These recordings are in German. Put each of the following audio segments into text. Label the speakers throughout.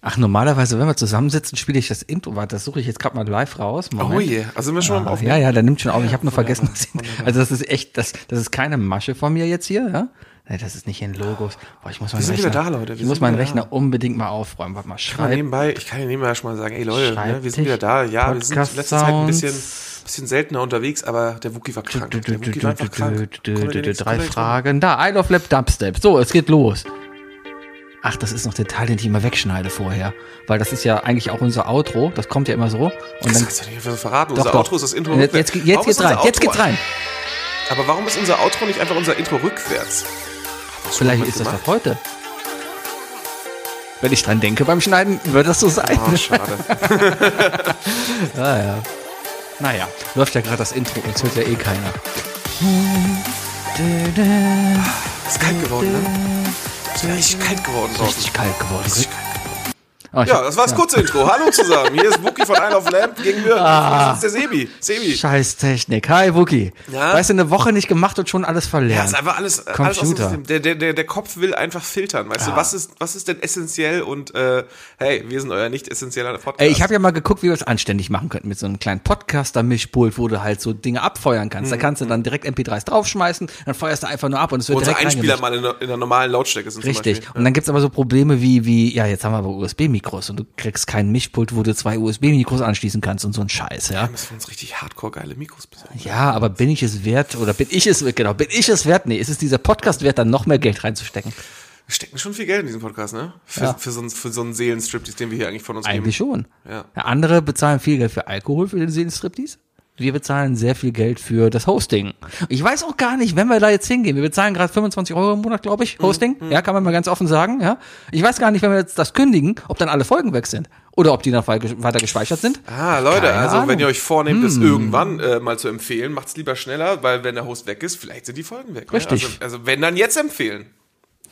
Speaker 1: Ach, normalerweise, wenn wir zusammensitzen, spiele ich das Intro. Warte, das suche ich jetzt gerade mal live raus.
Speaker 2: Oh je, also wir schon mal am
Speaker 1: Ah,
Speaker 2: Aufnehmen.
Speaker 1: ja, ja, der nimmt schon auf. Ich habe nur vergessen. Dass
Speaker 2: wunderbar.
Speaker 1: also das ist echt, das, das ist keine Masche von mir jetzt hier. Ja? Nee, das ist nicht in Logos. Boah, ich muss meinen
Speaker 2: sind
Speaker 1: Rechner,
Speaker 2: wieder da, Leute. Wir
Speaker 1: ich
Speaker 2: sind
Speaker 1: muss meinen
Speaker 2: wieder
Speaker 1: Rechner
Speaker 2: da.
Speaker 1: unbedingt mal aufräumen. Warte mal,
Speaker 2: Kann man
Speaker 1: schreiben.
Speaker 2: nebenbei, ich kann ja nebenbei schon mal sagen, ey Leute, ne, wir
Speaker 1: Schreibtisch,
Speaker 2: sind wieder da. Ja, wir sind
Speaker 1: Podcast
Speaker 2: letzte Zeit ein bisschen,
Speaker 1: Sounds.
Speaker 2: bisschen seltener unterwegs, aber der Wookie war krank. Der Wookie war einfach krank. Konnte der nichts-
Speaker 1: Drei
Speaker 2: konnte nichts
Speaker 1: Fragen. Da, I love Lab Dubstep. So, es geht los. Ach, das ist noch der Teil, den ich immer wegschneide vorher. Weil das ist ja eigentlich auch unser Outro. Das kommt ja immer so. Und
Speaker 2: Das
Speaker 1: dann,
Speaker 2: kannst du nicht einfach so verraten.
Speaker 1: doch,
Speaker 2: unser
Speaker 1: doch.
Speaker 2: Outro ist das Intro
Speaker 1: jetzt,
Speaker 2: rückwärts.
Speaker 1: jetzt, jetzt
Speaker 2: Warum ist
Speaker 1: geht's
Speaker 2: unser
Speaker 1: rein. Jetzt
Speaker 2: Outro-
Speaker 1: geht's rein.
Speaker 2: Aber warum ist unser Outro nicht einfach unser Intro rückwärts?
Speaker 1: Vielleicht ist das doch heute. Wenn ich dran denke beim Schneiden, wird das so sein.
Speaker 2: Oh, schade.
Speaker 1: Naja, läuft ja gerade das Intro, uns hört ja eh keiner.
Speaker 2: Ist kalt geworden, ne? Ist richtig kalt geworden draußen.
Speaker 1: Richtig kalt geworden.
Speaker 2: Richtig
Speaker 1: Oh, ich
Speaker 2: Ja,
Speaker 1: hab-
Speaker 2: das war das kurze Intro. Hallo zusammen. Hier ist Wookie von Isle of Lamp gegen mir. Das ist der Sebi. Sebi.
Speaker 1: Scheiß Technik. Hi, Wookie.
Speaker 2: Ja?
Speaker 1: Weißt du, eine Woche nicht gemacht und schon alles
Speaker 2: Ja,
Speaker 1: verlernt.
Speaker 2: ist einfach alles, alles aus dem
Speaker 1: Computer.
Speaker 2: System. Der, der, der, der Kopf will einfach filtern, weißt du, was ist, was ist denn essentiell und äh, hey, wir sind euer nicht essentieller Podcast.
Speaker 1: Ey, ich habe ja mal geguckt, wie wir das anständig machen könnten mit so einem kleinen Podcaster-Mischpult, wo du halt so Dinge abfeuern kannst. Da
Speaker 2: Mhm.
Speaker 1: kannst du dann direkt MP3s draufschmeißen, dann feuerst du einfach nur ab und es wird
Speaker 2: Unsere
Speaker 1: direkt
Speaker 2: Einspieler
Speaker 1: reingemischt.
Speaker 2: mal in, der- in der normalen Lautstärke sind
Speaker 1: Richtig.
Speaker 2: zum Beispiel.
Speaker 1: Und dann gibt's aber so Probleme wie, wie, ja, jetzt haben wir aber USB-Mikros und du kriegst kein Mischpult, wo du zwei USB-Mikros anschließen kannst und so ein Scheiß, ja.
Speaker 2: Da müssen wir uns richtig hardcore geile Mikros besorgen.
Speaker 1: Ja, aber bin ich es wert oder bin ich es, genau, bin ich es wert? Nee, ist es dieser Podcast wert, dann noch mehr Geld reinzustecken?
Speaker 2: Wir stecken schon viel Geld in diesen Podcast, ne? Für,
Speaker 1: Ja.
Speaker 2: für, so, einen- für so einen Seelenstrip, den wir hier eigentlich von uns
Speaker 1: Eigentlich schon.
Speaker 2: Ja.
Speaker 1: Andere bezahlen viel Geld für Alkohol für den Seelenstriptease. Wir bezahlen sehr viel Geld für das Hosting. Ich weiß auch gar nicht, wenn wir da jetzt hingehen. Wir bezahlen gerade 25 Euro im Monat, glaube
Speaker 2: Mhm.
Speaker 1: ich, Hosting. Ja, kann man mal ganz offen sagen. Ja, ich weiß gar nicht, wenn wir jetzt das kündigen, ob dann alle Folgen weg sind oder ob die noch wei- weiter gespeichert sind.
Speaker 2: Ah, Leute,
Speaker 1: Keine
Speaker 2: also
Speaker 1: Ahnung. Hm.
Speaker 2: wenn ihr euch vornehmt, das irgendwann äh, mal zu empfehlen, macht's lieber schneller, weil wenn der Host weg ist, vielleicht sind die Folgen weg.
Speaker 1: Richtig.
Speaker 2: Ne? Also, also wenn dann jetzt empfehlen.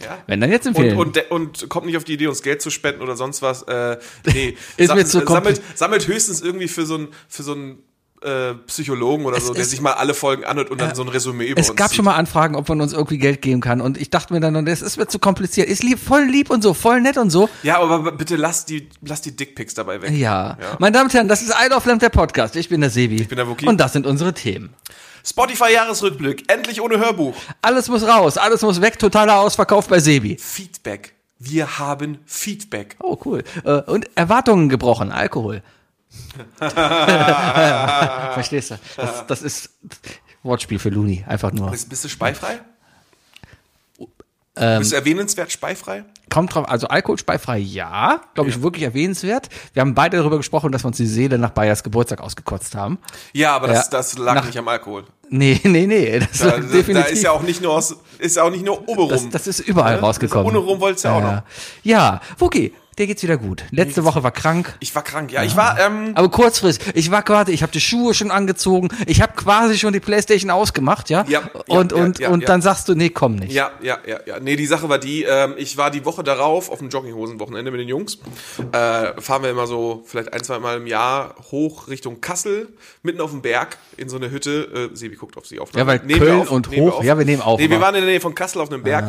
Speaker 2: Ja.
Speaker 1: Wenn dann jetzt
Speaker 2: Und,
Speaker 1: empfehlen.
Speaker 2: und, de- und kommt nicht auf die Idee, uns Geld zu spenden oder sonst was. Äh, nee,
Speaker 1: Ist mir zu
Speaker 2: sammelt, sammelt höchstens irgendwie für so einen für so einen, äh, Psychologen oder so, der
Speaker 1: ist-
Speaker 2: sich mal alle Folgen anhört und dann so ein Resümee über
Speaker 1: es
Speaker 2: uns
Speaker 1: gab
Speaker 2: zieht.
Speaker 1: schon mal Anfragen, ob man uns irgendwie Geld geben kann. Und ich dachte mir dann, das ist mir zu kompliziert. Ist lieb, voll lieb und so, voll nett und so.
Speaker 2: Ja, aber bitte lass die, lass die Dickpics dabei weg.
Speaker 1: Ja. Meine Damen und Herren, das ist Isle of Lamp, der Podcast. Ich bin der Sebi. Ich
Speaker 2: bin der Wookie.
Speaker 1: Und das sind unsere Themen.
Speaker 2: Spotify-Jahresrückblick, endlich ohne Hörbuch.
Speaker 1: Alles muss raus, alles muss weg, totaler Ausverkauf bei Sebi.
Speaker 2: Feedback. Wir haben Feedback.
Speaker 1: Oh, cool. Äh, Und Erwartungen gebrochen, Alkohol. Verstehst du? Das, das ist Wortspiel für Looney, einfach nur.
Speaker 2: Bist, bist du speifrei?
Speaker 1: Ähm.
Speaker 2: bist du erwähnenswert speifrei?
Speaker 1: Kommt drauf, also alkoholspeifrei, ja, glaube ich, wirklich erwähnenswert. Wir haben beide darüber gesprochen, dass wir uns die Seele nach Bayers Geburtstag ausgekotzt haben.
Speaker 2: Ja, aber das,
Speaker 1: Ja.
Speaker 2: das lag
Speaker 1: Nach-
Speaker 2: nicht am Alkohol.
Speaker 1: Nee, nee, nee, das
Speaker 2: Da,
Speaker 1: war
Speaker 2: da,
Speaker 1: definitiv.
Speaker 2: da ist ja auch nicht nur aus, ist ja auch nicht nur Oberum.
Speaker 1: das, das ist überall
Speaker 2: Ne?
Speaker 1: rausgekommen.
Speaker 2: Das Ohne Rum wolltest du ja auch noch.
Speaker 1: Ja, Wookie, dir geht's wieder gut. Letzte Woche war krank,
Speaker 2: Ich war krank, ja. Ich war, ähm,
Speaker 1: Aber kurzfristig, ich war gerade, ich habe die Schuhe schon angezogen, ich habe quasi schon die Playstation ausgemacht, ja?
Speaker 2: Ja, ja,
Speaker 1: und
Speaker 2: ja,
Speaker 1: und,
Speaker 2: ja,
Speaker 1: und
Speaker 2: ja.
Speaker 1: dann sagst du, nee, komm nicht.
Speaker 2: Ja, ja, ja, ja. Nee, die Sache war die, ähm, ich war die Woche darauf auf dem Jogginghosen-Wochenende mit den Jungs. Äh, fahren wir immer so vielleicht ein, zwei Mal im Jahr hoch Richtung Kassel, mitten auf dem Berg in so eine Hütte. Äh, Sebi guckt auf sie auf.
Speaker 1: Ja, weil Köln und hoch- ja, wir nehmen auf,
Speaker 2: Nee, wir
Speaker 1: aber-
Speaker 2: waren in der Nähe von Kassel auf einem Berg.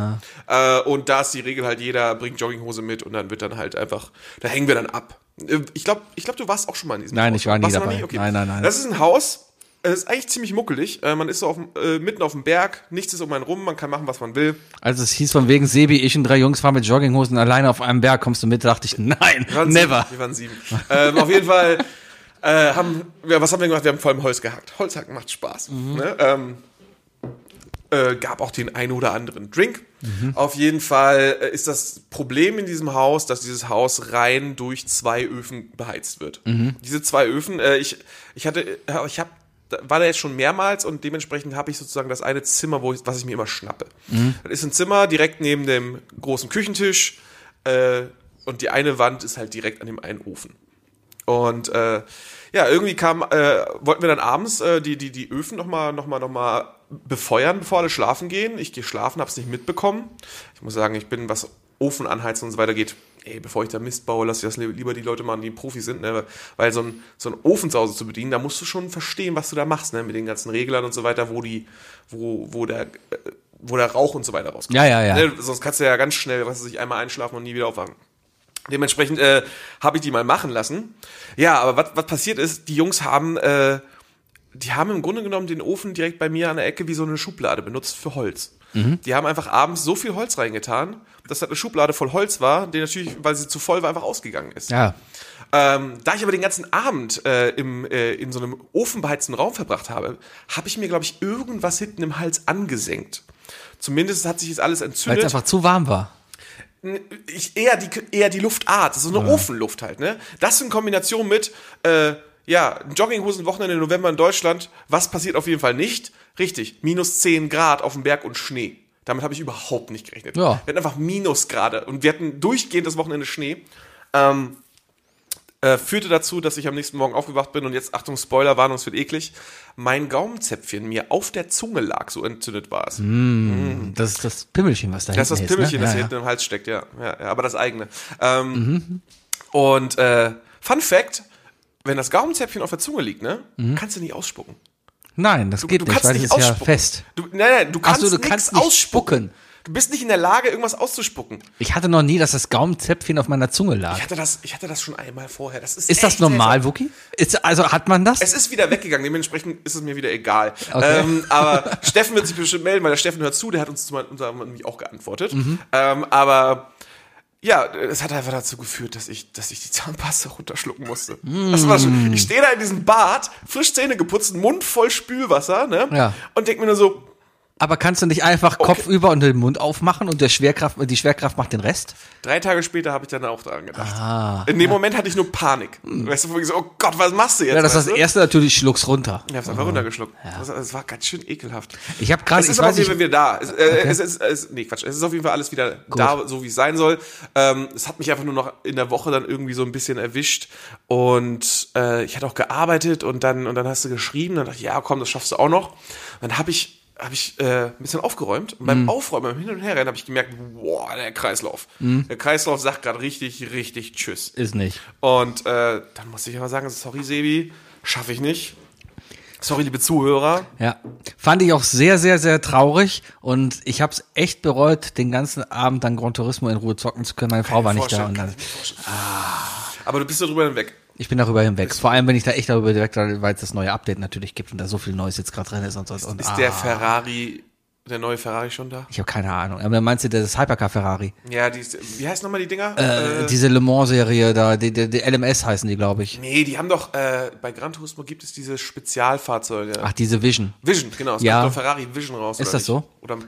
Speaker 1: Ah.
Speaker 2: Äh, und da ist die Regel halt, jeder bringt Jogginghose mit und dann wird dann halt einfach, da hängen wir dann ab. Äh, Ich glaube, ich glaub, du warst auch schon mal in diesem
Speaker 1: Nein,
Speaker 2: Haus.
Speaker 1: ich war nie
Speaker 2: Warst du noch
Speaker 1: dabei.
Speaker 2: Okay.
Speaker 1: Nein, nein, nein.
Speaker 2: Das ist ein Haus. Es ist eigentlich ziemlich muckelig. Äh, Man ist so auf, dem- äh, mitten auf dem Berg, nichts ist um einen rum, man kann machen, was man will.
Speaker 1: Also es hieß von wegen Sebi, ich und drei Jungs fahren mit Jogginghosen alleine auf einem Berg, kommst du mit? Dachte ich, nein,
Speaker 2: Wir waren
Speaker 1: never.
Speaker 2: Sieben. Wir waren sieben. ähm, auf jeden Fall äh, haben ja, was haben wir gemacht? Wir haben vor allem Holz gehackt. Holzhacken macht Spaß.
Speaker 1: Mhm.
Speaker 2: Ne? Ähm, äh, gab auch den einen oder anderen Drink. Auf jeden Fall äh, ist das Problem in diesem Haus, dass dieses Haus rein durch zwei Öfen beheizt wird. Diese zwei Öfen, äh, ich, ich hatte, äh, ich habe war da jetzt schon mehrmals und dementsprechend habe ich sozusagen das eine Zimmer, wo ich, was ich mir immer schnappe. Das ist ein Zimmer direkt neben dem großen Küchentisch äh, und die eine Wand ist halt direkt an dem einen Ofen. Und äh, ja, irgendwie kam, äh, wollten wir dann abends äh, die, die, die Öfen nochmal noch mal, noch mal befeuern, bevor alle schlafen gehen. Ich gehe schlafen, hab's nicht mitbekommen. Ich muss sagen, ich bin, was Ofen anheizen und so weiter geht, ey, bevor ich da Mist baue, lass ich das li- lieber die Leute machen, die Profis sind, ne? Weil so ein, so ein Ofen zu Hause zu bedienen, da musst du schon verstehen, was du da machst, ne? Mit den ganzen Reglern und so weiter, wo die, wo, wo der, äh, wo der Rauch und so weiter rauskommt.
Speaker 1: Ja, ja, ja.
Speaker 2: Ne? Sonst kannst du ja ganz schnell, was weiß ich, einmal einschlafen und nie wieder aufwachen. Dementsprechend äh, habe ich die mal machen lassen. Ja, aber was was passiert ist, die Jungs haben, äh, die haben im Grunde genommen den Ofen direkt bei mir an der Ecke wie so eine Schublade benutzt für Holz.
Speaker 1: Mhm.
Speaker 2: Die haben einfach abends so viel Holz reingetan, dass das eine Schublade voll Holz war, die natürlich, weil sie zu voll war, einfach ausgegangen ist.
Speaker 1: Ja.
Speaker 2: Ähm, da ich aber den ganzen Abend äh, im, äh, in so einem ofenbeheizten Raum verbracht habe, habe ich mir, glaube ich, irgendwas hinten im Hals angesenkt. Zumindest hat sich jetzt alles
Speaker 1: Weil es
Speaker 2: entzündet.
Speaker 1: einfach zu warm war.
Speaker 2: Ich, eher, die, eher die Luftart, so eine Ofenluft halt. Ne? Das in Kombination mit, äh, ja, Jogginghosen Wochenende im November in Deutschland. Was passiert auf jeden Fall nicht? Richtig, minus 10 Grad auf dem Berg und Schnee. Damit habe ich überhaupt nicht gerechnet.
Speaker 1: Ja.
Speaker 2: Wir hatten einfach Minusgrade und wir hatten durchgehend das Wochenende Schnee. Ähm, äh, führte dazu, dass ich am nächsten Morgen aufgewacht bin und jetzt, Achtung, Spoiler, Warnung, es wird eklig, mein Gaumenzäpfchen mir auf der Zunge lag, so entzündet war es.
Speaker 1: Das ist das Pimmelchen, was da
Speaker 2: Das ist
Speaker 1: hinten
Speaker 2: das Pimmelchen,
Speaker 1: ist. Ne?
Speaker 2: das
Speaker 1: Ja,
Speaker 2: hinten im Hals steckt, ja. ja, ja aber das eigene. Ähm, Und äh, Fun Fact: Wenn das Gaumenzäpfchen auf der Zunge liegt, ne,
Speaker 1: Mhm.
Speaker 2: kannst du nicht ausspucken.
Speaker 1: ja. Nein, das geht
Speaker 2: du
Speaker 1: nicht,
Speaker 2: kannst
Speaker 1: weil ich
Speaker 2: nicht
Speaker 1: ist ja
Speaker 2: ausspucken.
Speaker 1: fest.
Speaker 2: Du, nein, nein, du
Speaker 1: Ach
Speaker 2: kannst,
Speaker 1: so, du
Speaker 2: nichts
Speaker 1: kannst nicht
Speaker 2: ausspucken.
Speaker 1: spucken.
Speaker 2: Du bist nicht in der Lage, irgendwas auszuspucken.
Speaker 1: Ich hatte noch nie, dass das Gaumenzäpfchen auf meiner Zunge
Speaker 2: Ich
Speaker 1: lag.
Speaker 2: hatte das, ich hatte das schon einmal vorher. Das ist
Speaker 1: Ist das
Speaker 2: echt seltsam.
Speaker 1: normal, Wookie? Ist, also hat man das?
Speaker 2: Es ist wieder weggegangen, dementsprechend ist es mir wieder egal.
Speaker 1: Okay.
Speaker 2: Ähm, aber Steffen wird sich bestimmt melden, weil der Steffen hört zu, der hat uns zum nämlich auch geantwortet.
Speaker 1: Mhm.
Speaker 2: Ähm, aber ja, es hat einfach dazu geführt, dass ich, dass ich die Zahnpasta runterschlucken musste. Das war
Speaker 1: Mm.
Speaker 2: schon, ich stehe da in diesem Bad, frisch Zähne geputzt, Mund voll Spülwasser, ne?
Speaker 1: Ja.
Speaker 2: Und denke mir nur so,
Speaker 1: Aber kannst du nicht einfach Kopf über und den Mund aufmachen und der Schwerkraft, die Schwerkraft macht den Rest?
Speaker 2: Drei Tage später habe ich dann auch daran gedacht.
Speaker 1: Ah,
Speaker 2: In dem Moment hatte ich nur Panik. Weißt du, wo ich so, oh Gott, was machst du jetzt?
Speaker 1: Mm. Ja, das ist
Speaker 2: weißt
Speaker 1: das
Speaker 2: du?
Speaker 1: erste natürlich schlucks runter.
Speaker 2: Ich hab's einfach runtergeschluckt. Das, das war ganz schön ekelhaft.
Speaker 1: Ich habe gerade,
Speaker 2: es
Speaker 1: ich
Speaker 2: ist aber auf
Speaker 1: weiß
Speaker 2: jeden
Speaker 1: nicht,
Speaker 2: Fall wieder da. Es, äh, es, ist, es, nee, Quatsch. Es ist auf jeden Fall alles wieder da, so wie es sein soll. Ähm, es hat mich einfach nur noch in der Woche dann irgendwie so ein bisschen erwischt. Und äh, ich hatte auch gearbeitet und dann, und dann hast du geschrieben. Dann dachte ich, ja, komm, das schaffst du auch noch. Dann habe ich habe ich äh, ein bisschen aufgeräumt. Und
Speaker 1: Mhm.
Speaker 2: beim Aufräumen, beim Hin- und Herrennen, habe ich gemerkt, boah, der Kreislauf.
Speaker 1: Mhm.
Speaker 2: Der Kreislauf sagt gerade richtig, richtig Tschüss.
Speaker 1: ist nicht.
Speaker 2: Und äh, dann musste ich aber sagen, sorry, Sebi, schaffe ich nicht. Sorry, liebe Zuhörer.
Speaker 1: Ja, fand ich auch sehr, sehr, sehr traurig und ich habe es echt bereut, den ganzen Abend dann Gran Turismo in Ruhe zocken zu können. Meine Frau Oh, war nicht da
Speaker 2: vorstellen,
Speaker 1: und
Speaker 2: kann
Speaker 1: dann,
Speaker 2: ich mir vorstellen. Ah. Aber du bist darüber hinweg.
Speaker 1: ich bin darüber hinweg. Vor allem bin ich da echt darüber hinweg, weil es das neue Update natürlich gibt und da so viel Neues jetzt gerade drin ist und so. Und,
Speaker 2: Ist
Speaker 1: ah,
Speaker 2: der Ferrari, der neue Ferrari schon da?
Speaker 1: ich habe keine Ahnung. Aber meinst du das Hypercar Ferrari?
Speaker 2: Ja, die ist, wie heißt nochmal die Dinger?
Speaker 1: Äh, diese Le Mans Serie da, die, die, die LMS heißen die, glaube ich.
Speaker 2: nee, die haben doch, äh, bei Gran Turismo gibt es diese Spezialfahrzeuge.
Speaker 1: Ach, diese Vision.
Speaker 2: Vision, genau. Es
Speaker 1: Ja.
Speaker 2: kommt doch Ferrari Vision raus.
Speaker 1: Ist
Speaker 2: oder
Speaker 1: das
Speaker 2: nicht?
Speaker 1: so?
Speaker 2: Oder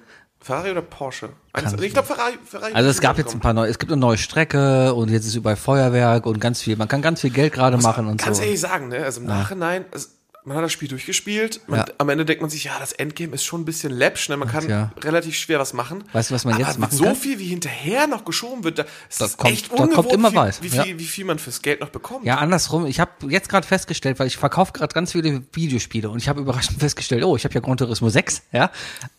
Speaker 2: Ferrari oder Porsche?
Speaker 1: Kann
Speaker 2: Eines,
Speaker 1: ich
Speaker 2: ich glaube Ferrari, Ferrari.
Speaker 1: Also es gab
Speaker 2: Vision
Speaker 1: jetzt ein
Speaker 2: kommt.
Speaker 1: paar neue, es gibt eine neue Strecke und jetzt ist überall Feuerwerk und ganz viel, man kann ganz viel Geld gerade machen und
Speaker 2: Ganz
Speaker 1: so.
Speaker 2: ehrlich sagen, ne? Also im Nachhinein, also man hat das Spiel durchgespielt. Man,
Speaker 1: Ja.
Speaker 2: Am Ende denkt man sich, ja, das Endgame ist schon ein bisschen läppsch. Ne? Man kann
Speaker 1: ja.
Speaker 2: relativ schwer was machen.
Speaker 1: Weißt du, was man
Speaker 2: Aber
Speaker 1: jetzt machen
Speaker 2: so
Speaker 1: kann?
Speaker 2: viel, wie hinterher noch geschoben wird, da, es
Speaker 1: Da
Speaker 2: ist
Speaker 1: kommt-
Speaker 2: echt
Speaker 1: da kommt
Speaker 2: ungewohnt,
Speaker 1: immer
Speaker 2: wie,
Speaker 1: was,
Speaker 2: Wie,
Speaker 1: ja.
Speaker 2: viel, wie viel man fürs Geld noch bekommt.
Speaker 1: Ja, andersrum, ich habe jetzt gerade festgestellt, weil ich verkaufe gerade ganz viele Videospiele und ich habe überraschend festgestellt, oh, ich habe ja Gran Turismo 6, ja,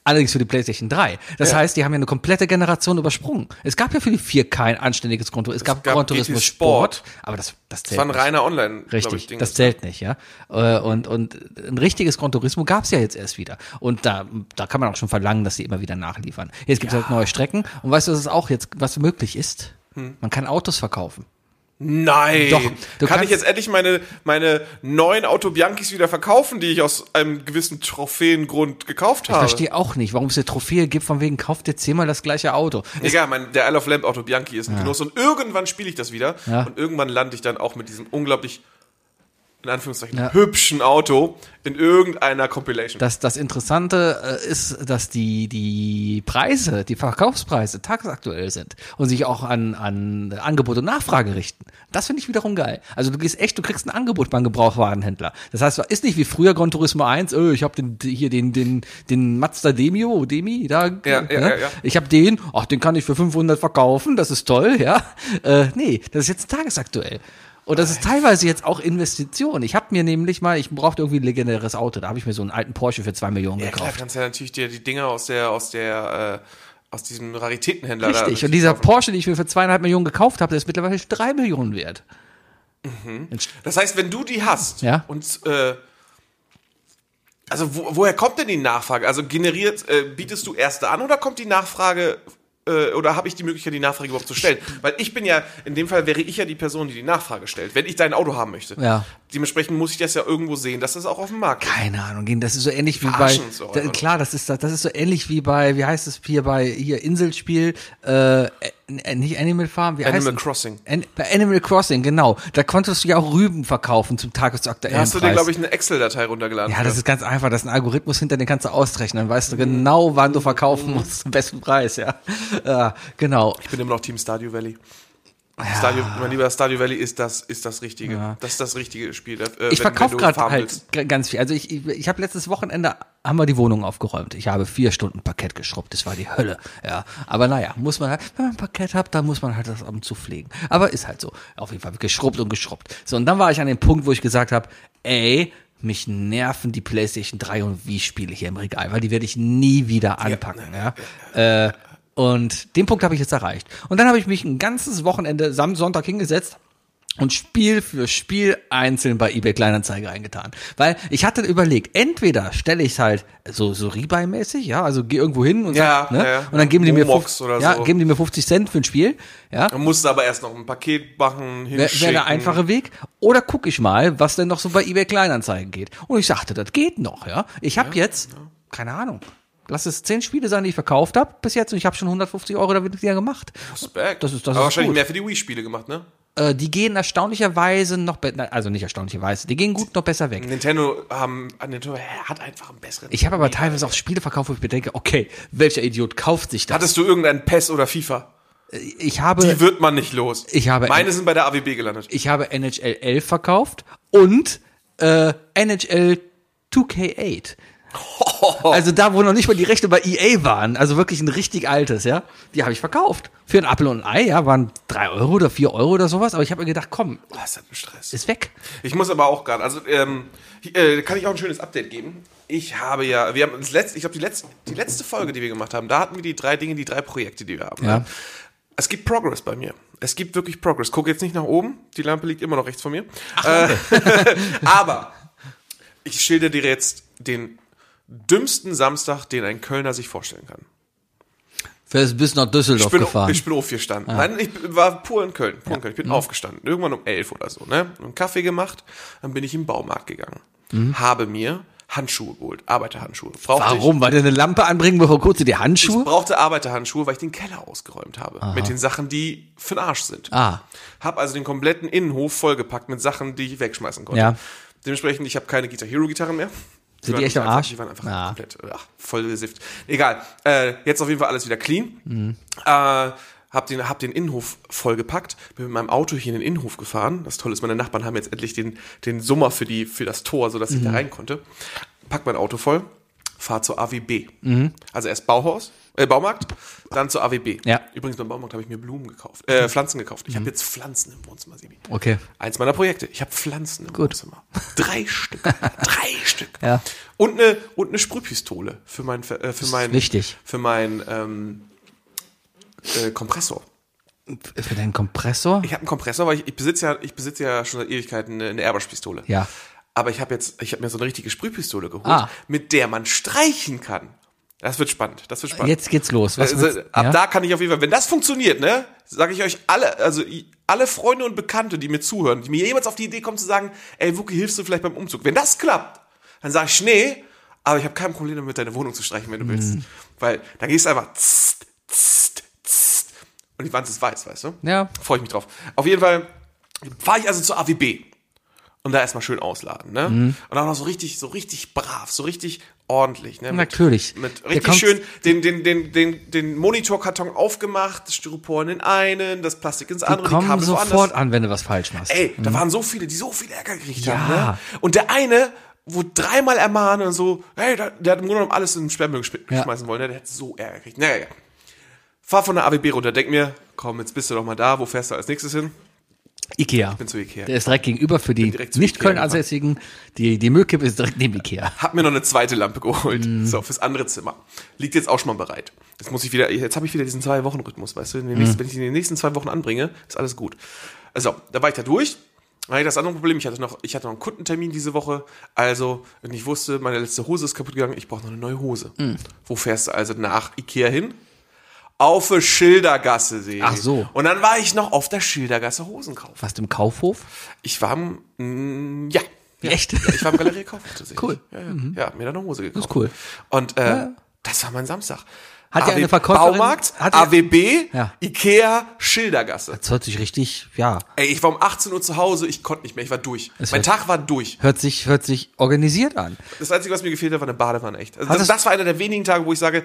Speaker 1: allerdings für die Playstation 3. Das heißt, die haben ja eine komplette Generation übersprungen. Es gab ja für die 4 kein anständiges Gran Turismo, es gab,
Speaker 2: gab
Speaker 1: Gran Turismo
Speaker 2: GT
Speaker 1: Sport,
Speaker 2: Sport.
Speaker 1: aber das, das zählt
Speaker 2: Das war ein
Speaker 1: nicht.
Speaker 2: reiner Online, glaub
Speaker 1: Richtig,
Speaker 2: ich, Ding.
Speaker 1: das zählt nicht, ja. Äh, Und, und ein richtiges Gran Turismo gab's ja jetzt erst wieder. Und da, da kann man auch schon verlangen, dass sie immer wieder nachliefern. Jetzt gibt's halt neue Strecken. Und weißt du, was es auch jetzt, was möglich ist?
Speaker 2: Hm.
Speaker 1: Man kann Autos verkaufen.
Speaker 2: Nein!
Speaker 1: Doch, du
Speaker 2: Kann
Speaker 1: kannst-
Speaker 2: ich jetzt endlich meine, meine neuen Auto Bianchis wieder verkaufen, die ich aus einem gewissen Trophäengrund gekauft habe?
Speaker 1: Verstehe auch nicht, warum es eine Trophäe gibt, von wegen kauft ihr zehnmal das gleiche Auto.
Speaker 2: Egal, mein, der Isle of Lamp Auto Bianchi ist ein Genuss und irgendwann spiele ich das wieder
Speaker 1: Ja.
Speaker 2: und irgendwann lande ich dann auch mit diesem unglaublich, in Anführungszeichen,
Speaker 1: Ja.
Speaker 2: hübschen Auto in irgendeiner Compilation.
Speaker 1: Das, das Interessante äh, ist, dass die, die Preise, die Verkaufspreise tagesaktuell sind und sich auch an, an Angebot und Nachfrage richten. Das finde ich wiederum geil. Also du gehst echt, du kriegst ein Angebot beim Gebrauchwarenhändler. Das heißt, ist nicht wie früher Gran Turismo 1, oh, ich habe den, hier den, den, den Mazda Demio, Demi, da,
Speaker 2: ja,
Speaker 1: ne?
Speaker 2: ja, ja.
Speaker 1: ich habe den, ach, den kann ich für 500 verkaufen, das ist toll, ja. Äh, nee, das ist jetzt tagesaktuell. Und das ist teilweise jetzt auch Investition. Ich habe mir nämlich mal, ich brauchte irgendwie ein legendäres Auto, da habe ich mir so einen alten Porsche für zwei Millionen
Speaker 2: ja, klar,
Speaker 1: gekauft.
Speaker 2: kannst ja natürlich dir die Dinger aus der, aus der, äh, aus diesem Raritätenhändler da
Speaker 1: Richtig. Und
Speaker 2: natürlich
Speaker 1: dieser
Speaker 2: kaufen.
Speaker 1: Porsche, den ich mir für zweieinhalb Millionen gekauft habe, der ist mittlerweile schon drei Millionen wert.
Speaker 2: Das heißt, wenn du die hast
Speaker 1: Ja.
Speaker 2: und äh, also wo, woher kommt denn die Nachfrage? Also generiert, äh, bietest du erste an oder kommt die Nachfrage äh, äh, oder habe ich die Möglichkeit, die Nachfrage überhaupt zu stellen? Weil ich bin ja, in dem Fall wäre ich ja die Person, die die Nachfrage stellt, wenn ich dein Auto haben möchte.
Speaker 1: Ja.
Speaker 2: Dementsprechend muss ich das ja irgendwo sehen, dass das auch auf dem Markt ist.
Speaker 1: Keine Ahnung, gehen. Das ist so ähnlich wie bei.
Speaker 2: Verarschen uns doch,
Speaker 1: Da,
Speaker 2: oder?
Speaker 1: klar, das ist das ist so ähnlich wie bei, wie heißt es hier bei hier Inselspiel, äh, äh, nicht Animal Farm, wie heißt
Speaker 2: Animal
Speaker 1: es?
Speaker 2: Crossing.
Speaker 1: An, bei Animal Crossing, genau. Da konntest du ja auch Rüben verkaufen zum tagesaktuellen
Speaker 2: Da hast du dir,
Speaker 1: Preis.
Speaker 2: glaube ich, eine Excel-Datei runtergeladen.
Speaker 1: ja, das ist ganz einfach. Das ist ein Algorithmus, hinter den kannst du ausrechnen. Dann
Speaker 2: Mhm.
Speaker 1: weißt du genau, wann du verkaufen musst zum besten Preis, ja. ja genau.
Speaker 2: Ich bin immer noch Team Stardew Valley. Stardew, mein lieber Stardew Valley ist das, ist das Richtige. Das ist das richtige Spiel. Äh,
Speaker 1: Ich verkaufe gerade
Speaker 2: willst.
Speaker 1: halt g- ganz viel. Also ich, ich, ich habe letztes Wochenende haben wir die Wohnung aufgeräumt. Ich habe vier Stunden Parkett geschrubbt. Das war die Hölle. Ja, aber naja, muss man halt, wenn man Parkett hat, dann muss man halt das ab und zu pflegen. Aber ist halt so. Auf jeden Fall geschrubbt und geschrubbt. So und dann war ich an dem Punkt, wo ich gesagt habe, ey, mich nerven die PlayStation 3 und wie spiele ich hier im Regal, weil die werde ich nie wieder anpacken. Ja, Äh, und den Punkt habe ich jetzt erreicht. Und dann habe ich mich ein ganzes Wochenende, Sam Sonntag hingesetzt und Spiel für Spiel einzeln bei eBay Kleinanzeige eingetan. Weil ich hatte überlegt, entweder stelle ich es halt so, so Rebuy-mäßig, ja, also gehe irgendwo hin und,
Speaker 2: Ja,
Speaker 1: sag, ne?
Speaker 2: ja, ja.
Speaker 1: und dann geben die, mir
Speaker 2: Momox
Speaker 1: 50,
Speaker 2: oder
Speaker 1: ja,
Speaker 2: so.
Speaker 1: geben die mir 50 Cent für ein Spiel, ja.
Speaker 2: Man musste aber erst noch ein Paket machen,
Speaker 1: Wäre
Speaker 2: hinschicken.
Speaker 1: wär der einfache Weg. Oder gucke ich mal, was denn noch so bei eBay Kleinanzeigen geht. Und ich sagte, das geht noch, ja. Ich habe jetzt, keine Ahnung, lass es zehn Spiele sein, die ich verkauft habe bis jetzt und ich habe schon 150 Euro damit wieder gemacht.
Speaker 2: Respekt.
Speaker 1: Das ist- das
Speaker 2: aber
Speaker 1: ist
Speaker 2: wahrscheinlich
Speaker 1: gut.
Speaker 2: mehr für die Wii-Spiele gemacht, ne?
Speaker 1: Äh, die gehen erstaunlicherweise noch besser, also nicht erstaunlicherweise, die gehen gut noch besser weg.
Speaker 2: Nintendo, haben, Nintendo hat einfach einen besseren.
Speaker 1: Ich habe aber teilweise auch Spiele verkauft, wo ich mir denke, okay, welcher Idiot kauft sich das?
Speaker 2: Hattest du irgendeinen PES oder FIFA?
Speaker 1: Ich habe,
Speaker 2: Die wird man nicht los.
Speaker 1: Äh, Ich habe-
Speaker 2: Meine sind bei der AWB gelandet.
Speaker 1: ich habe NHL 11 verkauft und äh, NHL 2K8. Also da, wo noch nicht mal die Rechte bei EA waren, also wirklich ein richtig altes, ja, die habe ich verkauft. Für ein Apfel und ein Ei, ja, waren drei Euro oder vier Euro oder sowas, aber ich habe mir gedacht, komm,
Speaker 2: Was hat ein Stress?
Speaker 1: ist weg.
Speaker 2: Ich muss aber auch gerade, also ähm, hier, äh, kann ich auch ein schönes Update geben. Ich habe ja, wir haben das letzte, ich glaube die letzte, die letzte Folge, die wir gemacht haben, da hatten wir die drei Dinge, die drei Projekte, die wir haben. ne?
Speaker 1: Ja.
Speaker 2: Es gibt Progress bei mir. Es gibt wirklich Progress. Guck jetzt nicht nach oben, die Lampe liegt immer noch rechts von mir. äh, aber ich schilder dir jetzt den dümmsten Samstag, den ein Kölner sich vorstellen kann.
Speaker 1: Fährst bis nach Düsseldorf
Speaker 2: Ich bin,
Speaker 1: gefahren.
Speaker 2: ich bin aufgestanden.
Speaker 1: Ah.
Speaker 2: Nein, ich war pur in Köln. Pur in Köln. Ich bin
Speaker 1: Mhm.
Speaker 2: aufgestanden. Irgendwann um elf oder so, ne? Einen Kaffee gemacht, dann bin ich im Baumarkt gegangen. Habe mir Handschuhe geholt, Arbeiterhandschuhe. Brauchte Ich.
Speaker 1: Mhm. Warum? Weil du eine Lampe anbringen, bevor kurz die
Speaker 2: ich
Speaker 1: Handschuhe?
Speaker 2: brauchte Arbeiterhandschuhe, weil ich den Keller ausgeräumt habe. Mit den Sachen, die für den Arsch sind.
Speaker 1: Ah.
Speaker 2: Hab also den kompletten Innenhof vollgepackt mit Sachen, die ich wegschmeißen konnte.
Speaker 1: Ja.
Speaker 2: Dementsprechend, ich habe keine Guitar Hero Gitarre mehr.
Speaker 1: Sind die
Speaker 2: waren
Speaker 1: echt am
Speaker 2: einfach-
Speaker 1: Arsch?
Speaker 2: Die waren einfach
Speaker 1: Ah.
Speaker 2: komplett ach, voll gesifft. Egal. Äh, jetzt auf jeden Fall alles wieder clean.
Speaker 1: Mhm.
Speaker 2: Äh, hab den, hab den Innenhof vollgepackt, bin mit meinem Auto hier in den Innenhof gefahren. Das Tolle ist, meine Nachbarn haben jetzt endlich den, den Summer für, die, für das Tor, sodass
Speaker 1: Mhm.
Speaker 2: ich da rein konnte. Pack mein Auto voll, fahr zur AWB.
Speaker 1: Mhm.
Speaker 2: Also erst Bauhaus, äh, Baumarkt, dann zur AWB.
Speaker 1: Ja.
Speaker 2: Übrigens beim Baumarkt habe ich mir Blumen gekauft, äh, Pflanzen gekauft.
Speaker 1: Mhm.
Speaker 2: Ich habe jetzt Pflanzen im Wohnzimmer, Sebi.
Speaker 1: Okay.
Speaker 2: Eins meiner Projekte. Ich habe Pflanzen im Wohnzimmer. Drei Stück. Drei Stück.
Speaker 1: Ja.
Speaker 2: Und eine und eine Sprühpistole für mein für, äh, für mein
Speaker 1: wichtig.
Speaker 2: für meinen ähm, äh, Kompressor.
Speaker 1: Für deinen Kompressor?
Speaker 2: Ich habe einen Kompressor, weil ich, ich besitze ja ich besitze ja schon seit Ewigkeiten eine, eine Airbrush-Pistole.
Speaker 1: Ja.
Speaker 2: Aber ich habe jetzt ich habe mir so eine richtige Sprühpistole geholt,
Speaker 1: Ah.
Speaker 2: mit der man streichen kann. Das wird spannend. Das wird spannend.
Speaker 1: Jetzt geht's los. Was
Speaker 2: Also,
Speaker 1: willst-
Speaker 2: ab
Speaker 1: ja?
Speaker 2: da kann ich auf jeden Fall, wenn das funktioniert, ne, sage ich euch alle, also i- alle Freunde und Bekannte, die mir zuhören, die mir jemals auf die Idee kommen zu sagen, ey, Wuki, hilfst du vielleicht beim Umzug? Wenn das klappt, dann sage ich, nee, aber ich habe kein Problem damit, deine Wohnung zu streichen, wenn du willst.
Speaker 1: Mhm.
Speaker 2: Weil dann gehst du einfach zzt, zzt, zzt, und die Wand ist weiß, weißt du?
Speaker 1: Ja.
Speaker 2: Freue ich mich drauf. Auf jeden Fall fahre ich also zur AWB und da erstmal schön ausladen, ne?
Speaker 1: Mhm.
Speaker 2: Und auch noch so richtig, so richtig brav, so richtig ordentlich, ne?
Speaker 1: Natürlich.
Speaker 2: Mit, mit
Speaker 1: Der
Speaker 2: richtig
Speaker 1: kommt-
Speaker 2: schön den, den, den, den, den Monitorkarton aufgemacht, das Styropor in den einen, das Plastik ins andere,
Speaker 1: Komm sofort
Speaker 2: woanders.
Speaker 1: an, wenn du was falsch machst.
Speaker 2: Ey, da waren so viele, die so viel Ärger gekriegt haben.
Speaker 1: Ja.
Speaker 2: Ne? Und der eine wurde dreimal ermahnt und so, hey, der, der hat im Grunde genommen alles in den Sperrmüll geschm
Speaker 1: Ja.
Speaker 2: schmeißen wollen, ne? der hat so Ärger gekriegt. Naja, ja. Fahr von der AWB runter, denk mir, komm, jetzt bist du doch mal da, wo fährst du als nächstes hin?
Speaker 1: Ikea.
Speaker 2: Bin zu Ikea.
Speaker 1: Der ist direkt gegenüber für die
Speaker 2: direkt zu
Speaker 1: nicht
Speaker 2: Ikea
Speaker 1: Köln ansässigen. Die, die Müllkippe ist direkt neben Ikea.
Speaker 2: Hab mir noch eine zweite Lampe geholt.
Speaker 1: Mhm.
Speaker 2: So, fürs andere Zimmer. Liegt jetzt auch schon mal bereit. Jetzt muss ich wieder, jetzt habe ich wieder diesen zwei Wochen Rhythmus, weißt du? In den nächsten,
Speaker 1: Mhm.
Speaker 2: Wenn ich in den nächsten zwei Wochen anbringe, ist alles gut. Also, da war ich da durch. Dann hatte ich das andere Problem, ich hatte noch, ich hatte noch einen Kundentermin diese Woche. Also, und ich wusste,
Speaker 1: Mhm.
Speaker 2: meine letzte Hose ist kaputt gegangen, ich brauche noch eine neue Hose. Wo fährst du also nach Ikea hin? auf der Schildergasse sehe.
Speaker 1: Ach so.
Speaker 2: Und dann war ich noch auf der Schildergasse Hosen kaufen.
Speaker 1: Fast im Kaufhof?
Speaker 2: Ich war am, mm, ja. ja.
Speaker 1: Echt?
Speaker 2: Ich war im Galerie Kaufhof tatsächlich.
Speaker 1: Cool. Mhm.
Speaker 2: Ja, ja. ja hab mir dann eine Hose gekauft.
Speaker 1: ist cool.
Speaker 2: Und äh, das war mein Samstag.
Speaker 1: Hat ja
Speaker 2: AW
Speaker 1: eine Verkäuferin-
Speaker 2: Baumarkt,
Speaker 1: hat ja-
Speaker 2: AWB,
Speaker 1: Ja.
Speaker 2: Ikea, Schildergasse.
Speaker 1: Das hört sich richtig, ja.
Speaker 2: Ey, ich war um 18 Uhr zu Hause, ich konnte nicht mehr, ich war durch.
Speaker 1: Es
Speaker 2: mein
Speaker 1: wird-
Speaker 2: Tag war durch.
Speaker 1: Hört sich, hört sich organisiert an.
Speaker 2: Das Einzige, was mir gefehlt hat, war eine Badewanne, echt. Also das,
Speaker 1: Hattest-
Speaker 2: das war einer der wenigen Tage, wo ich sage,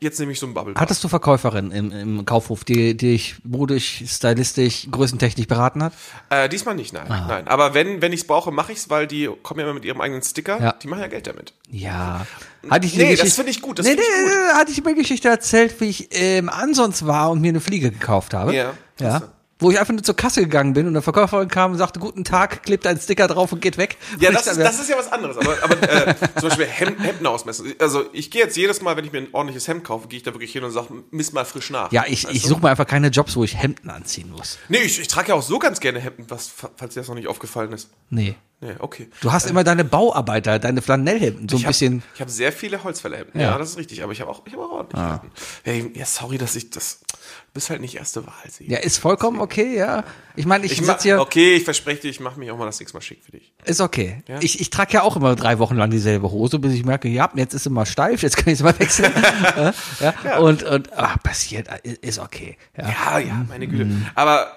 Speaker 2: jetzt nehme ich so einen Bubble.
Speaker 1: Hattest du Verkäuferinnen im, im Kaufhof, die, die dich modisch, stylistisch, größentechnisch beraten hat?
Speaker 2: Äh, diesmal nicht, nein.
Speaker 1: Ah.
Speaker 2: nein. Aber wenn, wenn ich es brauche, mache ich es, weil die kommen ja immer mit ihrem eigenen Sticker,
Speaker 1: Ja.
Speaker 2: die machen ja Geld damit.
Speaker 1: Ja. Hatte ich die
Speaker 2: Nee, das
Speaker 1: Geschichte-
Speaker 2: finde ich gut, das
Speaker 1: nee, nee,
Speaker 2: finde ich gut.
Speaker 1: nee, hatte ich mir Geschichte erzählt, wie ich im Ansons war und mir eine Fliege gekauft habe.
Speaker 2: Ja. Ach so.
Speaker 1: Ja. Wo ich einfach nur zur Kasse gegangen bin und der Verkäuferin kam und sagte, guten Tag, klebt einen Sticker drauf und geht weg.
Speaker 2: Ja,
Speaker 1: und
Speaker 2: das
Speaker 1: ich
Speaker 2: ist,
Speaker 1: dann-
Speaker 2: das ist ja was anderes. Aber, aber äh, zum Beispiel Hemd, Hemden ausmessen. Also ich gehe jetzt jedes Mal, wenn ich mir ein ordentliches Hemd kaufe, gehe ich da wirklich hin und sage, misst mal frisch nach.
Speaker 1: ja, ich,
Speaker 2: Weißt
Speaker 1: ich
Speaker 2: du?
Speaker 1: suche mir einfach keine Jobs, wo ich Hemden anziehen muss.
Speaker 2: Nee, ich, ich trage ja auch so ganz gerne Hemden, was, falls dir das noch nicht aufgefallen ist.
Speaker 1: Nee.
Speaker 2: Nee, okay.
Speaker 1: Du hast immer deine Bauarbeiter, deine Flanellhemden, so ein
Speaker 2: Ich
Speaker 1: bisschen.
Speaker 2: Hab, ich habe sehr viele Holzfällerhemden. Ja.
Speaker 1: Ja. Ah.
Speaker 2: das ist richtig. Aber ich habe auch, ich hab auch ordentlich Hemden. Ey, ja, sorry, dass ich das. Du bist halt nicht erste Wahl. Sie.
Speaker 1: Ja, ist vollkommen okay, ja. Ich meine, ich,
Speaker 2: ich mach,
Speaker 1: sitze hier,
Speaker 2: Okay, ich verspreche dir, ich mache mich auch mal das nächste Mal schick für dich.
Speaker 1: ist okay. Ich, ich trage ja auch immer drei Wochen lang dieselbe Hose, bis ich merke, ja, jetzt ist sie mal steif, jetzt kann ich sie mal wechseln. ja, Und, und ach, passiert, i- ist okay. Ja.
Speaker 2: Ja, ja, meine Güte.
Speaker 1: hm.
Speaker 2: Aber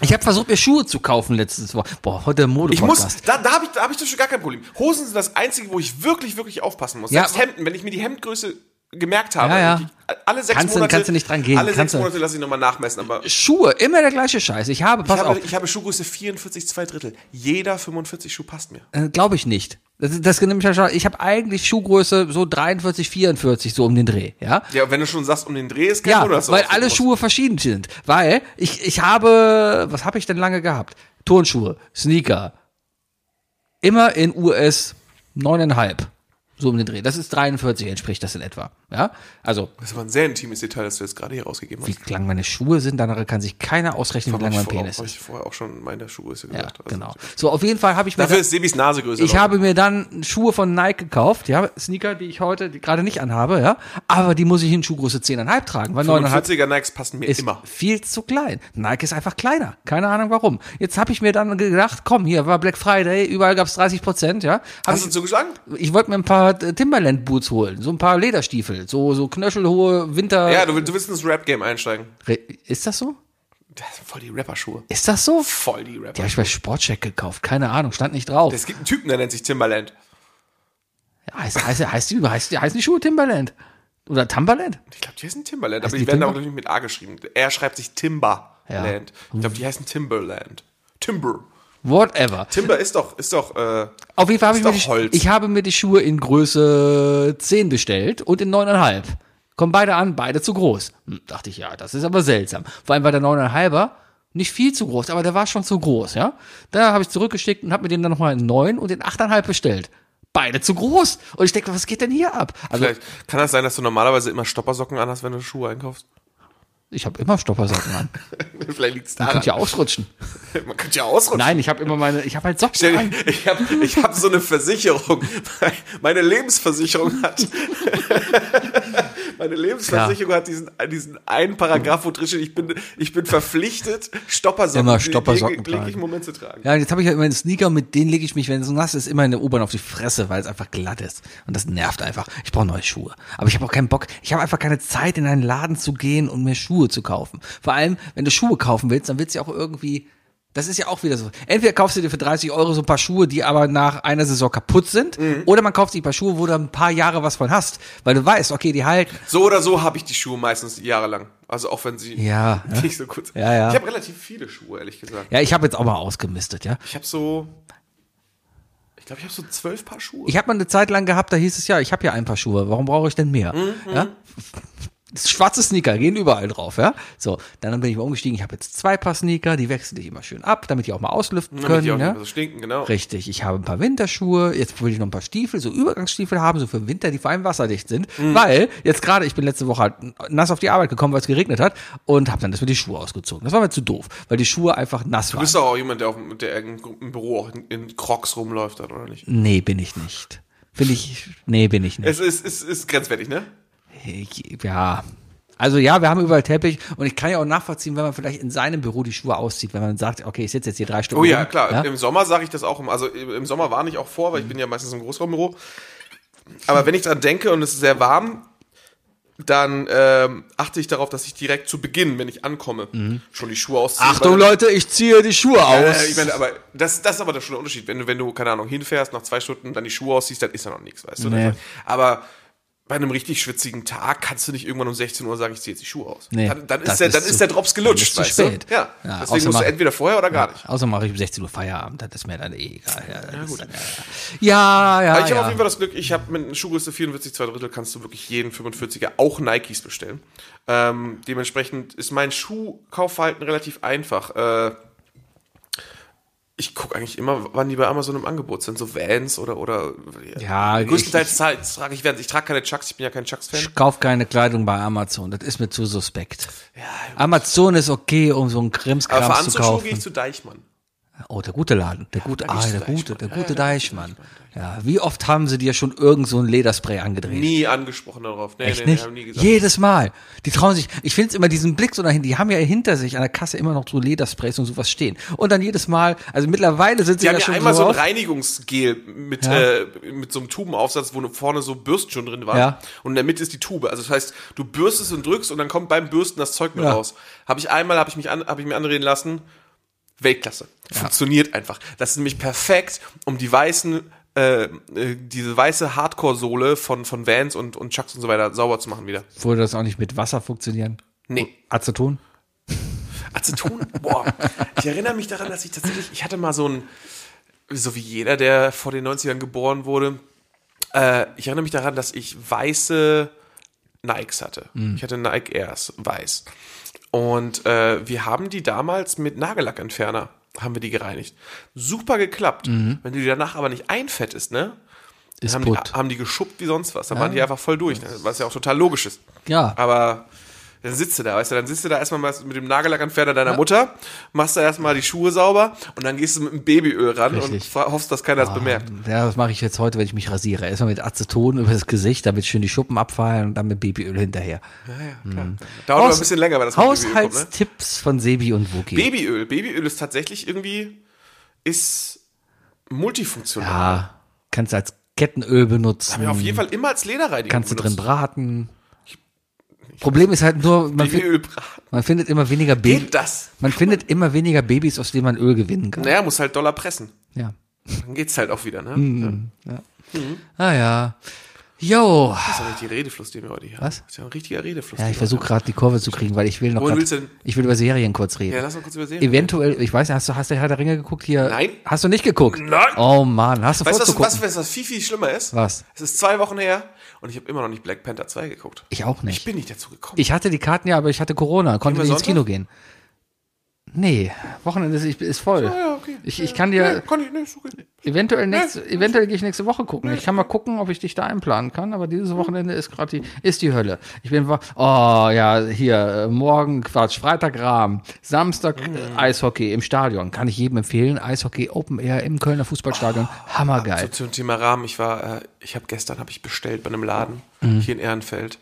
Speaker 1: Ich habe versucht, mir Schuhe zu kaufen letztes Woche. Boah, heute mode
Speaker 2: ich muss, da, da habe ich, da hab ich zum Beispiel gar kein Problem. Hosen sind das Einzige, wo ich wirklich, wirklich aufpassen muss.
Speaker 1: Ja.
Speaker 2: Selbst Hemden, wenn ich mir die Hemdgröße gemerkt habe,
Speaker 1: Ja, ja.
Speaker 2: ich- alle sechs
Speaker 1: Kannst du-
Speaker 2: Monate.
Speaker 1: kannst du nicht dran gehen,
Speaker 2: Alle sechs
Speaker 1: kannst du-
Speaker 2: Monate lasse ich nochmal nachmessen. Aber ich
Speaker 1: Schuhe, immer der gleiche Scheiß. Ich habe, pass
Speaker 2: habe,
Speaker 1: auf,
Speaker 2: ich habe Schuhgröße 44, zwei Drittel. Jeder 45 Schuh passt mir.
Speaker 1: äh, glaube ich nicht. Das, das nämlich schon, ich habe eigentlich Schuhgröße so 43, 44 so um den Dreh, ja.
Speaker 2: Ja, wenn du schon sagst, um den Dreh ist kein
Speaker 1: Ja,
Speaker 2: Wunder, dass du
Speaker 1: weil
Speaker 2: ausdrücken
Speaker 1: alle
Speaker 2: musst.
Speaker 1: Schuhe verschieden sind. Weil ich, ich habe, was habe ich denn lange gehabt? Turnschuhe, Sneaker. Immer in US 9,5. So um den Dreh. Das ist 43, entspricht das in etwa. Ja, also,
Speaker 2: Das ist aber ein sehr intimes Detail, das du jetzt gerade hier rausgegeben
Speaker 1: wie
Speaker 2: hast.
Speaker 1: lang meine Schuhe sind, danach kann sich keiner ausrechnen, wie lang mein
Speaker 2: ich
Speaker 1: Penis
Speaker 2: Habe
Speaker 1: ist.
Speaker 2: ich vorher auch schon meine Schuhgröße
Speaker 1: Ja,
Speaker 2: gesagt. Also,
Speaker 1: genau. So, auf jeden Fall habe ich mir.
Speaker 2: Dafür ist Sebis Nase größer.
Speaker 1: Ich habe mir dann Schuhe von Nike gekauft, ja, Sneaker, die ich heute die gerade nicht anhabe, ja, aber die muss ich in Schuhgröße 10,5 tragen, weil 9,5
Speaker 2: 45er Nikes passen mir
Speaker 1: ist
Speaker 2: immer.
Speaker 1: viel zu klein. Nike ist einfach kleiner. Keine Ahnung warum. Jetzt habe ich mir dann gedacht, komm, hier war Black Friday, überall gab's 30 Prozent, ja. Hab
Speaker 2: Hast du
Speaker 1: ich
Speaker 2: zugeschlagen?
Speaker 1: ich wollte mir ein paar äh, Timberland-Boots holen, so ein paar Lederstiefel, so, so knöchelhohe Winter.
Speaker 2: Ja, du, willst- du willst ins Rap-Game einsteigen.
Speaker 1: Re- Ist das so?
Speaker 2: Das sind voll die Rapper-Schuhe.
Speaker 1: Ist das so?
Speaker 2: Voll die
Speaker 1: Die
Speaker 2: Rapper.
Speaker 1: habe ich bei Sportcheck gekauft, keine Ahnung, stand nicht drauf.
Speaker 2: Es gibt einen Typen, der nennt sich Timbaland.
Speaker 1: heißt, heißt, heißt, die, heißt, die, heißen die Schuhe Timberland? Oder Timberland?
Speaker 2: Ich glaube, die heißen Timbaland, aber
Speaker 1: Heißen
Speaker 2: die
Speaker 1: die
Speaker 2: werden aber
Speaker 1: Timber?
Speaker 2: glaube ich mit A geschrieben. Er schreibt sich Timberland.
Speaker 1: Ja.
Speaker 2: Ich glaube, die heißen Timberland. Timber.
Speaker 1: Whatever.
Speaker 2: Timber ist doch, ist doch, äh,
Speaker 1: Auf jeden Fall habe ich
Speaker 2: Ist
Speaker 1: mir,
Speaker 2: doch
Speaker 1: die, Sch-
Speaker 2: Holz.
Speaker 1: ich habe mir die Schuhe in Größe 10 bestellt und in 9,5. Kommen beide an, beide zu groß. Hm, dachte ich, ja, das ist aber seltsam. Vor allem war der 9,5er nicht viel zu groß, aber der war schon zu groß, ja. Da habe ich zurückgeschickt und habe mir den dann nochmal in 9 und in 8,5 bestellt. Beide zu groß. Und ich denke, was geht denn hier ab? Also,
Speaker 2: vielleicht kann das sein, dass du normalerweise immer Stoppersocken anhast, wenn du Schuhe einkaufst?
Speaker 1: ich habe immer Stoppersocken an.
Speaker 2: vielleicht liegt es
Speaker 1: Man
Speaker 2: daran.
Speaker 1: könnte ja ausrutschen.
Speaker 2: Man könnte ja ausrutschen.
Speaker 1: Nein, ich habe immer meine, ich habe halt Socken an.
Speaker 2: Ich habe ich hab so eine Versicherung. Meine Lebensversicherung hat. Meine Lebensversicherung hat diesen, diesen einen Paragraph, wo drin steht, ich bin, ich bin verpflichtet, Stoppersocken
Speaker 1: Immer
Speaker 2: in den
Speaker 1: Stoppersocken
Speaker 2: gegen- gegen-
Speaker 1: tragen.
Speaker 2: Moment zu tragen.
Speaker 1: Ja, und jetzt habe ich ja immer einen Sneaker, mit denen lege ich mich, wenn es nass ist, immer in der U-Bahn auf die Fresse, weil es einfach glatt ist. Und das nervt einfach. Ich brauche neue Schuhe. Aber ich habe auch keinen Bock. Ich habe einfach keine Zeit, in einen Laden zu gehen und mir Schuhe zu kaufen. Vor allem, wenn du Schuhe kaufen willst, dann willst du ja auch irgendwie. Das ist ja auch wieder so. Entweder kaufst du dir für 30 Euro so ein paar Schuhe, die aber nach einer Saison kaputt sind, oder man kauft sich ein paar Schuhe, wo du ein paar Jahre was von hast, weil du weißt, okay, die halt, halten.
Speaker 2: So oder so habe ich die Schuhe meistens jahrelang. Also auch wenn sie
Speaker 1: Ja, ne?
Speaker 2: nicht so kurz
Speaker 1: Ja, ja.
Speaker 2: Ich habe relativ viele Schuhe, ehrlich gesagt.
Speaker 1: Ja, ich habe jetzt auch mal ausgemistet, ja.
Speaker 2: Ich habe so. Ich glaube, ich habe so zwölf Paar Schuhe.
Speaker 1: Ich habe mal eine Zeit lang gehabt, da hieß es ja, ich habe ja ein paar Schuhe, warum brauche ich denn mehr?
Speaker 2: Mhm.
Speaker 1: Ja? Schwarze Sneaker gehen überall drauf, ja? So, dann bin ich mal umgestiegen, ich habe jetzt zwei Paar Sneaker, die wechsle ich immer schön ab, damit die auch mal auslüften
Speaker 2: Damit
Speaker 1: können.
Speaker 2: die auch nicht
Speaker 1: ja?
Speaker 2: mehr so stinken, genau.
Speaker 1: Richtig, ich habe ein paar Winterschuhe, jetzt will ich noch ein paar Stiefel, so Übergangsstiefel haben, so für den Winter, die vor allem wasserdicht sind,
Speaker 2: Mhm.
Speaker 1: weil jetzt gerade, ich bin letzte Woche halt nass auf die Arbeit gekommen, weil es geregnet hat und habe dann das mit die Schuhe ausgezogen. Das war mir zu doof, weil die Schuhe einfach nass
Speaker 2: Du
Speaker 1: waren.
Speaker 2: bist doch auch jemand, der, auf, dem- der im im Büro auch in, in Crocs rumläuft, dann, oder nicht?
Speaker 1: Nee, bin ich nicht. Finde ich, nee, bin ich nicht.
Speaker 2: Es ist, ist, ist grenzwertig, ne?
Speaker 1: Ich- Ja. Also ja, wir haben überall Teppich und ich kann ja auch nachvollziehen, wenn man vielleicht in seinem Büro die Schuhe auszieht, wenn man sagt, okay, ich sitze jetzt hier drei Stunden.
Speaker 2: Oh ja,
Speaker 1: rum, ne?
Speaker 2: klar. Im Sommer sage ich das auch. immer. Also im Sommer warne ich auch vor, weil ich bin ja meistens im Großraumbüro. Aber wenn ich dran denke und es ist sehr warm, dann ähm, achte ich darauf, dass ich direkt zu Beginn, wenn ich ankomme, schon die Schuhe ausziehe.
Speaker 1: Mhm. Achtung
Speaker 2: weil-
Speaker 1: Leute, ich ziehe die Schuhe aus.
Speaker 2: Äh, ich meine, aber das, das ist aber schon der Unterschied. Wenn du, wenn du, keine Ahnung, hinfährst, nach zwei Stunden dann die Schuhe ausziehst, dann ist ja noch nichts, weißt du?
Speaker 1: Nee.
Speaker 2: Aber bei einem richtig schwitzigen Tag kannst du nicht irgendwann um 16 Uhr sagen, ich ziehe jetzt die Schuhe aus.
Speaker 1: Nee,
Speaker 2: dann dann,
Speaker 1: das
Speaker 2: ist, der, dann
Speaker 1: ist zu-
Speaker 2: ist der Drops gelutscht,
Speaker 1: dann ist zu
Speaker 2: weißt du?
Speaker 1: spät.
Speaker 2: Ja,
Speaker 1: Ja, außer
Speaker 2: deswegen musst
Speaker 1: man-
Speaker 2: du entweder vorher oder gar nicht.
Speaker 1: Außer mache ich um 16 Uhr Feierabend, das ist mir dann eh egal. Ja, das ist dann, ja, ja.
Speaker 2: Aber
Speaker 1: ja,
Speaker 2: ich
Speaker 1: Ah, ja.
Speaker 2: habe auf jeden Fall das Glück, ich habe mit einer Schuhgröße 44, 2 Drittel kannst du wirklich jeden 45er, auch Nikes bestellen. Ähm, dementsprechend ist mein Schuhkaufverhalten relativ einfach. Äh, ich gucke eigentlich immer, wann die bei Amazon im Angebot sind, so Vans oder oder. äh,
Speaker 1: Ja,
Speaker 2: größtenteils zahl- trage ich Vans. Ich trage keine Chucks, ich bin ja kein Chucks-Fan.
Speaker 1: Ich kauf keine Kleidung bei Amazon, das ist mir zu suspekt. Amazon ist okay, um so einen
Speaker 2: Aber für
Speaker 1: Krimskrams zu
Speaker 2: Anzugsschuhe gehe ich
Speaker 1: kaufen.
Speaker 2: zu Deichmann.
Speaker 1: Oh, der gute Laden, der gute,
Speaker 2: da
Speaker 1: ah,
Speaker 2: gehst du
Speaker 1: der
Speaker 2: zu
Speaker 1: gute, der
Speaker 2: Deichmann.
Speaker 1: gute Deichmann. Ja, wie oft haben sie dir schon irgend so ein Lederspray angedreht?
Speaker 2: Nie angesprochen darauf. Nee,
Speaker 1: Echt
Speaker 2: nee,
Speaker 1: nicht?
Speaker 2: haben nie gesagt.
Speaker 1: Jedes Mal. Die trauen sich, ich finde es immer diesen Blick so dahin, die haben ja hinter sich an der Kasse immer noch so Ledersprays und sowas stehen. Und dann jedes Mal, also mittlerweile sind sie
Speaker 2: Die
Speaker 1: ja
Speaker 2: haben ja
Speaker 1: schon
Speaker 2: einmal so
Speaker 1: so
Speaker 2: ein
Speaker 1: drauf.
Speaker 2: Reinigungsgel mit,
Speaker 1: Ja.
Speaker 2: äh, mit so einem Tubenaufsatz, wo vorne so Bürsten schon drin waren.
Speaker 1: Ja.
Speaker 2: Und in der Mitte ist die Tube. Also das heißt, du bürstest und drückst und dann kommt beim Bürsten das Zeug mit
Speaker 1: Ja.
Speaker 2: raus. Habe ich einmal, habe ich, mich an, hab ich mir anreden lassen, Weltklasse. Funktioniert einfach. Das ist nämlich perfekt, um die weißen, äh, äh, diese weiße Hardcore-Sohle von, von Vans und, und Chucks und so weiter sauber zu machen wieder.
Speaker 1: Würde das auch nicht mit Wasser funktionieren?
Speaker 2: Nee.
Speaker 1: Aceton?
Speaker 2: Aceton, boah. Ich erinnere mich daran, dass ich tatsächlich, ich hatte mal so ein, so wie jeder, der vor den 90ern geboren wurde, äh, ich erinnere mich daran, dass ich weiße Nikes hatte. Ich hatte Nike Airs, weiß. Und äh, wir haben die damals mit Nagellackentferner, haben wir die gereinigt. Super geklappt. Wenn du die danach aber nicht einfettest, ne?
Speaker 1: Ist
Speaker 2: Haben die,
Speaker 1: putt.
Speaker 2: haben die geschuppt wie sonst was. Dann waren die einfach voll durch, ne? was ja auch total logisch ist.
Speaker 1: Ja.
Speaker 2: Aber dann sitzt du da, weißt du, dann sitzt du da erstmal mal mit dem Nagellackentferner deiner Mutter, machst da erstmal die Schuhe sauber und dann gehst du mit dem Babyöl ran
Speaker 1: Richtig. Ah.
Speaker 2: und fra- hoffst, dass keiner das bemerkt.
Speaker 1: Ja, das mache ich jetzt heute, wenn ich mich rasiere. Erstmal mit Aceton über das Gesicht, damit schön die Schuppen abfallen und dann mit Babyöl hinterher.
Speaker 2: Dauert
Speaker 1: Haus-
Speaker 2: aber ein bisschen länger, weil das mit Babyöl kommt, ne?
Speaker 1: Haushaltstipps von Sebi und Wookie.
Speaker 2: Babyöl. Babyöl ist tatsächlich irgendwie ist multifunktional.
Speaker 1: ja, kannst du als Kettenöl benutzen.
Speaker 2: Auf jeden Fall immer als Lederreinigung.
Speaker 1: kannst du drin
Speaker 2: benutzt.
Speaker 1: braten. Problem ist halt nur, man, fin-
Speaker 2: Babyöl braten.
Speaker 1: man findet immer weniger Babys.
Speaker 2: Geht das?
Speaker 1: Man findet immer weniger Babys, aus denen man Öl gewinnen kann.
Speaker 2: Naja, muss halt Dollar pressen.
Speaker 1: Ja.
Speaker 2: Dann geht's halt auch wieder, ne?
Speaker 1: Hm. Ah ja. Jo.
Speaker 2: Das ist ja richtig Redefluss, den wir heute hier haben.
Speaker 1: Was?
Speaker 2: Das ist ja ein richtiger Redefluss.
Speaker 1: Ja, ich versuche gerade die Kurve zu kriegen, weil ich will noch.
Speaker 2: Wohin
Speaker 1: grad-
Speaker 2: willst du denn?
Speaker 1: Ich will über Serien kurz reden.
Speaker 2: ja lass mal kurz übersehen.
Speaker 1: Eventuell, ich weiß nicht, hast du, hast du Herr der Ringe geguckt hier?
Speaker 2: Nein.
Speaker 1: Hast du nicht geguckt?
Speaker 2: Nein.
Speaker 1: Oh Mann, hast du
Speaker 2: Weißt du, was,
Speaker 1: vorzugucken?
Speaker 2: was, was, was viel, viel schlimmer ist?
Speaker 1: Was?
Speaker 2: Es ist zwei Wochen her und ich habe immer noch nicht Black Panther 2 geguckt.
Speaker 1: Ich auch
Speaker 2: Ich
Speaker 1: nicht.
Speaker 2: bin nicht dazu gekommen.
Speaker 1: Ich hatte die Karten ja, aber ich hatte Corona, konnte
Speaker 2: Immer
Speaker 1: nicht ins
Speaker 2: Sonntag?
Speaker 1: Kino gehen. Nee, Wochenende ist, ich- ist voll.
Speaker 2: ja, okay.
Speaker 1: Ich, ich kann dir
Speaker 2: Nee, kann ich nicht. ist okay.
Speaker 1: eventuell nächste, eventuell gehe ich nächste Woche gucken. Ich kann mal gucken, ob ich dich da einplanen kann, aber dieses Wochenende ist gerade die, ist die Hölle. Ich bin, wa- oh ja, hier, äh, morgen Quatsch, Freitag Rahmen, Samstag äh, Eishockey im Stadion. Kann ich jedem empfehlen. Eishockey Open Air im Kölner Fußballstadion. Hammergeil.
Speaker 2: So, zum Thema Rahmen, ich war, äh, ich habe gestern habe ich bestellt bei einem Laden
Speaker 1: Mhm.
Speaker 2: hier in Ehrenfeld.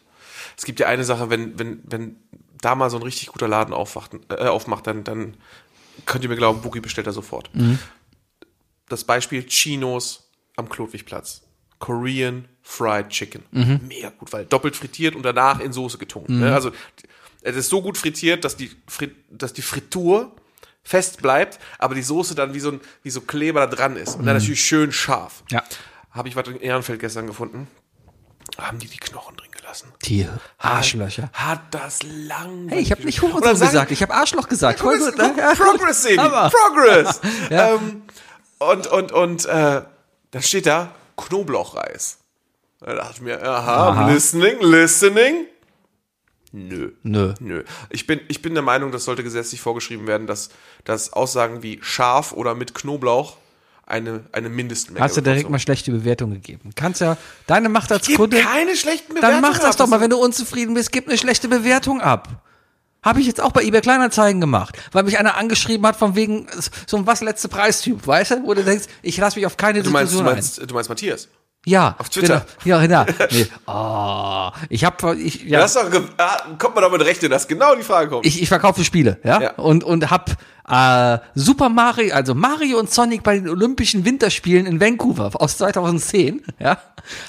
Speaker 2: Es gibt ja eine Sache, wenn wenn wenn da mal so ein richtig guter Laden aufwacht, äh, aufmacht, dann dann könnt ihr mir glauben, Boogie bestellt er
Speaker 1: Mhm.
Speaker 2: sofort. Das Beispiel Chinos am Klodwigplatz. Korean Fried Chicken.
Speaker 1: Mhm.
Speaker 2: Mega gut, weil doppelt frittiert und danach in Soße getunkt. Ne? Also es ist so gut frittiert, dass die, Frit dass die Frittur fest bleibt, aber die Soße dann wie so, ein, wie so Kleber da dran ist. Und dann natürlich schön scharf.
Speaker 1: Mhm. Ja.
Speaker 2: Habe ich was in Ehrenfeld gestern gefunden. Haben die die Knochen drin gelassen.
Speaker 1: Die Arschlöcher.
Speaker 2: Hat das lang.
Speaker 1: Hey, ich habe nicht
Speaker 2: Und dann
Speaker 1: Hurensohn
Speaker 2: sagen-
Speaker 1: gesagt, ich habe Arschloch gesagt. Voll
Speaker 2: Progress,
Speaker 1: gut, ne? Ja.
Speaker 2: Progress, Sebi,
Speaker 1: Hammer.
Speaker 2: Progress. ähm, und und und äh, dann steht da Knoblauchreis. Da dachte ich mir, aha, listening, listening. Nö.
Speaker 1: Nö.
Speaker 2: Nö. Ich bin, ich bin der Meinung, das sollte gesetzlich vorgeschrieben werden, dass, dass Aussagen wie scharf oder mit Knoblauch eine, eine Mindestmenge
Speaker 1: Hast du direkt
Speaker 2: bevorzugen.
Speaker 1: mal schlechte Bewertung gegeben. Kannst ja, deine Macht als
Speaker 2: Gib
Speaker 1: Kunde,
Speaker 2: keine schlechten Bewertungen.
Speaker 1: dann mach das
Speaker 2: ab.
Speaker 1: doch mal, wenn du unzufrieden bist, gib eine schlechte Bewertung ab. Habe ich jetzt auch bei eBay Kleinanzeigen gemacht, weil mich einer angeschrieben hat von wegen so ein was letzte Preistyp, weißt du? Wo du denkst, ich lasse mich auf keine
Speaker 2: Du meinst, du
Speaker 1: Diskussion
Speaker 2: meinst, du meinst Matthias.
Speaker 1: Ja.
Speaker 2: Auf Twitter.
Speaker 1: Genau, ja, genau. Nee. Oh, ich habe ich, ja,
Speaker 2: Das ist doch, ge- ah, kommt man damit rechnen, dass genau die Frage kommt.
Speaker 1: ich, ich verkaufe Spiele, ja,
Speaker 2: Ja.
Speaker 1: und und hab äh, Super Mario, also Mario und Sonic bei den Olympischen Winterspielen in Vancouver aus 2010, ja,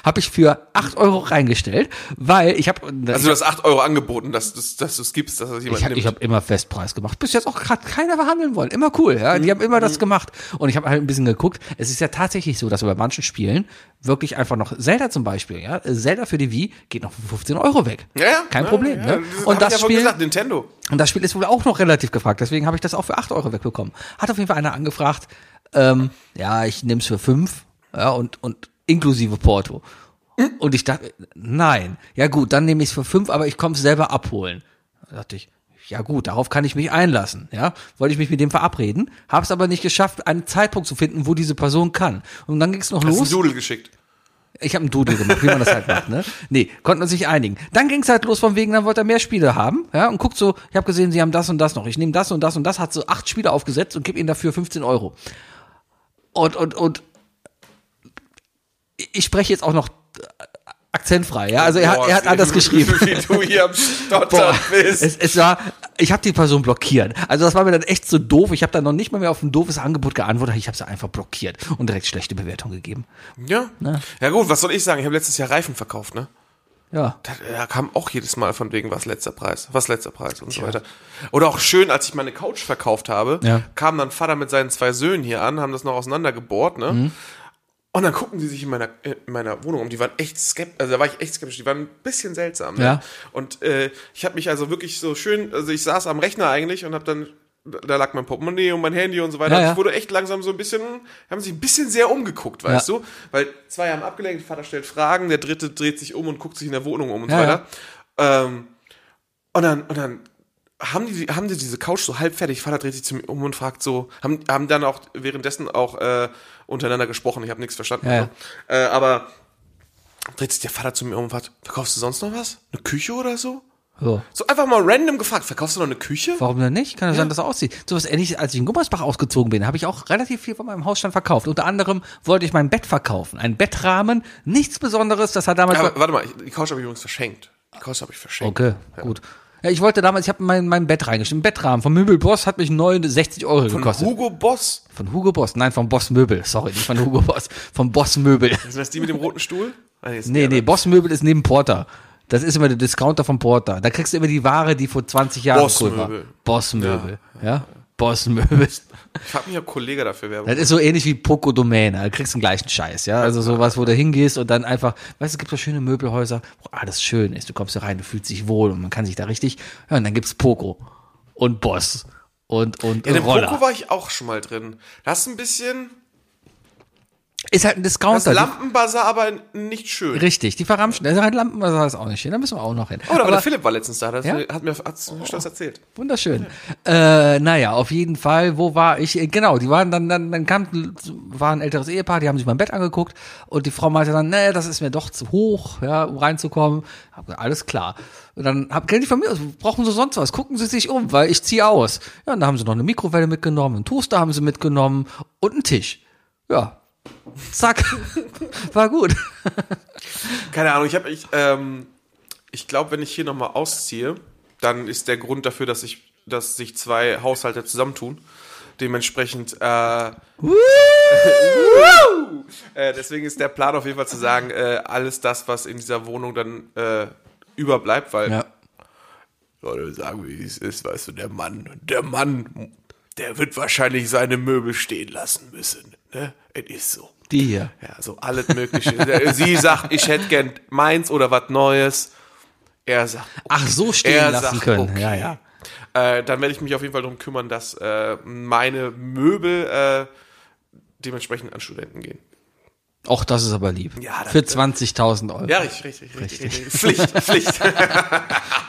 Speaker 1: habe ich für 8 Euro reingestellt, weil ich habe
Speaker 2: also du hast 8 Euro angeboten, dass, dass, dass du es gibst, dass das jemand
Speaker 1: Ich habe
Speaker 2: nimmt.
Speaker 1: hab immer Festpreis gemacht. Bis jetzt auch gerade keiner verhandeln wollen. Immer cool, ja. Die haben immer
Speaker 2: Mhm.
Speaker 1: das gemacht. Und ich habe halt ein bisschen geguckt. Es ist ja tatsächlich so, dass bei manchen Spielen wirklich einfach noch Zelda zum Beispiel, ja. Zelda für die Wii geht noch für 15 Euro weg. Kein Problem,
Speaker 2: ja,
Speaker 1: ne?
Speaker 2: Das
Speaker 1: Und
Speaker 2: und
Speaker 1: das
Speaker 2: ja vorhin
Speaker 1: Spiel.
Speaker 2: gesagt, Nintendo.
Speaker 1: Und das Spiel ist wohl auch noch relativ gefragt, deswegen habe ich das auch für 8 Euro wegbekommen. Hat auf jeden Fall einer angefragt, ähm, ja, ich nehme es für 5 ja, und, und inklusive Porto. Und ich dachte, nein, ja gut, dann nehme ich es für 5, aber ich komme es selber abholen. Da dachte ich, ja gut, darauf kann ich mich einlassen. Ja, wollte ich mich mit dem verabreden, habe es aber nicht geschafft, einen Zeitpunkt zu finden, wo diese Person kann. Und dann ging es noch
Speaker 2: Hast
Speaker 1: los.
Speaker 2: einen Doodle geschickt.
Speaker 1: Ich habe einen Doodle gemacht, wie man das halt macht, ne? Nee, konnten uns nicht einigen. Dann ging's halt los von wegen, dann wollte er mehr Spiele haben, ja, und guckt so, ich habe gesehen, sie haben das und das noch. Ich nehme das und das und das, hat so acht Spiele aufgesetzt und gib ihnen dafür 15 Euro. Und, und, und ich spreche jetzt auch noch äh, akzentfrei, ja. Also er hat,
Speaker 2: Boah,
Speaker 1: er hat anders
Speaker 2: wie-
Speaker 1: geschrieben.
Speaker 2: Wie du hier am Stottern bist.
Speaker 1: Es, es war, ich habe die Person blockiert. Also das war mir dann echt so doof. Ich habe dann noch nicht mal mehr auf ein doofes Angebot geantwortet. Ich habe sie einfach blockiert und direkt schlechte Bewertung gegeben.
Speaker 2: Ja. Ja gut, was soll ich sagen? Ich habe letztes Jahr Reifen verkauft, ne?
Speaker 1: Ja.
Speaker 2: Da, da kam auch jedes Mal von wegen, was letzter Preis, was letzter Preis und so weiter. Oder auch schön, als ich meine Couch verkauft habe,
Speaker 1: Ja.
Speaker 2: kam dann Vater mit seinen zwei Söhnen hier an, haben das noch auseinandergebohrt, ne?
Speaker 1: Mhm.
Speaker 2: Und dann gucken die sich in meiner, in meiner Wohnung um. Die waren echt skeptisch, also da war ich echt skeptisch. Die waren ein bisschen seltsam.
Speaker 1: Ja.
Speaker 2: Ne? Und äh, ich habe mich also wirklich so schön, also ich saß am Rechner eigentlich und habe dann, da lag mein Portemonnaie und mein Handy und so weiter.
Speaker 1: Ja, ja.
Speaker 2: Ich wurde echt langsam so ein bisschen, haben sich ein bisschen sehr umgeguckt, weißt
Speaker 1: Ja.
Speaker 2: du? Weil zwei haben abgelenkt, Vater stellt Fragen, der dritte dreht sich um und guckt sich in der Wohnung um und
Speaker 1: Ja,
Speaker 2: so
Speaker 1: ja.
Speaker 2: weiter. Ähm, und dann, und dann haben die, haben die diese Couch so halb fertig. Vater dreht sich zu mir um und fragt so, haben, haben dann auch währenddessen auch äh, untereinander gesprochen. Ich habe nichts verstanden.
Speaker 1: Ja, ja.
Speaker 2: so. Äh, aber dreht sich der Vater zu mir um und fragt, verkaufst du sonst noch was? Eine Küche oder so?
Speaker 1: So.
Speaker 2: So einfach mal random gefragt, verkaufst du noch eine Küche?
Speaker 1: Warum denn nicht? Kann ja sein, dass er aussieht. So was ähnliches, als ich in Gummersbach ausgezogen bin, habe ich auch relativ viel von meinem Hausstand verkauft. Unter anderem wollte ich mein Bett verkaufen. Ein Bettrahmen, nichts Besonderes, das hat damals...
Speaker 2: Aber, warte mal, ich- die Couch habe ich übrigens verschenkt. Die Couch habe ich verschenkt.
Speaker 1: okay, gut. Ja, ich wollte damals, ich habe mein, mein Bett reingeschrieben. Bettrahmen von Möbel Boss hat mich 69 Euro gekostet.
Speaker 2: Hugo Boss.
Speaker 1: von Hugo Boss? Nein, von Boss Möbel. Sorry, nicht von Hugo Boss. Von Boss Möbel.
Speaker 2: Sind das die mit dem roten Stuhl? Ah, ist
Speaker 1: Nee,
Speaker 2: der,
Speaker 1: nee,
Speaker 2: ne?
Speaker 1: Boss Möbel ist neben Porter. Das ist immer der Discounter von Porter. Da kriegst du immer die Ware, die vor 20 Jahren
Speaker 2: Boss
Speaker 1: cool war.
Speaker 2: Möbel.
Speaker 1: Boss Möbel. Ja. ja? Boss Möbel.
Speaker 2: ne? Ich frag mich, ob Kollege dafür Werbung
Speaker 1: Das ist so ähnlich wie Pocodomäne. Da kriegst du den gleichen Scheiß, ja. Also sowas, wo du hingehst und dann einfach, weißt du, es gibt so schöne Möbelhäuser, wo alles schön ist. Du kommst da rein, du fühlst dich wohl und man kann sich da richtig. Ja, und dann gibt's Poco und Boss und und
Speaker 2: In dem
Speaker 1: Roller.
Speaker 2: Poco war ich auch schon mal drin. Das ist ein bisschen
Speaker 1: ist halt ein
Speaker 2: das
Speaker 1: Discounter. Die,
Speaker 2: Lampenbuzzer, aber nicht schön.
Speaker 1: richtig, die verramschen. Da ist halt Lampen, das ist auch nicht hin. Da müssen wir auch noch hin.
Speaker 2: Oder Oh, aber der Philipp war letztens da, das
Speaker 1: Ja?
Speaker 2: hat mir hat's mir das erzählt.
Speaker 1: Wunderschön. Äh, naja, auf jeden Fall, wo war ich? Äh, Genau, die waren dann, dann, dann kam, war ein älteres Ehepaar, die haben sich mein Bett angeguckt und die Frau meinte dann, nee, das ist mir doch zu hoch, ja, um reinzukommen. Hab gesagt, alles klar. Und dann hab, kennen die von mir, aus, brauchen sie sonst was, gucken sie sich um, weil ich ziehe aus. Ja, und da haben sie noch eine Mikrowelle mitgenommen, einen Toaster haben sie mitgenommen und einen Tisch. Ja. Zack. War gut.
Speaker 2: Keine Ahnung, ich habe ich ähm, ich glaube, wenn ich hier nochmal ausziehe, dann ist der Grund dafür, dass ich dass sich zwei Haushalte zusammentun. Dementsprechend äh, äh, deswegen ist der Plan auf jeden Fall zu sagen, äh, alles das, was in dieser Wohnung dann äh, überbleibt, weil
Speaker 1: Ja.
Speaker 2: Leute sagen, wie es ist, weißt du, der Mann, der Mann, der wird wahrscheinlich seine Möbel stehen lassen müssen. Ne? Es ist so.
Speaker 1: Die hier.
Speaker 2: Ja, so alles Mögliche. Sie sagt, ich hätte gern meins oder was Neues. Er sagt,
Speaker 1: Ach, so stehen
Speaker 2: er
Speaker 1: lassen
Speaker 2: sagt,
Speaker 1: können.
Speaker 2: okay.
Speaker 1: Ja, ja.
Speaker 2: Äh, dann werde ich mich auf jeden Fall darum kümmern, dass äh, meine Möbel äh, dementsprechend an Studenten gehen.
Speaker 1: Och, das ist aber lieb.
Speaker 2: Ja, das-
Speaker 1: Für 20.000 Euro.
Speaker 2: Ja, richtig, richtig, richtig. richtig. Pflicht, Pflicht.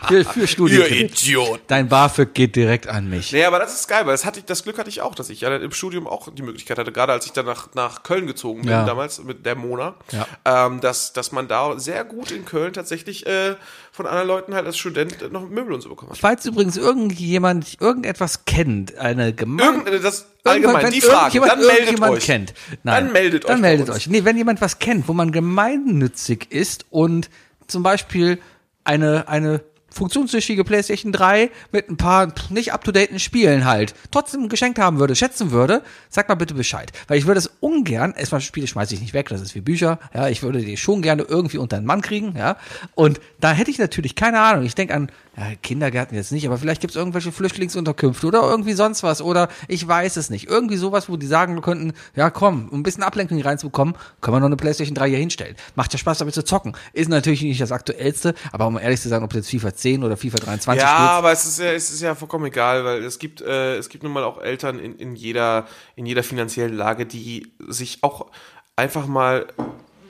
Speaker 1: Für, für
Speaker 2: Ihr
Speaker 1: Studien.
Speaker 2: Idiot.
Speaker 1: Dein BAföG geht direkt an mich.
Speaker 2: Nee, aber das ist geil, weil das, hatte ich, das Glück hatte ich auch, dass ich ja dann im Studium auch die Möglichkeit hatte, gerade als ich dann nach, nach Köln gezogen bin,
Speaker 1: Ja.
Speaker 2: damals mit der Mona,
Speaker 1: Ja.
Speaker 2: ähm, dass, dass man da sehr gut in Köln tatsächlich äh, von anderen Leuten halt als Student noch Möbel und so bekommen hat.
Speaker 1: Falls übrigens irgendjemand irgendetwas kennt, eine gemeine
Speaker 2: Irgend, äh, das
Speaker 1: Irgendwann,
Speaker 2: allgemein,
Speaker 1: wenn
Speaker 2: die Frage,
Speaker 1: irgendjemand
Speaker 2: dann meldet
Speaker 1: irgendjemand
Speaker 2: euch.
Speaker 1: kennt.
Speaker 2: Dann meldet euch
Speaker 1: Dann
Speaker 2: bei
Speaker 1: meldet
Speaker 2: uns.
Speaker 1: euch. Nee, wenn jemand was kennt, wo man gemeinnützig ist und zum Beispiel eine, eine funktionstüchtige PlayStation 3 mit ein paar nicht up-to-daten Spielen halt trotzdem geschenkt haben würde, schätzen würde, sag mal bitte Bescheid. Weil ich würde es ungern, erstmal Spiele schmeiße ich nicht weg, das ist wie Bücher, ja, ich würde die schon gerne irgendwie unter einen Mann kriegen, ja. Und da hätte ich natürlich keine Ahnung. Ich denke an ja, Kindergärten jetzt nicht, aber vielleicht gibt es irgendwelche Flüchtlingsunterkünfte oder irgendwie sonst was oder ich weiß es nicht. Irgendwie sowas, wo die sagen könnten, ja komm, um ein bisschen Ablenkung hier reinzubekommen, können wir noch eine Playstation 3 hier hinstellen. Macht ja Spaß, damit zu zocken. Ist natürlich nicht das aktuellste, aber um ehrlich zu sein, ob du jetzt FIFA 10 oder FIFA 23
Speaker 2: Ja,
Speaker 1: spielst,
Speaker 2: aber es ist ja, es ist ja vollkommen egal, weil es gibt, äh, es gibt nun mal auch Eltern in, in, jeder, in jeder finanziellen Lage, die sich auch einfach mal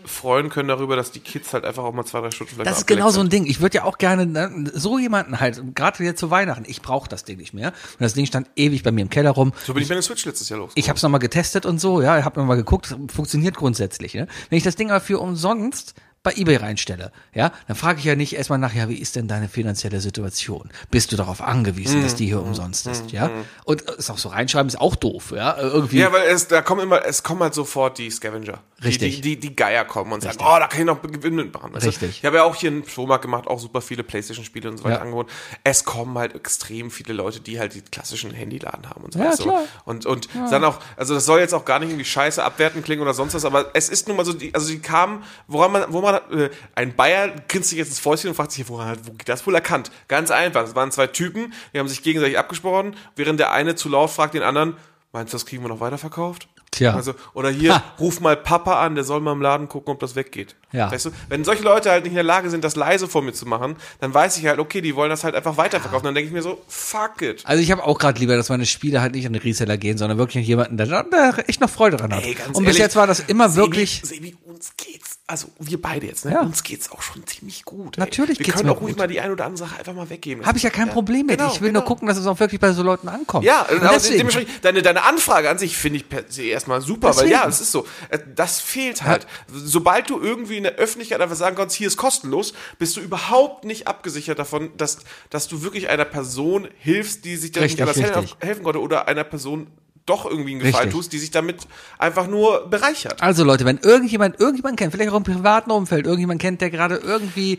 Speaker 2: freuen können darüber, dass die Kids halt einfach auch mal zwei, drei Stunden vielleicht
Speaker 1: Das
Speaker 2: mal
Speaker 1: ist genau
Speaker 2: abgelenkt
Speaker 1: so ein Ding. Ich würde ja auch gerne ne, so jemanden halt, gerade jetzt zu Weihnachten, ich brauche das Ding nicht mehr. Und das Ding stand ewig bei mir im Keller rum.
Speaker 2: sind. So bin ich meine Switch letztes Jahr los.
Speaker 1: Ich habe es nochmal getestet und so, ja, habe nochmal geguckt, funktioniert grundsätzlich. Ne? Wenn ich das Ding aber für umsonst bei eBay reinstelle, ja, dann frage ich ja nicht erstmal nach, ja, wie ist denn deine finanzielle Situation? Bist du darauf angewiesen,
Speaker 2: Mhm.
Speaker 1: dass die hier umsonst ist, ja? Und es auch so reinschreiben ist auch doof, ja, Äh, irgendwie.
Speaker 2: Ja, weil es, da kommen immer, es kommen halt sofort die Scavenger.
Speaker 1: Richtig.
Speaker 2: Die, die, die, die Geier kommen und sagen, oh, da kann ich noch Gewinn mitmachen. Weißt du?
Speaker 1: Richtig.
Speaker 2: Ich habe ja auch hier einen Flohmarkt gemacht, auch super viele Playstation-Spiele und so weiter
Speaker 1: Ja.
Speaker 2: angeboten. Es kommen halt extrem viele Leute, die halt die klassischen Handyladen haben und so
Speaker 1: Ja,
Speaker 2: weißt du?
Speaker 1: klar.
Speaker 2: Und, und dann auch, also das soll jetzt auch gar nicht irgendwie scheiße abwerten klingen oder sonst was, aber es ist nun mal so, die, also die kamen, woran man, wo man, äh, ein Bayer grinst sich jetzt ins Fäustchen und fragt sich, woran hat, wo geht das wohl erkannt? Ganz einfach, es waren zwei Typen, die haben sich gegenseitig abgesprochen, während der eine zu laut fragt den anderen, meinst du, das kriegen wir noch weiterverkauft?
Speaker 1: Tja.
Speaker 2: Also, oder hier,
Speaker 1: Ha.
Speaker 2: ruf mal Papa an, der soll mal im Laden gucken, ob das weggeht.
Speaker 1: Ja.
Speaker 2: Weißt du, wenn solche Leute halt nicht in der Lage sind, das leise vor mir zu machen, dann weiß ich halt, okay, die wollen das halt einfach weiterverkaufen. Dann denke ich mir so, fuck it.
Speaker 1: Also ich habe auch gerade lieber, dass meine Spiele halt nicht an den Reseller gehen, sondern wirklich an jemanden, der da echt noch Freude dran hat.
Speaker 2: Ey, ganz
Speaker 1: und bis
Speaker 2: ehrlich,
Speaker 1: jetzt war das immer wirklich.
Speaker 2: Sebi, Sebi, uns geht's, also wir beide jetzt, ne?
Speaker 1: Ja.
Speaker 2: Uns geht's auch schon ziemlich gut. ey.
Speaker 1: Natürlich
Speaker 2: wir
Speaker 1: geht's
Speaker 2: können
Speaker 1: mir
Speaker 2: auch ruhig
Speaker 1: gut.
Speaker 2: mal die ein oder andere Sache einfach mal weggeben.
Speaker 1: Habe ich ja kein Problem mit.
Speaker 2: Genau,
Speaker 1: ich will nur
Speaker 2: genau.
Speaker 1: gucken, dass es auch wirklich bei so Leuten ankommt.
Speaker 2: Ja, genau,
Speaker 1: Und
Speaker 2: aber
Speaker 1: deswegen,
Speaker 2: dementsprechend, deine, deine Anfrage an sich finde ich per se erstmal super,
Speaker 1: Deswegen.
Speaker 2: weil ja, es ist so. Äh, Das fehlt halt. Sobald du irgendwie in der Öffentlichkeit einfach sagen kannst, hier ist kostenlos, bist du überhaupt nicht abgesichert davon, dass, dass du wirklich einer Person hilfst, die sich da
Speaker 1: Richtig,
Speaker 2: nicht anders hel-
Speaker 1: richtig.
Speaker 2: helfen konnte oder einer Person doch irgendwie einen Gefallen
Speaker 1: Richtig.
Speaker 2: tust, die sich damit einfach nur bereichert.
Speaker 1: Also Leute, wenn irgendjemand irgendjemand kennt, vielleicht auch im privaten Umfeld, irgendjemand kennt, der gerade irgendwie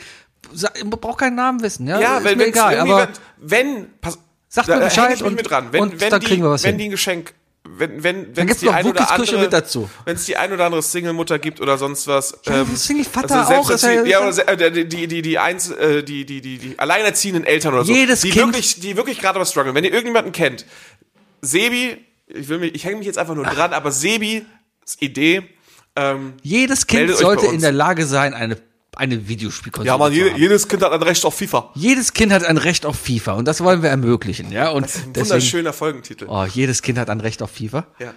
Speaker 1: sa- braucht keinen Namen wissen, ja,
Speaker 2: Ja,
Speaker 1: Also, ist
Speaker 2: wenn,
Speaker 1: mir
Speaker 2: wenn's
Speaker 1: egal,
Speaker 2: irgendwie
Speaker 1: aber
Speaker 2: wenn, wenn pass,
Speaker 1: Sagt
Speaker 2: da-
Speaker 1: mir
Speaker 2: da
Speaker 1: Bescheid
Speaker 2: häng ich mich
Speaker 1: und-
Speaker 2: mit dran. Wenn,
Speaker 1: und
Speaker 2: wenn
Speaker 1: dann
Speaker 2: die,
Speaker 1: kriegen wir was
Speaker 2: wenn
Speaker 1: hin.
Speaker 2: die ein Geschenk, wenn wenn wenn
Speaker 1: gibt's
Speaker 2: die
Speaker 1: noch
Speaker 2: ein oder
Speaker 1: Wukis-Küche
Speaker 2: andere,
Speaker 1: mit dazu.
Speaker 2: wenn es die ein oder andere Single-Mutter gibt oder sonst was, ähm, also
Speaker 1: Ja, Single-Vater auch,
Speaker 2: selbst
Speaker 1: ist ja-
Speaker 2: wenn sie- ja, oder se- äh, die die die die, eins, äh, die die die die alleinerziehenden Eltern oder so,
Speaker 1: Jedes
Speaker 2: die
Speaker 1: Kind-
Speaker 2: wirklich die wirklich gerade was strugglen. Wenn ihr irgendjemanden kennt, Sebi, ich will mich, ich hänge mich jetzt einfach nur dran, aber Sebi, Idee. Ähm,
Speaker 1: jedes Kind
Speaker 2: Meldet euch
Speaker 1: sollte
Speaker 2: bei uns.
Speaker 1: in der Lage sein, eine eine Videospielkonsole
Speaker 2: ja, man,
Speaker 1: zu haben.
Speaker 2: jedes Kind hat ein Recht auf FIFA.
Speaker 1: jedes Kind hat ein Recht auf FIFA und das wollen wir ermöglichen, ja? Und deswegen
Speaker 2: Wunderschöner Folgentitel.
Speaker 1: Oh, jedes Kind hat ein Recht auf FIFA.
Speaker 2: Ja.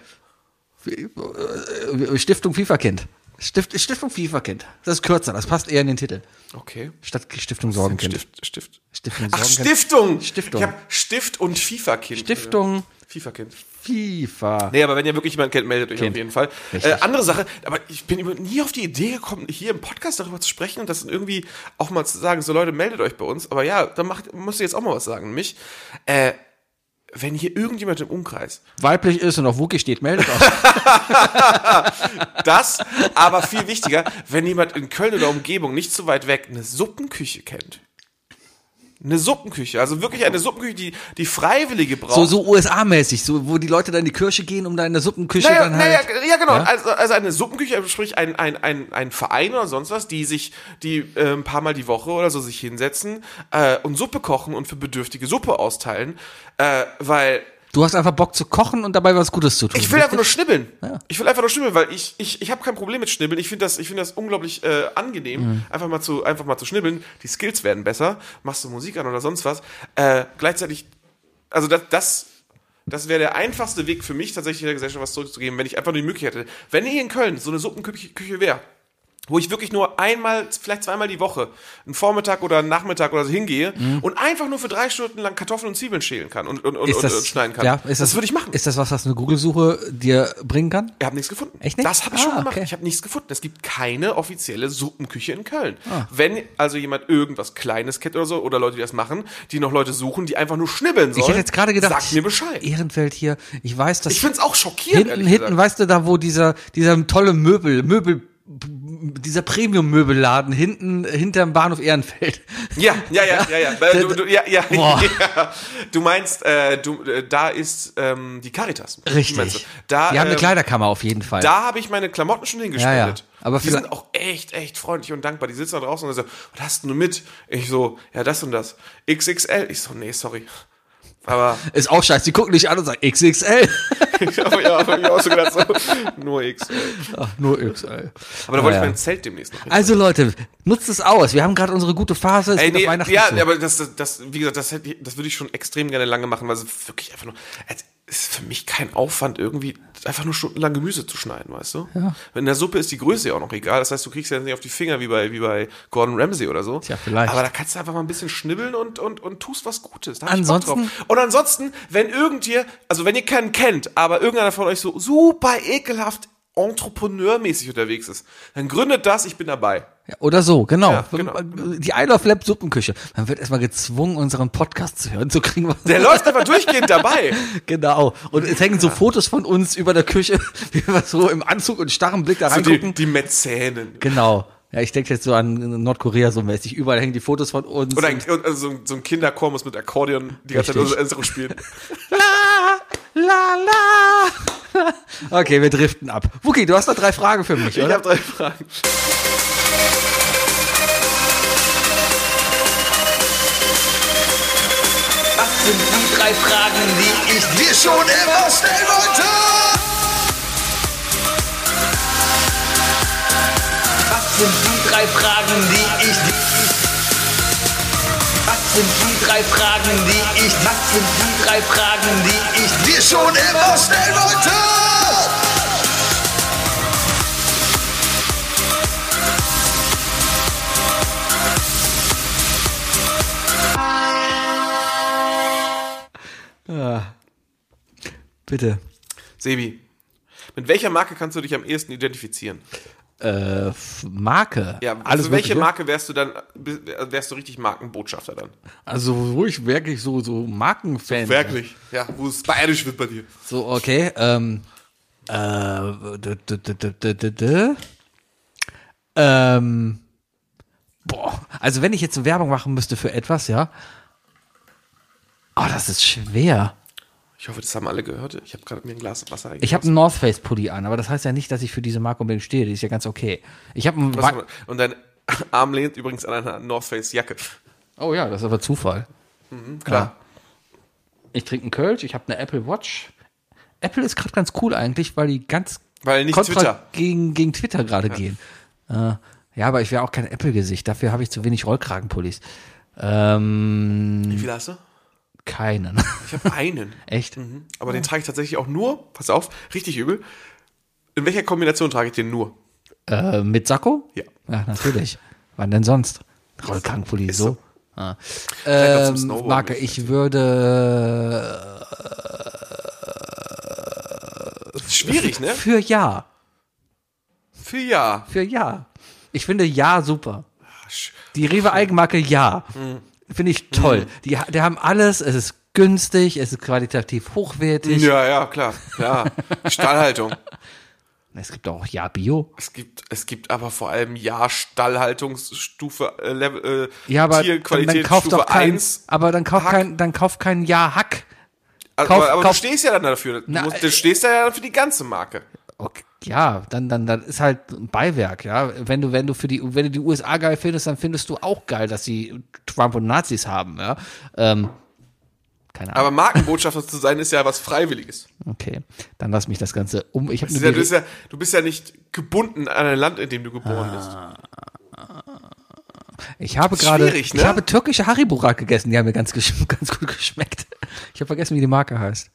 Speaker 1: Äh, Stiftung FIFA Kind. Stift, Stiftung FIFA Kind. Das ist kürzer, das passt eher in den Titel.
Speaker 2: Okay.
Speaker 1: Statt Stiftung Sorgenkind.
Speaker 2: Stift, Stift.
Speaker 1: Stiftung
Speaker 2: Ach,
Speaker 1: Sorgenkind.
Speaker 2: Stiftung.
Speaker 1: Stiftung.
Speaker 2: Ich hab Stift und FIFA-Kind.
Speaker 1: Stiftung
Speaker 2: FIFA-Kind.
Speaker 1: FIFA.
Speaker 2: Nee, aber wenn ihr wirklich jemanden kennt, meldet euch auf jeden Fall.
Speaker 1: Richtig.
Speaker 2: Äh, andere Sache, aber ich bin über- nie auf die Idee gekommen, hier im Podcast darüber zu sprechen und das irgendwie auch mal zu sagen, so Leute, meldet euch bei uns. Aber ja, da macht, musst du jetzt auch mal was sagen. Nämlich, äh, wenn hier irgendjemand im Umkreis
Speaker 1: Weiblich ist und auf Wookie steht, meldet euch.
Speaker 2: das, aber viel wichtiger, wenn jemand in Köln oder Umgebung nicht zu weit weg eine Suppenküche kennt. Eine Suppenküche, also wirklich eine Suppenküche, die, die Freiwillige braucht.
Speaker 1: So, so USA-mäßig, so, wo die Leute dann in die Kirche gehen, um da in der Suppenküche
Speaker 2: Naja,
Speaker 1: dann halt.
Speaker 2: naja, ja, genau. Also, also eine Suppenküche, sprich ein, ein, ein, ein Verein oder sonst was, die sich, die äh, ein paar Mal die Woche oder so sich hinsetzen äh, und Suppe kochen und für Bedürftige Suppe austeilen. Äh, weil
Speaker 1: Du hast einfach Bock zu kochen und dabei was Gutes zu tun.
Speaker 2: ich will einfach nur schnibbeln. Ich will einfach nur schnibbeln, weil ich, ich, ich habe kein Problem mit Schnibbeln. Ich finde das, ich finde das unglaublich äh, angenehm,
Speaker 1: Mhm.
Speaker 2: einfach, mal zu, einfach mal zu schnibbeln. Die Skills werden besser. Machst du Musik an oder sonst was. Äh, gleichzeitig, also das, das, das wäre der einfachste Weg für mich, tatsächlich der Gesellschaft was zurückzugeben, wenn ich einfach nur die Möglichkeit hätte. Wenn hier in Köln so eine Suppenküche Küche wäre, wo ich wirklich nur einmal, vielleicht zweimal die Woche, einen Vormittag oder einen Nachmittag oder so hingehe
Speaker 1: Mhm.
Speaker 2: und einfach nur für drei Stunden lang Kartoffeln und Zwiebeln schälen kann und, und, und, und, und äh, schneiden kann.
Speaker 1: Ja, ist das,
Speaker 2: das würde ich machen.
Speaker 1: Ist das was, was eine Google-Suche dir bringen kann?
Speaker 2: Ich habe nichts gefunden.
Speaker 1: Echt nicht?
Speaker 2: Das habe ich
Speaker 1: Ah,
Speaker 2: schon gemacht.
Speaker 1: okay.
Speaker 2: Ich habe nichts gefunden. Es gibt keine offizielle Suppenküche in Köln.
Speaker 1: Ah.
Speaker 2: Wenn also jemand irgendwas Kleines kennt oder so, oder Leute, die das machen, die noch Leute suchen, die einfach nur schnibbeln sollen,
Speaker 1: Ich hätte jetzt gerade gedacht,
Speaker 2: sagt mir Bescheid.
Speaker 1: Ehrenfeld hier, ich weiß, dass
Speaker 2: Ich finde es auch schockierend,
Speaker 1: hinten,
Speaker 2: ehrlich
Speaker 1: hinten,
Speaker 2: gesagt.
Speaker 1: weißt du, da wo dieser, dieser tolle Möbel, Möbel, dieser Premium-Möbelladen hinten, hinterm Bahnhof Ehrenfeld.
Speaker 2: Ja, ja, ja, ja, ja. Äh, Du, du, ja, ja,
Speaker 1: Boah.
Speaker 2: ja. du meinst, äh, du, äh, da ist ähm, die Caritas. Die meinst du.
Speaker 1: Richtig.
Speaker 2: Da,
Speaker 1: Die haben eine
Speaker 2: ähm,
Speaker 1: Kleiderkammer auf jeden Fall.
Speaker 2: Da habe ich meine Klamotten schon hingespendet.
Speaker 1: Ja, ja. Aber
Speaker 2: die
Speaker 1: für-
Speaker 2: sind auch echt, echt freundlich und dankbar. Die sitzen da draußen und sagen, was hast du denn mit? Ich so, ja, das und das. XXL. Ich so, nee, sorry. Aber,
Speaker 1: Ist auch scheiße, die gucken dich an und sagen XXL.
Speaker 2: aber ja, habe ich auch so gedacht, so, nur XL.
Speaker 1: Ach, nur XL.
Speaker 2: Aber da wollte
Speaker 1: Ah,
Speaker 2: ich
Speaker 1: ja.
Speaker 2: mein Zelt demnächst noch hin.
Speaker 1: Also Leute, nutzt es aus. Wir haben gerade unsere gute Phase. Es
Speaker 2: Ey,
Speaker 1: geht auf
Speaker 2: nee,
Speaker 1: Weihnachten
Speaker 2: ja,
Speaker 1: zu.
Speaker 2: aber das, das, das, wie gesagt, das, hätte, ich- das würde ich schon extrem gerne lange machen, weil es ist wirklich einfach nur, es ist für mich kein Aufwand, irgendwie einfach nur stundenlang Gemüse zu schneiden, weißt du? Ja. In der Suppe ist die Größe ja auch noch egal, das heißt, du kriegst ja nicht auf die Finger wie bei, wie bei Gordon Ramsay oder so.
Speaker 1: Tja, vielleicht.
Speaker 2: Aber da kannst du einfach mal ein bisschen schnibbeln und, und, und tust was Gutes. Da hab
Speaker 1: Ansonsten-
Speaker 2: Ich Bock drauf. Und ansonsten, wenn irgendjemand, also wenn ihr keinen kennt, aber irgendeiner von euch so super ekelhaft entrepreneurmäßig unterwegs ist, dann gründet das, ich bin dabei.
Speaker 1: Ja, Oder so, genau.
Speaker 2: Ja, genau,
Speaker 1: Die I Love Lab Suppenküche. Man wird erstmal gezwungen, unseren Podcast zu hören zu kriegen. Was
Speaker 2: Der läuft einfach durchgehend dabei.
Speaker 1: Genau. Und es hängen so Fotos von uns über der Küche, wie wir so im Anzug und starrem Blick da
Speaker 2: So die,
Speaker 1: reingucken.
Speaker 2: die Mäzenen.
Speaker 1: Genau. Ja, ich denke jetzt so an Nordkorea so mäßig. Überall hängen die Fotos von uns.
Speaker 2: Oder ein, und, also so ein- so ein Kinderchor muss mit Akkordeon die ganze Zeit
Speaker 1: Richtig.
Speaker 2: unser Instrument spielen.
Speaker 1: la, la, la. Okay, wir driften ab. Wookie, du hast noch drei Fragen für mich,
Speaker 2: Ich
Speaker 1: oder?
Speaker 2: habe drei Fragen.
Speaker 3: Was sind die drei Fragen, die ich dir schon immer stellen wollte? Was sind die drei Fragen, die ich dir... Was sind die drei Fragen, die ich... Was sind die drei Fragen, die ich dir schon immer stellen wollte?
Speaker 1: Bitte.
Speaker 2: Sebi, mit welcher Marke kannst du dich am ehesten identifizieren?
Speaker 1: Äh, F- Marke.
Speaker 2: Ja,
Speaker 1: alles
Speaker 2: für welche
Speaker 1: Mögliche.
Speaker 2: Marke wärst du dann, wärst du richtig Markenbotschafter dann?
Speaker 1: Also ruhig wirklich so so Markenfan. So
Speaker 2: Ja, wo es bayerisch wird bei dir.
Speaker 1: So okay. Ähm, äh, d, d, d, d, d, d, d. Ähm, boah, also wenn ich jetzt Werbung machen müsste für etwas, ja. Oh, das ist schwer.
Speaker 2: Ich hoffe, das haben alle gehört. Ich habe gerade mir ein Glas Wasser
Speaker 1: Ich habe einen North Face Pulli an, aber das heißt ja nicht, dass ich für diese Marke unbedingt stehe. Die ist ja ganz okay. Ich habe einen. Wa-
Speaker 2: eingegossen. Und dein Arm lehnt übrigens an einer North Face Jacke.
Speaker 1: Oh ja, das ist aber Zufall.
Speaker 2: Klar.
Speaker 1: Ich trinke einen Kölsch, ich habe eine Apple Watch. Apple ist gerade ganz cool eigentlich, weil die ganz
Speaker 2: Weil nicht
Speaker 1: kontra
Speaker 2: Twitter.
Speaker 1: gegen gegen Twitter gerade gehen. Äh, ja, aber ich wäre auch kein Apple Gesicht. Dafür habe ich zu wenig Rollkragenpullis. Ähm,
Speaker 2: Wie viele hast du?
Speaker 1: keinen.
Speaker 2: Ich habe einen. Mhm.
Speaker 1: Echt?
Speaker 2: Aber den trage ich tatsächlich auch nur, pass auf, richtig übel. In welcher Kombination trage ich den nur?
Speaker 1: Äh, mit Sakko?
Speaker 2: Ja.
Speaker 1: Ja, natürlich. Wann denn sonst? Rollkragenpulli so.
Speaker 2: so. ne?
Speaker 1: Ah.
Speaker 2: noch zum
Speaker 1: Ähm,
Speaker 2: Snowboarden
Speaker 1: Marke, ich würde
Speaker 2: Schwierig, ne?
Speaker 1: für ja,
Speaker 2: Für ja.
Speaker 1: für ja. Ich finde ja super.
Speaker 2: Sch- Mhm.
Speaker 1: Die Rewe Eigenmarke, ja. Finde ich toll. Die, ha- die haben alles, es ist günstig, es ist qualitativ hochwertig.
Speaker 2: Ja, ja, klar. Ja. Stallhaltung.
Speaker 1: Es gibt auch Ja Bio.
Speaker 2: Es gibt, es gibt aber vor allem ja Stallhaltungsstufe, äh, Level, äh,
Speaker 1: Ja, aber dann,
Speaker 2: Tierqualität
Speaker 1: dann kauft
Speaker 2: Stufe
Speaker 1: doch kein,
Speaker 2: 1.
Speaker 1: aber dann kauft
Speaker 2: Hack.
Speaker 1: kein, dann kauft kein Ja Hack.
Speaker 2: Also,
Speaker 1: kauf-
Speaker 2: aber aber
Speaker 1: kauf-
Speaker 2: du stehst ja dann dafür. Du,
Speaker 1: Na,
Speaker 2: musst,
Speaker 1: äh,
Speaker 2: du stehst ja dann für die ganze Marke.
Speaker 1: Okay, ja, dann, dann, dann ist halt ein Beiwerk, ja. Wenn du, wenn du für die, wenn du die USA geil findest, dann findest du auch geil, dass sie Trump und Nazis haben, ja. Ähm, keine
Speaker 2: Aber
Speaker 1: Ahnung.
Speaker 2: Markenbotschafter zu sein ist ja was Freiwilliges.
Speaker 1: okay, dann lass mich das Ganze um. Ich habe
Speaker 2: Du bist, ja, du, bist ja, du bist ja nicht gebunden an ein Land, in dem du
Speaker 1: Ah.
Speaker 2: geboren bist.
Speaker 1: Ich habe gerade,
Speaker 2: Schwierig, ne?
Speaker 1: ich habe türkische Haribo-Rat gegessen. Die haben mir ganz, gesch- ganz gut geschmeckt. Ich habe vergessen, wie die Marke heißt.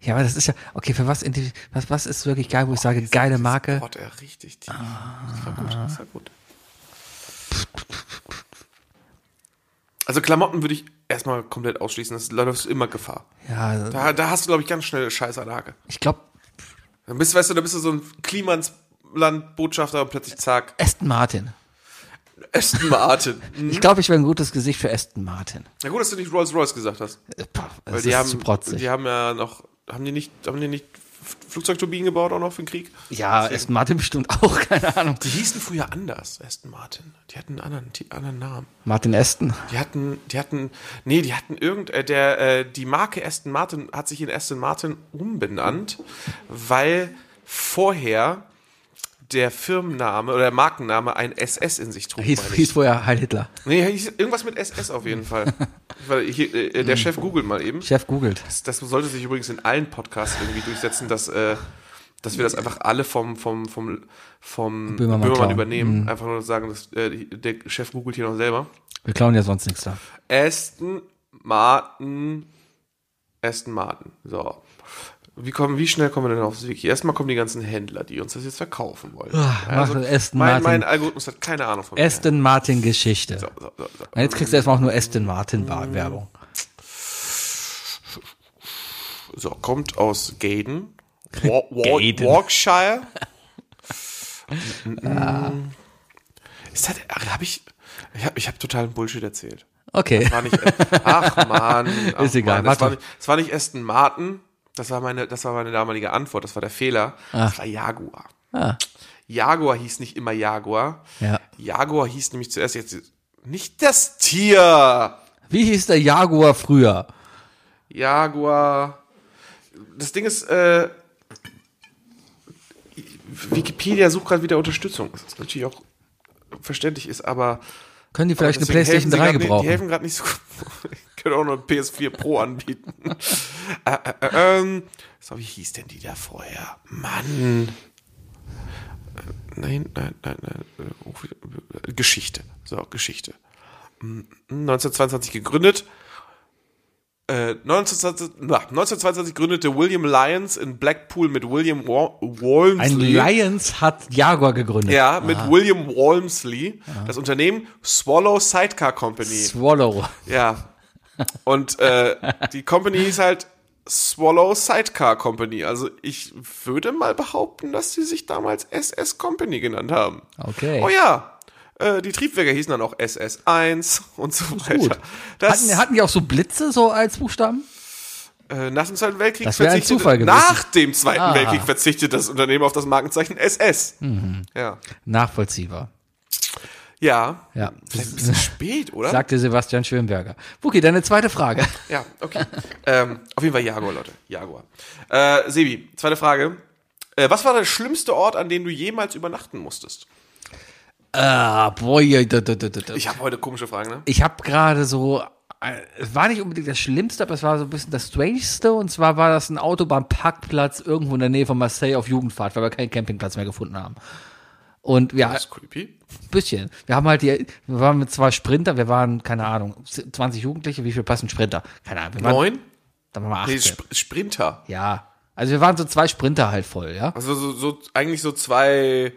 Speaker 1: Ja, aber das ist ja, okay, für was, identif- was, was ist wirklich geil, wo ich sage, geile Marke?
Speaker 2: Boah, der richtig tief. Das war gut, das war gut. Also Klamotten würde ich erstmal komplett ausschließen. Das da läufst du immer Gefahr.
Speaker 1: Ja,
Speaker 2: Da, da hast du, glaube ich, ganz schnell Scheiß an der Hacke.
Speaker 1: ich glaube,
Speaker 2: Dann bist, weißt du, da bist du so ein Klimansland-Botschafter und plötzlich zack,
Speaker 1: Aston Martin.
Speaker 2: Aston Martin. Mhm.
Speaker 1: Ich glaube, ich wäre ein gutes Gesicht für Aston Martin.
Speaker 2: Na gut, dass du nicht Rolls-Royce gesagt hast.
Speaker 1: Äh, pah,
Speaker 2: Weil
Speaker 1: Das
Speaker 2: die
Speaker 1: ist
Speaker 2: haben,
Speaker 1: zu protzig.
Speaker 2: die haben ja noch, haben die nicht, haben die nicht F- Flugzeugturbinen gebaut auch noch für den Krieg?
Speaker 1: ja, Aston Martin bestimmt auch, keine Ahnung.
Speaker 2: Die hießen früher anders, Aston Martin. Die hatten einen anderen, die, anderen Namen.
Speaker 1: Martin Aston.
Speaker 2: Die hatten, die hatten, nee, die hatten irgend, äh, der, äh, die Marke Aston Martin hat sich in Aston Martin umbenannt, weil vorher der Firmenname oder der Markenname ein SS in sich trug.
Speaker 1: Hieß,
Speaker 2: meine ich.
Speaker 1: hieß vorher Heil Hitler.
Speaker 2: Nee, hieß irgendwas mit SS auf jeden Fall. Weil hier, äh,
Speaker 1: Mhm.
Speaker 2: der Chef googelt mal eben.
Speaker 1: Chef googelt.
Speaker 2: Das, das sollte sich übrigens in allen Podcasts irgendwie durchsetzen, dass, äh, dass wir das einfach alle vom, vom, vom,
Speaker 1: Böhmermann
Speaker 2: vom Böhmermann,
Speaker 1: klauen. Mhm.
Speaker 2: übernehmen. Einfach nur sagen, dass, äh, der Chef googelt hier noch selber.
Speaker 1: Wir klauen ja sonst nichts da.
Speaker 2: Aston Martin. Aston Martin. So. Wie, kommen, wie schnell kommen wir denn aufs Wiki? Erstmal kommen die ganzen Händler, die uns das jetzt verkaufen wollen.
Speaker 1: mach doch Aston
Speaker 2: Also, mein, mein
Speaker 1: Ah, Martin.
Speaker 2: Algorithmus hat keine Ahnung von mir.
Speaker 1: Aston Martin Geschichte.
Speaker 2: So, Mhm. so, so, so.
Speaker 1: Und jetzt kriegst du erstmal auch nur Aston Martin Werbung.
Speaker 2: So, kommt aus Gaden. Wa Wa
Speaker 1: Gaden.
Speaker 2: Warwickshire.
Speaker 1: Ah.
Speaker 2: Ist das, hab ich, ich habe ich hab totalen Bullshit erzählt.
Speaker 1: Okay.
Speaker 2: War nicht, ach man. Ach
Speaker 1: Ist egal,
Speaker 2: Mann,
Speaker 1: warte.
Speaker 2: das, war nicht, das war nicht Aston Martin. Das war meine, das war meine damalige Antwort. Das war der Fehler.
Speaker 1: Ah.
Speaker 2: Das war Jaguar. Jaguar hieß nicht immer Jaguar.
Speaker 1: Ja.
Speaker 2: Jaguar hieß nämlich zuerst jetzt nicht das Tier.
Speaker 1: Wie hieß der Jaguar früher?
Speaker 2: Jaguar. Das Ding ist, äh, Wikipedia sucht gerade wieder Unterstützung. Was natürlich auch verständlich ist, aber.
Speaker 1: Können die vielleicht eine
Speaker 2: Oh, deswegen
Speaker 1: PlayStation
Speaker 2: helfen
Speaker 1: 3
Speaker 2: sie grad nicht- Die
Speaker 1: gebrauchen?
Speaker 2: helfen gerade nicht so. Ich könnte auch noch eine PS4 Pro anbieten. äh, äh, ähm, so, wie hieß denn die da vorher? Mann. Äh, Nein, nein, nein, nein. äh, ruf ich- äh, Geschichte. So, Geschichte. Mm, mm, 1922 gegründet. Äh, 1920, na, 1922 gründete William Lyons in Blackpool mit William Wa-
Speaker 1: Ein
Speaker 2: Walmsley.
Speaker 1: Lions hat Jaguar gegründet.
Speaker 2: Ja, mit William Walmsley. Das Unternehmen Swallow Sidecar Company.
Speaker 1: Swallow.
Speaker 2: Ja. Und äh, die Company hieß halt Swallow Sidecar Company. Also ich würde mal behaupten, dass sie sich damals SS Company genannt haben.
Speaker 1: Okay.
Speaker 2: Oh ja. Äh, die Triebwerke hießen dann auch SS1 und so weiter. Das,
Speaker 1: Hatten, hatten die auch so Blitze so als Buchstaben?
Speaker 2: äh, nach dem Zweiten Weltkrieg
Speaker 1: Das wäre ein Zufall gewesen.
Speaker 2: Nach dem Zweiten
Speaker 1: Ah.
Speaker 2: Weltkrieg verzichtete das Unternehmen auf das Markenzeichen SS.
Speaker 1: Mhm.
Speaker 2: Ja.
Speaker 1: Nachvollziehbar.
Speaker 2: Ja.
Speaker 1: Ja.
Speaker 2: Vielleicht ein bisschen spät, oder?
Speaker 1: Sagte Sebastian Schönberger. Wuki, deine zweite Frage.
Speaker 2: Ja, okay. ähm, auf jeden Fall Jaguar, Leute. Jaguar. Äh, Sebi, zweite Frage. Äh, was war der schlimmste Ort, an dem du jemals übernachten musstest?
Speaker 1: Ah, boah, ja, da, da, da, da, da.
Speaker 2: Ich habe heute komische Fragen, ne?
Speaker 1: ich habe gerade so, äh, es war nicht unbedingt das Schlimmste, aber es war so ein bisschen das Strangeste. Und zwar war das ein Autobahnparkplatz irgendwo in der Nähe von Marseille auf Jugendfahrt, weil wir keinen Campingplatz mehr gefunden haben. Und ja,
Speaker 2: Das ist creepy.
Speaker 1: bisschen. Wir haben halt die, wir waren mit zwei Sprinter, wir waren, keine Ahnung, 20 Jugendliche, wie viel passen Sprinter? Keine Ahnung. Wir waren,
Speaker 2: Neun?
Speaker 1: Dann waren wir 18.
Speaker 2: Nee, Sp Sprinter.
Speaker 1: ja. Also wir waren so zwei Sprinter halt voll, ja.
Speaker 2: Also so, so eigentlich so zwei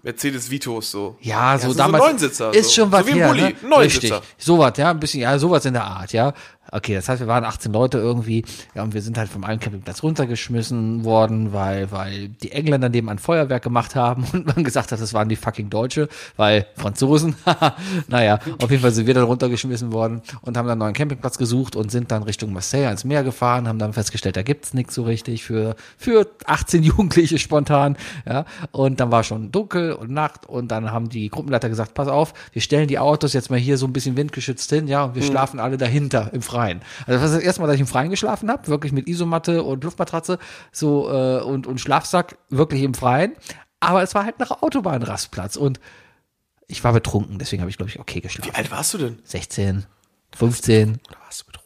Speaker 2: Mercedes Vitos so.
Speaker 1: Ja, so
Speaker 2: so- so
Speaker 1: damals.
Speaker 2: Neunsitzer,
Speaker 1: Ist
Speaker 2: so.
Speaker 1: schon was
Speaker 2: So wie ein
Speaker 1: her,
Speaker 2: Bulli,
Speaker 1: ne?
Speaker 2: ein Neunsitzer.
Speaker 1: Richtig. Sowas, ja, ein bisschen, ja, sowas in der Art, ja. Okay, das heißt, wir waren 18 Leute irgendwie, ja, und wir sind halt vom einen Campingplatz runtergeschmissen worden, weil, weil die Engländer nebenan Feuerwerk gemacht haben und man gesagt hat, das waren die fucking Deutsche, weil Franzosen, naja, auf jeden Fall sind wir dann runtergeschmissen worden und haben dann einen neuen Campingplatz gesucht und sind dann Richtung Marseille ans Meer gefahren, haben dann festgestellt, da gibt's nichts so richtig für, für 18 Jugendliche spontan, ja. Und dann war schon dunkel und Nacht und dann haben die Gruppenleiter gesagt, pass auf, wir stellen die Autos jetzt mal hier so ein bisschen windgeschützt hin, ja,
Speaker 2: Mhm.
Speaker 1: und wir schlafen alle dahinter im Freien. Also das war das erste Mal, dass ich im Freien geschlafen habe, wirklich mit Isomatte und Luftmatratze, so, äh, und, und Schlafsack wirklich im Freien. Aber es war halt nach Autobahnrastplatz und ich war betrunken, deswegen habe ich, glaube ich, okay geschlafen.
Speaker 2: Wie alt warst du denn?
Speaker 1: 16, 15,
Speaker 2: Oder warst du betrunken?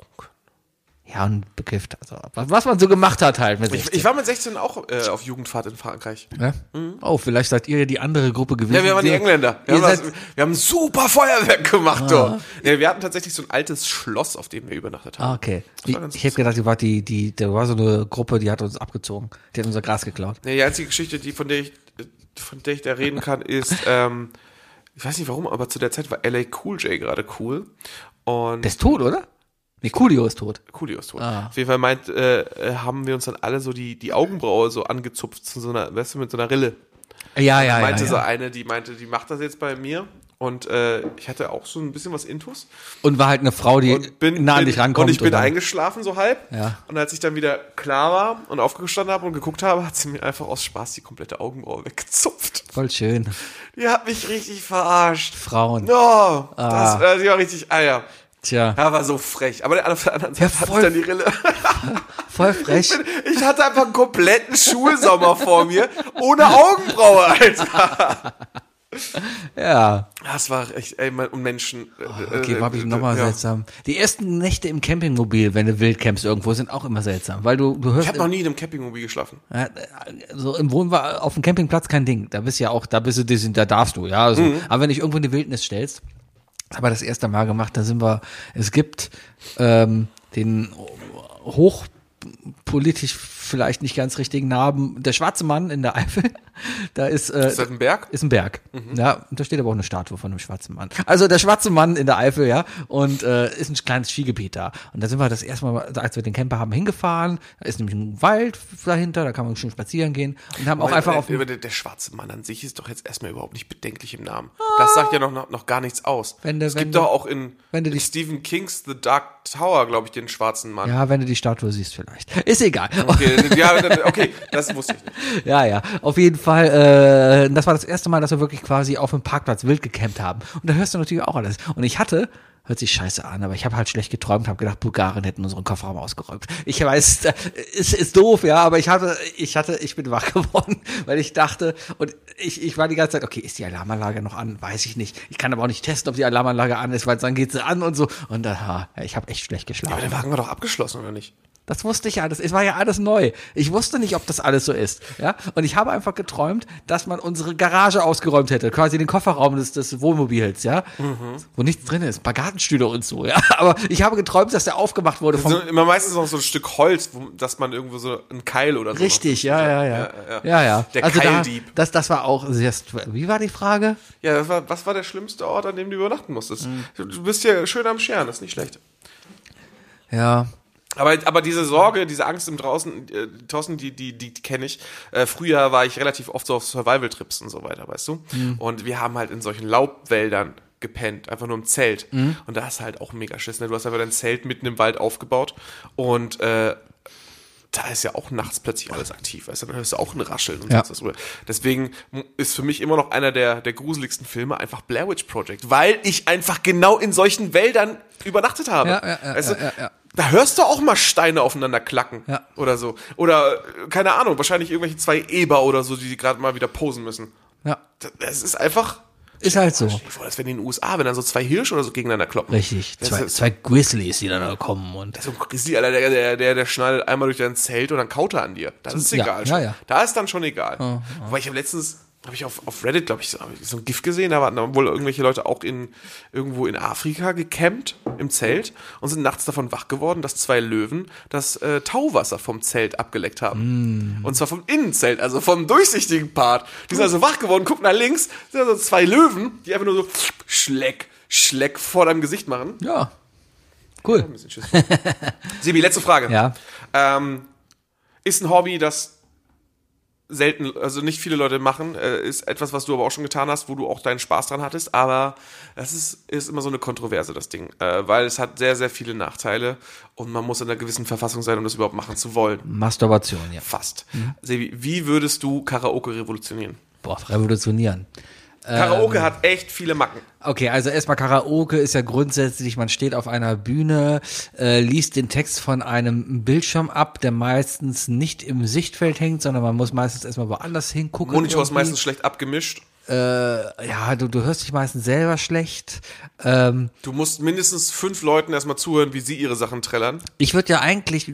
Speaker 1: Ja, und bekifft. Also, was was man so gemacht hat halt mit
Speaker 2: Ich,
Speaker 1: 16.
Speaker 2: ich war mit 16 auch äh, auf Jugendfahrt in Frankreich.
Speaker 1: ne? Oh, vielleicht seid ihr ja die andere Gruppe gewesen.
Speaker 2: Mhm. Ja, wir waren die Engländer. Wir
Speaker 1: Ihr
Speaker 2: haben,
Speaker 1: seid,
Speaker 2: das, wir haben super Feuerwerk gemacht dort. Ja, wir hatten tatsächlich so ein altes Schloss, auf dem wir übernachtet haben.
Speaker 1: ah, okay.
Speaker 2: war ganz
Speaker 1: Ich, ich hätte gedacht, ihr wart die, die, da war so eine Gruppe, die hat uns abgezogen. Die hat unser Gras geklaut.
Speaker 2: Nee, die einzige Geschichte, die, von, der ich, von der ich da reden kann, ist, ähm, ich weiß nicht warum, aber zu der Zeit war LA Cool J gerade cool. Und
Speaker 1: Der ist tot, oder? Nee, Coolio ist tot.
Speaker 2: Coolios tot.
Speaker 1: Ah.
Speaker 2: Auf jeden Fall meint, äh, äh, haben wir uns dann alle so die, die Augenbraue so angezupft, zu so einer, weißt du, mit so einer Rille.
Speaker 1: Ja, Ah, ja, ja.
Speaker 2: meinte so
Speaker 1: ja.
Speaker 2: eine, die meinte, die macht das jetzt bei mir. Und äh, ich hatte auch so ein bisschen was Intus.
Speaker 1: Und war halt eine Frau, die
Speaker 2: und bin,
Speaker 1: nah an
Speaker 2: bin,
Speaker 1: dich rankommt.
Speaker 2: Und ich bin
Speaker 1: dann-
Speaker 2: eingeschlafen so halb.
Speaker 1: Ja.
Speaker 2: Und als ich dann wieder klar war und aufgestanden habe und geguckt habe, hat sie mir einfach aus Spaß die komplette Augenbraue weggezupft.
Speaker 1: Voll schön.
Speaker 2: Die hat mich richtig verarscht.
Speaker 1: Frauen.
Speaker 2: No,
Speaker 1: Ah.
Speaker 2: das, äh, die war richtig Eier.
Speaker 1: Tja,
Speaker 2: Ja, war so frech. Aber auf der anderen Seite hatte ich
Speaker 1: voll.
Speaker 2: dann die Rille.
Speaker 1: voll frech.
Speaker 2: Ich hatte einfach einen kompletten Schulsommer vor mir, ohne Augenbraue, Alter.
Speaker 1: Ja.
Speaker 2: Das war echt, ey, mein, und Menschen. äh,
Speaker 1: Oh, Okay,
Speaker 2: äh,
Speaker 1: war ich
Speaker 2: äh,
Speaker 1: nochmal
Speaker 2: ja.
Speaker 1: seltsam. Die ersten Nächte im Campingmobil, wenn du wild campst irgendwo, sind auch immer seltsam, weil du, du
Speaker 2: Ich
Speaker 1: hörst
Speaker 2: habe noch nie in einem Campingmobil geschlafen.
Speaker 1: Ja, äh, so im Wohnwagen, auf dem Campingplatz kein Ding. Da bist du ja auch, da bist du, diesen- da darfst du, ja. Also, Aber wenn dich irgendwo in die Wildnis stellst, das haben wir das erste Mal gemacht, da sind wir, es gibt ähm, den hochpolitisch vielleicht nicht ganz richtigen Namen, der schwarze Mann in der Eifel, da ist, äh,
Speaker 2: Ist das ein Berg? Mhm.
Speaker 1: ist ein Berg. Ja, und da steht aber auch eine Statue von einem schwarzen Mann. Also der schwarze Mann in der Eifel, ja, und äh, ist ein kleines Skigebiet da. Und da sind wir das erste Mal, als wir den Camper haben, hingefahren. Da ist nämlich ein Wald dahinter, da kann man schön spazieren gehen und haben auch
Speaker 2: Weil,
Speaker 1: einfach
Speaker 2: äh,
Speaker 1: auf
Speaker 2: über der, der schwarze Mann an sich ist doch jetzt erstmal überhaupt nicht bedenklich im Namen. Das sagt ja noch, noch, noch gar nichts aus.
Speaker 1: Ah. Wenn du-
Speaker 2: es
Speaker 1: wenn
Speaker 2: gibt
Speaker 1: du-
Speaker 2: doch auch in,
Speaker 1: wenn du
Speaker 2: in
Speaker 1: dich-
Speaker 2: Stephen Kings The Dark Tower, glaube ich, den schwarzen Mann.
Speaker 1: ja, wenn du die Statue siehst vielleicht. Ist egal.
Speaker 2: Okay, ja, dann- okay, das wusste ich nicht.
Speaker 1: Ja, ja, auf jeden Fall. Äh, das war das erste Mal, dass wir wirklich quasi auf dem Parkplatz wild gecampt haben. Und da hörst du natürlich auch alles. Und ich hatte, hört sich scheiße an, aber ich habe halt schlecht geträumt, habe gedacht, Bulgaren hätten unseren Kofferraum ausgeräumt. Ich weiß, es ist doof, ja, aber ich hatte, ich hatte, ich bin wach geworden, weil ich dachte, und ich, ich war die ganze Zeit, okay, ist die Alarmanlage noch an? Weiß ich nicht. Ich kann aber auch nicht testen, ob die Alarmanlage an ist, weil dann geht sie an und so. Und aha, ich habe echt schlecht geschlafen.
Speaker 2: Aber der Wagen war doch abgeschlossen, oder nicht?
Speaker 1: Das wusste ich alles. Es war ja alles neu. Ich wusste nicht, ob das alles so ist. Ja? Und ich habe einfach geträumt, dass man unsere Garage ausgeräumt hätte, quasi den Kofferraum des, des Wohnmobils, ja.
Speaker 2: Mhm.
Speaker 1: Wo nichts drin ist, ein paar Gartenstühle und so, ja. Aber ich habe geträumt, dass der aufgemacht wurde vom.
Speaker 2: So, immer meistens noch so ein Stück Holz, wo, dass man irgendwo so einen Keil oder so.
Speaker 1: Richtig, ja, ja, ja.
Speaker 2: ja.
Speaker 1: Ja, ja. Also da,
Speaker 2: Der Keildieb.
Speaker 1: das, das war auch sehr. st- Wie war die Frage?
Speaker 2: Noch. Ja, das war, was war der schlimmste Ort, an dem du übernachten musstest?
Speaker 1: Mhm.
Speaker 2: Du- Du bist ja schön am Scheren, das ist nicht schlecht.
Speaker 1: Ja.
Speaker 2: Aber, aber diese Sorge, diese Angst im Draußen, äh, draußen die, die, die kenne ich. Äh, früher war ich relativ oft so auf Survival-Trips und so weiter, weißt du?
Speaker 1: Mhm.
Speaker 2: Und wir haben halt in solchen Laubwäldern gepennt, einfach nur im Zelt.
Speaker 1: Mhm.
Speaker 2: Und da ist halt auch mega Schiss. Ne? Du hast einfach dein Zelt mitten im Wald aufgebaut und äh, da ist ja auch nachts plötzlich alles aktiv, weißt du, dann hörst du auch ein Rascheln und
Speaker 1: Ja.
Speaker 2: sonst was rüber. Deswegen ist für mich immer noch einer der, der gruseligsten Filme einfach Blair Witch Project, weil ich einfach genau in solchen Wäldern übernachtet habe.
Speaker 1: Ja, ja, ja,
Speaker 2: weißt du,
Speaker 1: ja, ja, ja.
Speaker 2: Da hörst du auch mal Steine aufeinander klacken
Speaker 1: Ja.
Speaker 2: oder so. Oder, äh, keine Ahnung, wahrscheinlich irgendwelche zwei Eber oder so, die gerade mal wieder posen müssen.
Speaker 1: Ja.
Speaker 2: Das- Das ist einfach,
Speaker 1: Ist halt so.
Speaker 2: ich vor, das wären in den USA, wenn dann so zwei Hirsche oder so gegeneinander kloppen.
Speaker 1: Richtig.
Speaker 2: Das
Speaker 1: Zwei,
Speaker 2: ist- Also
Speaker 1: zwei Grizzlies, die dann da kommen und.
Speaker 2: So ein Grizzly, Alter, der, der, der, der schneidet einmal durch dein Zelt und dann kaut er an dir. Das ist
Speaker 1: Ja,
Speaker 2: egal.
Speaker 1: ja,
Speaker 2: schon.
Speaker 1: ja. Oh,
Speaker 2: Da ist dann schon egal. Wobei ich habe letztens, habe ich auf, auf Reddit, glaube ich, so, hab ich so ein GIF gesehen, da waren dann wohl irgendwelche Leute auch in irgendwo in Afrika gecampt im Zelt und sind nachts davon wach geworden, dass zwei Löwen das äh, Tauwasser vom Zelt abgeleckt haben.
Speaker 1: Mm.
Speaker 2: Und zwar vom Innenzelt, also vom durchsichtigen Part. Die sind also wach geworden, gucken nach links, sind also zwei Löwen, die einfach nur so Schleck, Schleck vor deinem Gesicht machen.
Speaker 1: Ja. Cool.
Speaker 2: Bisschen Schiss vor. Sibi, letzte Frage.
Speaker 1: Ja.
Speaker 2: Ähm, ist ein Hobby, das selten, also nicht viele Leute machen, äh, ist etwas, was du aber auch schon getan hast, wo du auch deinen Spaß dran hattest, aber das ist, ist immer so eine Kontroverse, das Ding, äh, weil es hat sehr, sehr viele Nachteile und man muss in einer gewissen Verfassung sein, um das überhaupt machen zu wollen.
Speaker 1: Mhm. Masturbation, ja.
Speaker 2: Fast.
Speaker 1: Mhm.
Speaker 2: Sebi, wie würdest du Karaoke revolutionieren?
Speaker 1: Boah, revolutionieren. Ähm.
Speaker 2: Karaoke hat echt viele Macken.
Speaker 1: Okay, also erstmal Karaoke ist ja grundsätzlich, man steht auf einer Bühne, äh, liest den Text von einem Bildschirm ab, der meistens nicht im Sichtfeld hängt, sondern man muss meistens erstmal woanders hingucken.
Speaker 2: Monitor ist
Speaker 1: irgendwie.
Speaker 2: meistens schlecht abgemischt.
Speaker 1: äh, ja, du, du hörst dich meistens selber schlecht. Ähm,
Speaker 2: Du musst mindestens fünf Leuten erstmal zuhören, wie sie ihre Sachen trällern.
Speaker 1: ich würde ja eigentlich,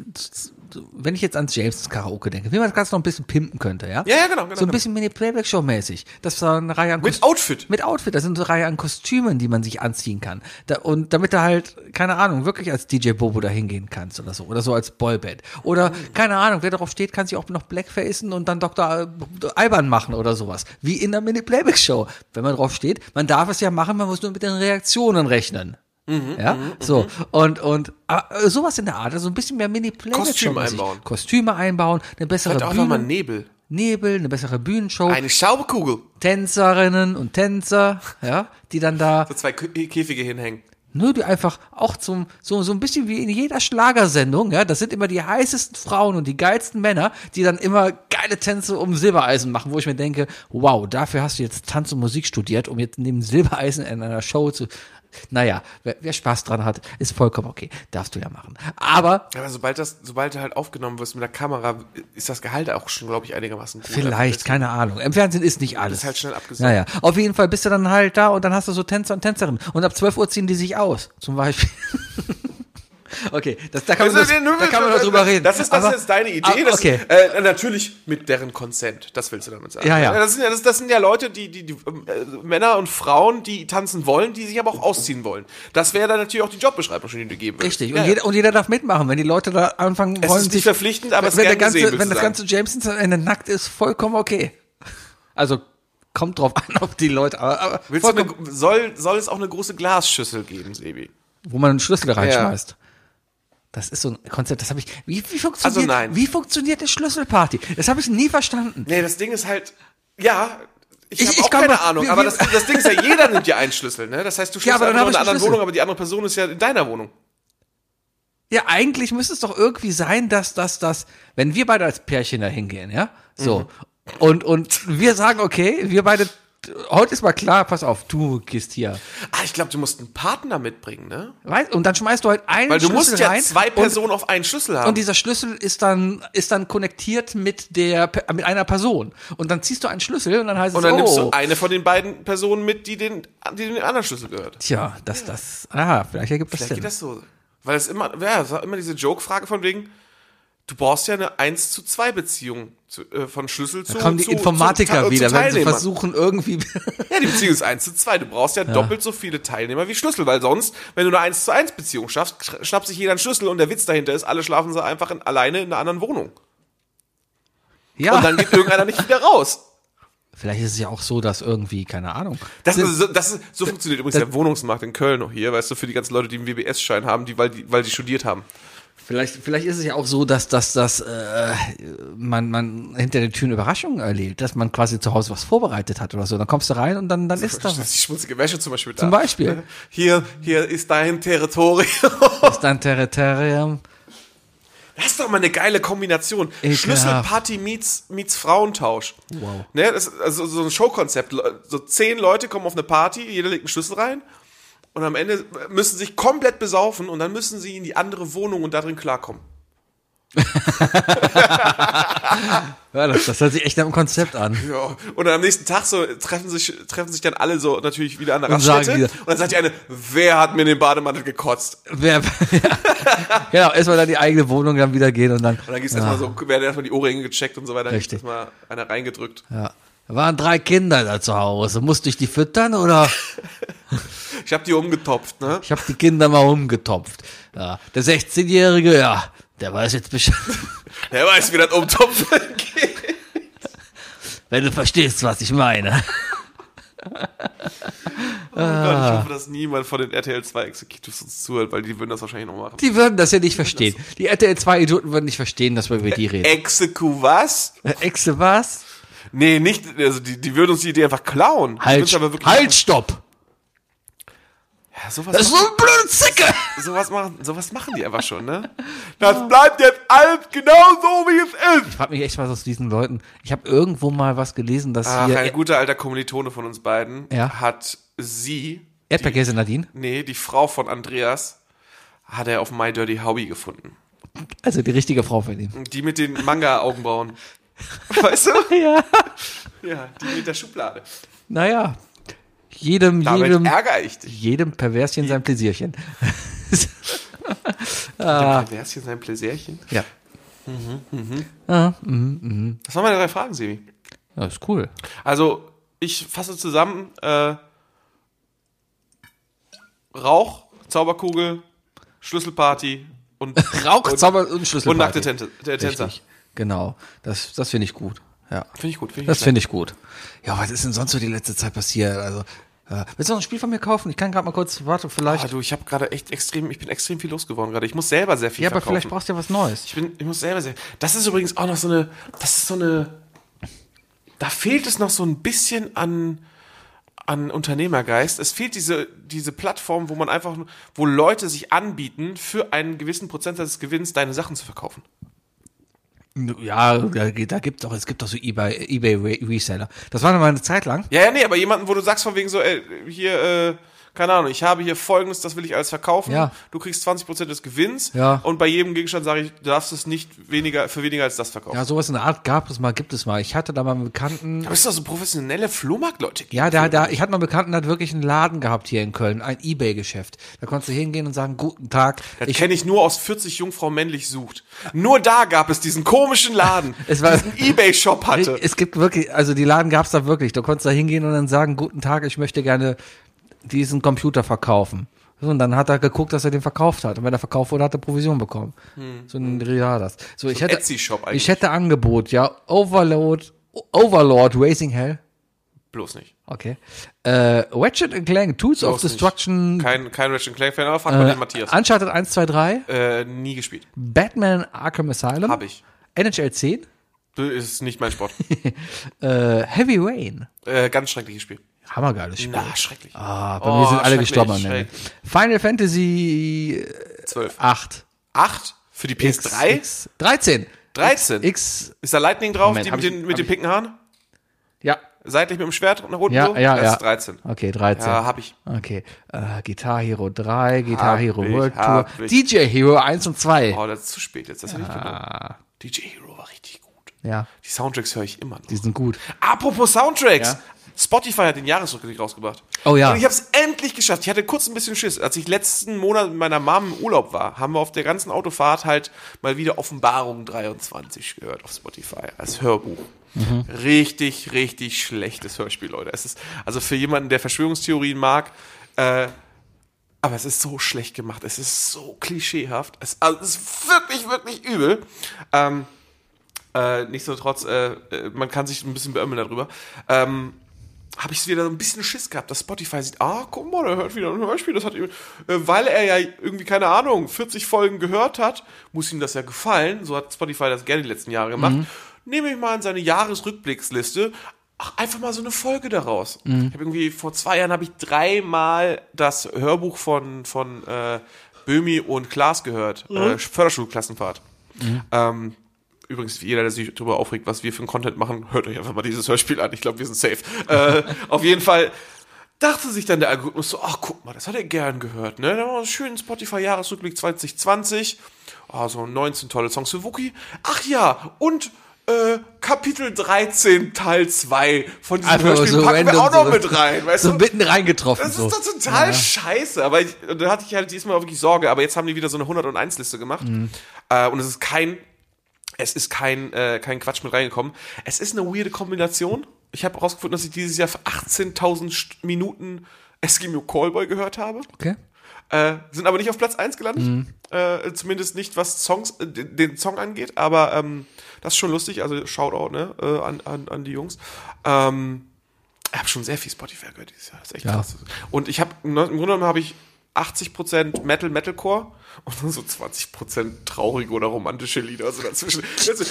Speaker 1: wenn ich jetzt ans James Karaoke denke, wie man das Ganze noch ein bisschen pimpen könnte, ja?
Speaker 2: Ja, ja, genau, genau,
Speaker 1: so ein
Speaker 2: genau.
Speaker 1: bisschen Mini-Playback-Show-mäßig. Das ist eine Reihe an
Speaker 2: Mit
Speaker 1: Kostü-
Speaker 2: Outfit.
Speaker 1: Mit Outfit, das sind so eine Reihe an Kostümen, die man sich anziehen kann. Da, und damit du halt, keine Ahnung, wirklich als DJ Bobo da hingehen kannst oder so. Oder so als Boyband. Oder, keine Ahnung, wer darauf steht, kann sich auch noch blackfacen und dann Dr. Al- Alban machen oder sowas. Wie in der Mini-Playback-Show. Wenn man drauf steht, man darf es ja machen, man muss nur mit den Reaktionen rechnen.
Speaker 2: Hm?
Speaker 1: ja, so.
Speaker 2: Mhm.
Speaker 1: Und, und aber, äh, sowas in der Art, also ein bisschen mehr Mini-Playback-Show.
Speaker 2: Kostüme einbauen.
Speaker 1: Kostüme einbauen, eine bessere
Speaker 2: Hat auch Ne- nochmal
Speaker 1: Bühne,
Speaker 2: Nebel.
Speaker 1: Nebel, eine bessere Bühnenshow.
Speaker 2: Eine Schaubekugel.
Speaker 1: Tänzerinnen und Tänzer, ja, die dann da,
Speaker 2: So zwei K- Käfige hinhängen.
Speaker 1: nur Ne, die einfach auch zum, so, so ein bisschen wie in jeder Schlagersendung, ja, das sind immer die heißesten Frauen und die geilsten Männer, die dann immer geile Tänze um Silbereisen machen, wo ich mir denke, wow, dafür hast du jetzt Tanz und Musik studiert, um jetzt neben Silbereisen in einer Show zu, naja, wer, wer Spaß dran hat, ist vollkommen okay, darfst du ja machen. Aber
Speaker 2: Ja, Aber sobald das, sobald du halt aufgenommen wirst mit der Kamera, ist das Gehalt auch schon, glaube ich, einigermaßen gut.
Speaker 1: Vielleicht, keine Ahnung. Im Fernsehen ist nicht alles.
Speaker 2: Ist halt schnell abgesagt.
Speaker 1: Naja, auf jeden Fall bist du dann halt da und dann hast du so Tänzer und Tänzerinnen. Und ab 12 Uhr ziehen die sich aus, zum Beispiel. okay, das, da kann man,
Speaker 2: Also,
Speaker 1: das,
Speaker 2: nur-
Speaker 1: da kann man noch drüber reden.
Speaker 2: Das ist, das
Speaker 1: Aber-
Speaker 2: ist deine Idee.
Speaker 1: Ah,
Speaker 2: das,
Speaker 1: okay.
Speaker 2: äh, natürlich mit deren Consent. Das willst du damit sagen.
Speaker 1: Ja, ja.
Speaker 2: Das sind ja, das, das sind ja Leute, die, die, die äh, Männer und Frauen, die tanzen wollen, die sich aber auch ausziehen wollen. Das wäre dann natürlich auch die Jobbeschreibung, schon, die du geben würdest.
Speaker 1: Richtig, und,
Speaker 2: Ja, ja.
Speaker 1: jeder, und jeder darf mitmachen, wenn die Leute da anfangen
Speaker 2: Es
Speaker 1: wollen.
Speaker 2: ist nicht verpflichtend, aber es ist
Speaker 1: wenn, der
Speaker 2: gern
Speaker 1: ganze,
Speaker 2: gesehen, willst
Speaker 1: wenn
Speaker 2: du
Speaker 1: das ganze Jameson zu Ende nackt ist, vollkommen okay. Also kommt drauf an, ob die Leute, aber, aber
Speaker 2: Willst du
Speaker 1: vollkommen-
Speaker 2: eine, soll, soll es auch eine große Glasschüssel geben, Sebi?
Speaker 1: wo man einen Schlüssel reinschmeißt. Das ist so ein Konzept, das habe ich. Wie, wie, funktioniert,
Speaker 2: Also nein.
Speaker 1: wie funktioniert eine Schlüsselparty? Das habe ich nie verstanden.
Speaker 2: Nee, das Ding ist halt, ja, ich,
Speaker 1: Ich-
Speaker 2: hab
Speaker 1: ich
Speaker 2: habe auch
Speaker 1: komm
Speaker 2: keine
Speaker 1: mal-
Speaker 2: Ahnung,
Speaker 1: wir-
Speaker 2: aber
Speaker 1: wir-
Speaker 2: das, das Ding ist ja, jeder nimmt dir einen Schlüssel, ne? Das heißt, du schließt
Speaker 1: aber dann hab
Speaker 2: einfach nur in
Speaker 1: ich
Speaker 2: einer
Speaker 1: einen
Speaker 2: anderen
Speaker 1: Schlüssel.
Speaker 2: Wohnung, aber die andere Person ist ja in deiner Wohnung.
Speaker 1: Ja, eigentlich müsste es doch irgendwie sein, dass dass, dass, wenn wir beide als Pärchen da hingehen, ja,
Speaker 2: Mhm.
Speaker 1: so, und, und wir sagen, okay, wir beide, heute ist mal klar, pass auf, du gehst hier.
Speaker 2: Ah, ich glaube, du musst einen Partner mitbringen, ne?
Speaker 1: Weißt, und dann schmeißt du halt einen
Speaker 2: Weil du
Speaker 1: Schlüssel
Speaker 2: musst ja
Speaker 1: rein
Speaker 2: zwei
Speaker 1: und,
Speaker 2: Personen auf einen Schlüssel haben.
Speaker 1: und dieser Schlüssel ist dann, ist dann konnektiert mit der, Pe- mit einer Person. Und dann ziehst du einen Schlüssel und dann heißt
Speaker 2: Und
Speaker 1: es,
Speaker 2: dann
Speaker 1: oh,
Speaker 2: nimmst du eine von den beiden Personen mit, die den, die den anderen Schlüssel gehört.
Speaker 1: Tja, das, das, ah, vielleicht ergibt das
Speaker 2: Vielleicht
Speaker 1: Sinn.
Speaker 2: geht das so. Weil es immer, ja, es war immer diese Joke-Frage von wegen, du brauchst ja eine 1 zu 2 Beziehung zu, äh, von Schlüssel zu
Speaker 1: kommen die
Speaker 2: zu,
Speaker 1: Informatiker
Speaker 2: zu, zu,
Speaker 1: wieder,
Speaker 2: zu
Speaker 1: wenn sie
Speaker 2: Teilnehmern.
Speaker 1: versuchen irgendwie.
Speaker 2: Ja, die Beziehung ist 1 zu 2. Du brauchst ja, doppelt so viele Teilnehmer wie Schlüssel, weil sonst, wenn du eine 1 zu 1 Beziehung schaffst, sch- schnappt sich jeder einen Schlüssel und der Witz dahinter ist, alle schlafen so einfach in, alleine in einer anderen Wohnung.
Speaker 1: ja.
Speaker 2: Und dann geht irgendeiner nicht wieder raus.
Speaker 1: Vielleicht ist es ja auch so, dass irgendwie, keine Ahnung.
Speaker 2: Das ist, so- das ist, so funktioniert übrigens der Wohnungsmarkt in Köln auch hier, weißt du, für die ganzen Leute, die einen WBS-Schein haben, die, weil, die, weil die studiert haben.
Speaker 1: Vielleicht, vielleicht ist es ja auch so, dass, dass, dass äh, man, man hinter den Türen Überraschungen erlebt, dass man quasi zu Hause was vorbereitet hat oder so. Dann kommst du rein und dann, dann ist
Speaker 2: Das
Speaker 1: das was.
Speaker 2: ist die schmutzige Wäsche zum Beispiel da.
Speaker 1: Zum Beispiel.
Speaker 2: Hier, hier ist dein Territorium.
Speaker 1: Das ist dein Territorium.
Speaker 2: Das ist doch mal eine geile Kombination.
Speaker 1: Ekelhaft.
Speaker 2: Schlüsselparty meets, meets Frauentausch.
Speaker 1: Wow.
Speaker 2: Ne, das ist also so ein Showkonzept. Le- So zehn Leute kommen auf eine Party, jeder legt einen Schlüssel rein und am Ende müssen sich komplett besaufen und dann müssen sie in die andere Wohnung und darin klarkommen.
Speaker 1: Ja, das, das hört sich echt nach einem Konzept an.
Speaker 2: Ja. Und dann am nächsten Tag so treffen sich, treffen sich dann alle so natürlich wieder an der
Speaker 1: Und sagen
Speaker 2: Raststätte.
Speaker 1: wieder-
Speaker 2: und dann sagt die eine, wer hat mir den Bademantel gekotzt?
Speaker 1: Wer, genau, erstmal dann die eigene Wohnung dann wieder gehen und dann.
Speaker 2: Und dann gibt's erstmal so, werden erstmal die Ohrringe gecheckt und so weiter.
Speaker 1: Richtig.
Speaker 2: Erstmal einer reingedrückt.
Speaker 1: Ja. Da waren drei Kinder da zu Hause. Musste ich die füttern oder?
Speaker 2: Ich habe die umgetopft, ne?
Speaker 1: Ich habe die Kinder mal umgetopft. Ja. Der 16-Jährige, ja, der weiß jetzt Bescheid.
Speaker 2: Wer weiß, wie das umtopfen geht.
Speaker 1: Wenn du verstehst, was ich meine.
Speaker 2: Oh Gott, ich
Speaker 1: Ah.
Speaker 2: hoffe, dass niemand von den RTL 2 Executives uns zuhört, weil die würden das wahrscheinlich noch machen.
Speaker 1: Die würden das ja nicht verstehen. Die RTL 2 Idioten würden nicht verstehen, dass wir über die reden.
Speaker 2: Execu was?
Speaker 1: Äh, Exe was?
Speaker 2: Nee, nicht, also die, die würden uns die Idee einfach klauen. Die würden
Speaker 1: Halt,
Speaker 2: es aber wirklich
Speaker 1: halt, stopp!
Speaker 2: Ja, sowas,
Speaker 1: Das ist so eine blöde Zicke!
Speaker 2: machen, sowas, machen, sowas machen die einfach schon, ne? Das bleibt jetzt alles genau so, wie es ist.
Speaker 1: Ich frag mich echt was aus diesen Leuten. Ich habe irgendwo mal was gelesen, dass
Speaker 2: Ach, ein
Speaker 1: hier
Speaker 2: guter alter Kommilitone von uns beiden
Speaker 1: Ja.
Speaker 2: hat sie,
Speaker 1: Erdbeerkäse Nadine,
Speaker 2: nee, die Frau von Andreas, hat er auf My Dirty Hobby gefunden.
Speaker 1: also die richtige Frau für ihn.
Speaker 2: Die mit den Manga-Augenbrauen. Weißt du?
Speaker 1: Ja.
Speaker 2: Ja, die mit der Schublade.
Speaker 1: Naja, jedem,
Speaker 2: Damit
Speaker 1: jedem,
Speaker 2: ärgere ich dich.
Speaker 1: jedem Perverschen sein Pläsierchen. äh,
Speaker 2: Ah. Wer ist hier sein Pläsierchen?
Speaker 1: Ja.
Speaker 2: Das waren meine drei Fragen, Sebi.
Speaker 1: Das ist cool.
Speaker 2: Also, ich fasse zusammen: äh, Rauch, Zauberkugel, Schlüsselparty und,
Speaker 1: Rauch, Zauber und Schlüssel.
Speaker 2: und nackte Tente, äh, Tänzer.
Speaker 1: Richtig. Genau. Das, das finde ich gut. Ja.
Speaker 2: Finde ich gut. Find ich
Speaker 1: Das
Speaker 2: nicht
Speaker 1: finde ich gut. Ja, was ist denn sonst so die letzte Zeit passiert? Also, äh, willst du noch ein Spiel von mir kaufen? Ich kann gerade mal kurz, warte,
Speaker 2: schlecht.
Speaker 1: vielleicht.
Speaker 2: Ah, du, ich habe gerade echt extrem, ich bin extrem viel losgeworden gerade. Ich muss selber sehr viel
Speaker 1: ja, aber
Speaker 2: verkaufen.
Speaker 1: vielleicht brauchst du ja was Neues.
Speaker 2: Ich, bin, ich muss selber sehr. Das ist übrigens auch noch so eine. Das ist so eine. Da fehlt es noch so ein bisschen an, an Unternehmergeist. Es fehlt diese, diese Plattform, wo man einfach, nur- wo Leute sich anbieten, für einen gewissen Prozentsatz des Gewinns deine Sachen zu verkaufen.
Speaker 1: Ja, da, da gibt doch, es gibt doch so eBay, eBay Re- Reseller. Das war noch mal eine Zeit lang.
Speaker 2: Ja, ja, nee, aber jemanden, wo du sagst von wegen so, ey, hier, äh, keine Ahnung, ich habe hier folgendes, das will ich alles verkaufen.
Speaker 1: Ja.
Speaker 2: Du kriegst 20% des Gewinns
Speaker 1: Ja.
Speaker 2: und bei jedem Gegenstand sage ich, du darfst es nicht weniger, für weniger als das verkaufen.
Speaker 1: Ja, sowas in der Art gab es mal, gibt es mal. Ich hatte da mal einen Bekannten,
Speaker 2: Aber es ist doch so professionelle Flohmarktleute.
Speaker 1: Ja, da, da, ich hatte mal einen Bekannten, der hat wirklich einen Laden gehabt hier in Köln, ein Ebay-Geschäft. Da konntest du hingehen und sagen, guten Tag.
Speaker 2: Das kenne ich nur aus 40 Jungfrau männlich sucht. Nur da gab es diesen komischen Laden,
Speaker 1: Es war-
Speaker 2: diesen Ebay-Shop hatte.
Speaker 1: Es gibt wirklich, also die Laden gab's da wirklich. Du konntest da hingehen und dann sagen, guten Tag, ich möchte gerne diesen Computer verkaufen. So, und dann hat er geguckt, dass er den verkauft hat. Und wenn er verkauft wurde, hat er Provision bekommen. So ein Dreh war das. So, ich hätte,
Speaker 2: Hm. Etsy-Shop eigentlich.
Speaker 1: ich hätte Angebot, ja. Overload, Overlord, Racing Hell.
Speaker 2: Bloß nicht.
Speaker 1: Okay. Äh, Ratchet and Clank, Tools of
Speaker 2: Bloß nicht.
Speaker 1: Destruction,
Speaker 2: Kein, kein Ratchet Clank-Fan, aber frag mal
Speaker 1: Äh,
Speaker 2: den Matthias.
Speaker 1: Uncharted 1, 2, 3.
Speaker 2: Äh, nie gespielt.
Speaker 1: Batman Arkham Asylum.
Speaker 2: Hab ich.
Speaker 1: NHL 10.
Speaker 2: Ist nicht mein Sport.
Speaker 1: Äh, Heavy Rain.
Speaker 2: äh, ganz schreckliches Spiel.
Speaker 1: Hammergeiles Spiel.
Speaker 2: Na, schrecklich.
Speaker 1: Ah, bei
Speaker 2: Oh,
Speaker 1: mir sind alle
Speaker 2: schrecklich,
Speaker 1: gestorben. am Ende. Final Fantasy
Speaker 2: Zwölf.
Speaker 1: 8.
Speaker 2: 8 für die PS3?
Speaker 1: X, 13.
Speaker 2: 13.
Speaker 1: X.
Speaker 2: Ist da Lightning drauf,
Speaker 1: Moment,
Speaker 2: die
Speaker 1: hab
Speaker 2: mit,
Speaker 1: ich-
Speaker 2: den, mit
Speaker 1: hab
Speaker 2: den
Speaker 1: ich-
Speaker 2: pinken Haaren?
Speaker 1: Ja.
Speaker 2: Seitlich mit dem Schwert nach unten
Speaker 1: Ja, ja,
Speaker 2: so? das
Speaker 1: ja. Also
Speaker 2: ist 13.
Speaker 1: Okay, 13.
Speaker 2: Ja, hab ich.
Speaker 1: Okay. Äh, Guitar Hero 3, Guitar
Speaker 2: Hab
Speaker 1: Hero
Speaker 2: ich,
Speaker 1: World Tour,
Speaker 2: hab ich.
Speaker 1: DJ Hero 1 und 2.
Speaker 2: Oh, das ist zu spät jetzt. Das hätte ich
Speaker 1: Ah.
Speaker 2: gedacht. DJ Hero war richtig gut.
Speaker 1: Ja,
Speaker 2: Die Soundtracks höre ich immer noch.
Speaker 1: die sind gut.
Speaker 2: Apropos Soundtracks.
Speaker 1: Ja?
Speaker 2: Spotify hat den Jahresrückblick rausgebracht.
Speaker 1: Oh ja.
Speaker 2: Und ich habe es endlich geschafft. Ich hatte kurz ein bisschen Schiss. Als ich letzten Monat mit meiner Mom im Urlaub war, haben wir auf der ganzen Autofahrt halt mal wieder Offenbarung 23 gehört auf Spotify als Hörbuch.
Speaker 1: Mhm.
Speaker 2: Richtig, richtig schlechtes Hörspiel, Leute. Es ist also für jemanden, der Verschwörungstheorien mag, äh, aber es ist so schlecht gemacht. Es ist so klischeehaft. Es, also, es ist wirklich, wirklich übel. Ähm, äh, nichtsdestotrotz, äh, äh, man kann sich ein bisschen beömmeln darüber. Ähm, habe ich wieder so ein bisschen Schiss gehabt, dass Spotify sieht, ah, guck mal, der hört wieder ein Hörspiel, das hat ihm, äh, weil er ja irgendwie, keine Ahnung, 40 Folgen gehört hat, muss ihm das ja gefallen, so hat Spotify das gerne die letzten Jahre gemacht, nehme ich mal in seine Jahresrückblicksliste, ach, einfach mal so eine Folge daraus. Ich habe irgendwie, vor zwei Jahren habe ich dreimal das Hörbuch von, von äh, Böhmi und Klaas gehört, äh, Förderschulklassenfahrt. Ähm, Übrigens, jeder, der sich darüber aufregt, was wir für einen Content machen, hört euch einfach mal dieses Hörspiel an. Ich glaube, wir sind safe. äh, auf jeden Fall dachte sich dann der Algorithmus so, ach guck mal, das hat er gern gehört. Ne? Da war einen schönen Spotify-Jahresrückblick 2020. Also 19 tolle Songs für Wookie. Ach ja, und äh, Kapitel 13 Teil 2 von diesem
Speaker 1: Einfach
Speaker 2: Hörspiel
Speaker 1: so
Speaker 2: Also, packen wir
Speaker 1: Also random.
Speaker 2: auch noch
Speaker 1: so-
Speaker 2: mit rein. Weißt
Speaker 1: so
Speaker 2: du?
Speaker 1: mitten reingetroffen.
Speaker 2: Das
Speaker 1: so.
Speaker 2: ist doch total scheiße. Aber ich, und da hatte ich halt diesmal wirklich Sorge. Aber jetzt haben die wieder so eine 101-Liste gemacht. Äh, und es ist kein, es ist kein, äh, kein Quatsch mit reingekommen. Es ist eine weirde Kombination. Ich habe herausgefunden, dass ich dieses Jahr für 18.000 St- Minuten Eskimo Callboy gehört habe.
Speaker 1: Okay.
Speaker 2: Äh, sind aber nicht auf Platz 1 gelandet. Äh, zumindest nicht, was Songs, äh, den den Song angeht. Aber ähm, das ist schon lustig. Also Shoutout ne, äh, an, an, an die Jungs. Ähm, ich habe schon sehr viel Spotify gehört dieses Jahr. Das ist echt
Speaker 1: Ja.
Speaker 2: krass. Und ich habe, im Grunde genommen habe ich 80% Metal, Metalcore und nur so 20% traurige oder romantische Lieder. Also dazwischen.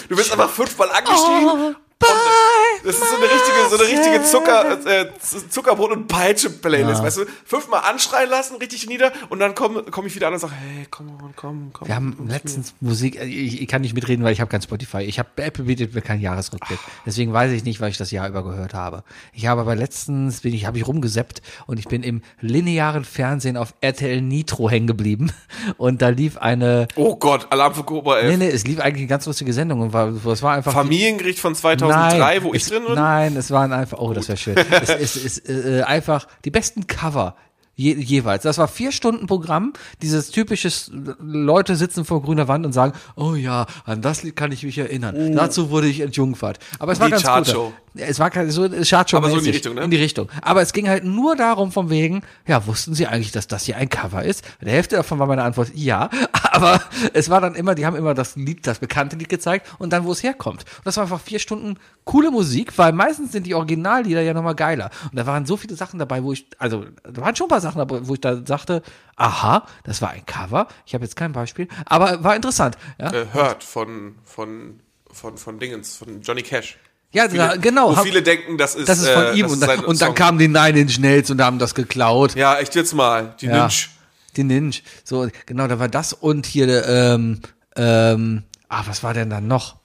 Speaker 2: Du wirst einfach fünfmal
Speaker 1: Oh,
Speaker 2: angestiegen. Und das ist so eine richtige, so eine richtige Zucker, äh, Z- Zuckerbrot und Peitsche-Playlist, weißt du? Fünfmal anschreien lassen, richtig nieder, und dann komme komm ich wieder an und sage, hey, komm, komm, komm, komm.
Speaker 1: Wir haben letztens Musik, äh, ich, ich kann nicht mitreden, weil ich habe kein Spotify. Ich habe Apple bietet mir keinen Jahresrückblick. Deswegen weiß ich nicht, was ich das Jahr über gehört habe. Ich habe aber letztens bin ich habe ich rumgeseppt und ich bin im linearen Fernsehen auf RTL Nitro hängen geblieben und da lief eine
Speaker 2: oh Gott, Alarm für Cobra 11.
Speaker 1: Nee, nee, es lief eigentlich eine ganz lustige Sendung und war, es war einfach
Speaker 2: Familiengericht von 2003,
Speaker 1: nein,
Speaker 2: wo ich
Speaker 1: es,
Speaker 2: drin bin.
Speaker 1: Nein, es war waren einfach, oh, das wäre schön. es ist, ist äh, einfach die besten Cover. Je, jeweils. Das war vier Stunden Programm, dieses typisches, Leute sitzen vor grüner Wand und sagen, oh ja, an das Lied kann ich mich erinnern. Dazu wurde ich entjungfert. Aber es war
Speaker 2: Oh. Die
Speaker 1: ganz gut.
Speaker 2: Chartshow.
Speaker 1: Ja, Es war kein- so Chartshow
Speaker 2: Aber so in die Richtung, ne?
Speaker 1: In die Richtung. Aber es ging halt nur darum, von wegen, ja, wussten Sie eigentlich, dass das hier ein Cover ist? Bei der Hälfte davon war meine Antwort ja. Aber es war dann immer, die haben immer das Lied, das bekannte Lied gezeigt und dann, wo es herkommt. Und das war einfach vier Stunden coole Musik, weil meistens sind die Originallieder ja nochmal geiler. Und da waren so viele Sachen dabei, wo ich, also, da waren schon ein paar Sachen dabei, wo ich da sagte, aha, das war ein Cover. Ich habe jetzt kein Beispiel, aber war interessant. Ja,
Speaker 2: Äh, Hurt von, von, von, von Dingens, von Johnny Cash.
Speaker 1: ja
Speaker 2: Viele,
Speaker 1: da- genau.
Speaker 2: Wo
Speaker 1: hab-
Speaker 2: viele denken, das ist,
Speaker 1: Das ist von
Speaker 2: äh,
Speaker 1: ihm.
Speaker 2: das
Speaker 1: und
Speaker 2: ist
Speaker 1: dann,
Speaker 2: sein
Speaker 1: und dann
Speaker 2: Song.
Speaker 1: kamen die Nine Inch Nails und haben das geklaut.
Speaker 2: Ja, echt jetzt mal. Die
Speaker 1: Ja.
Speaker 2: Lynch.
Speaker 1: Die Ninja. So, genau, da war das und hier, ähm, ähm, ah, was war denn dann noch?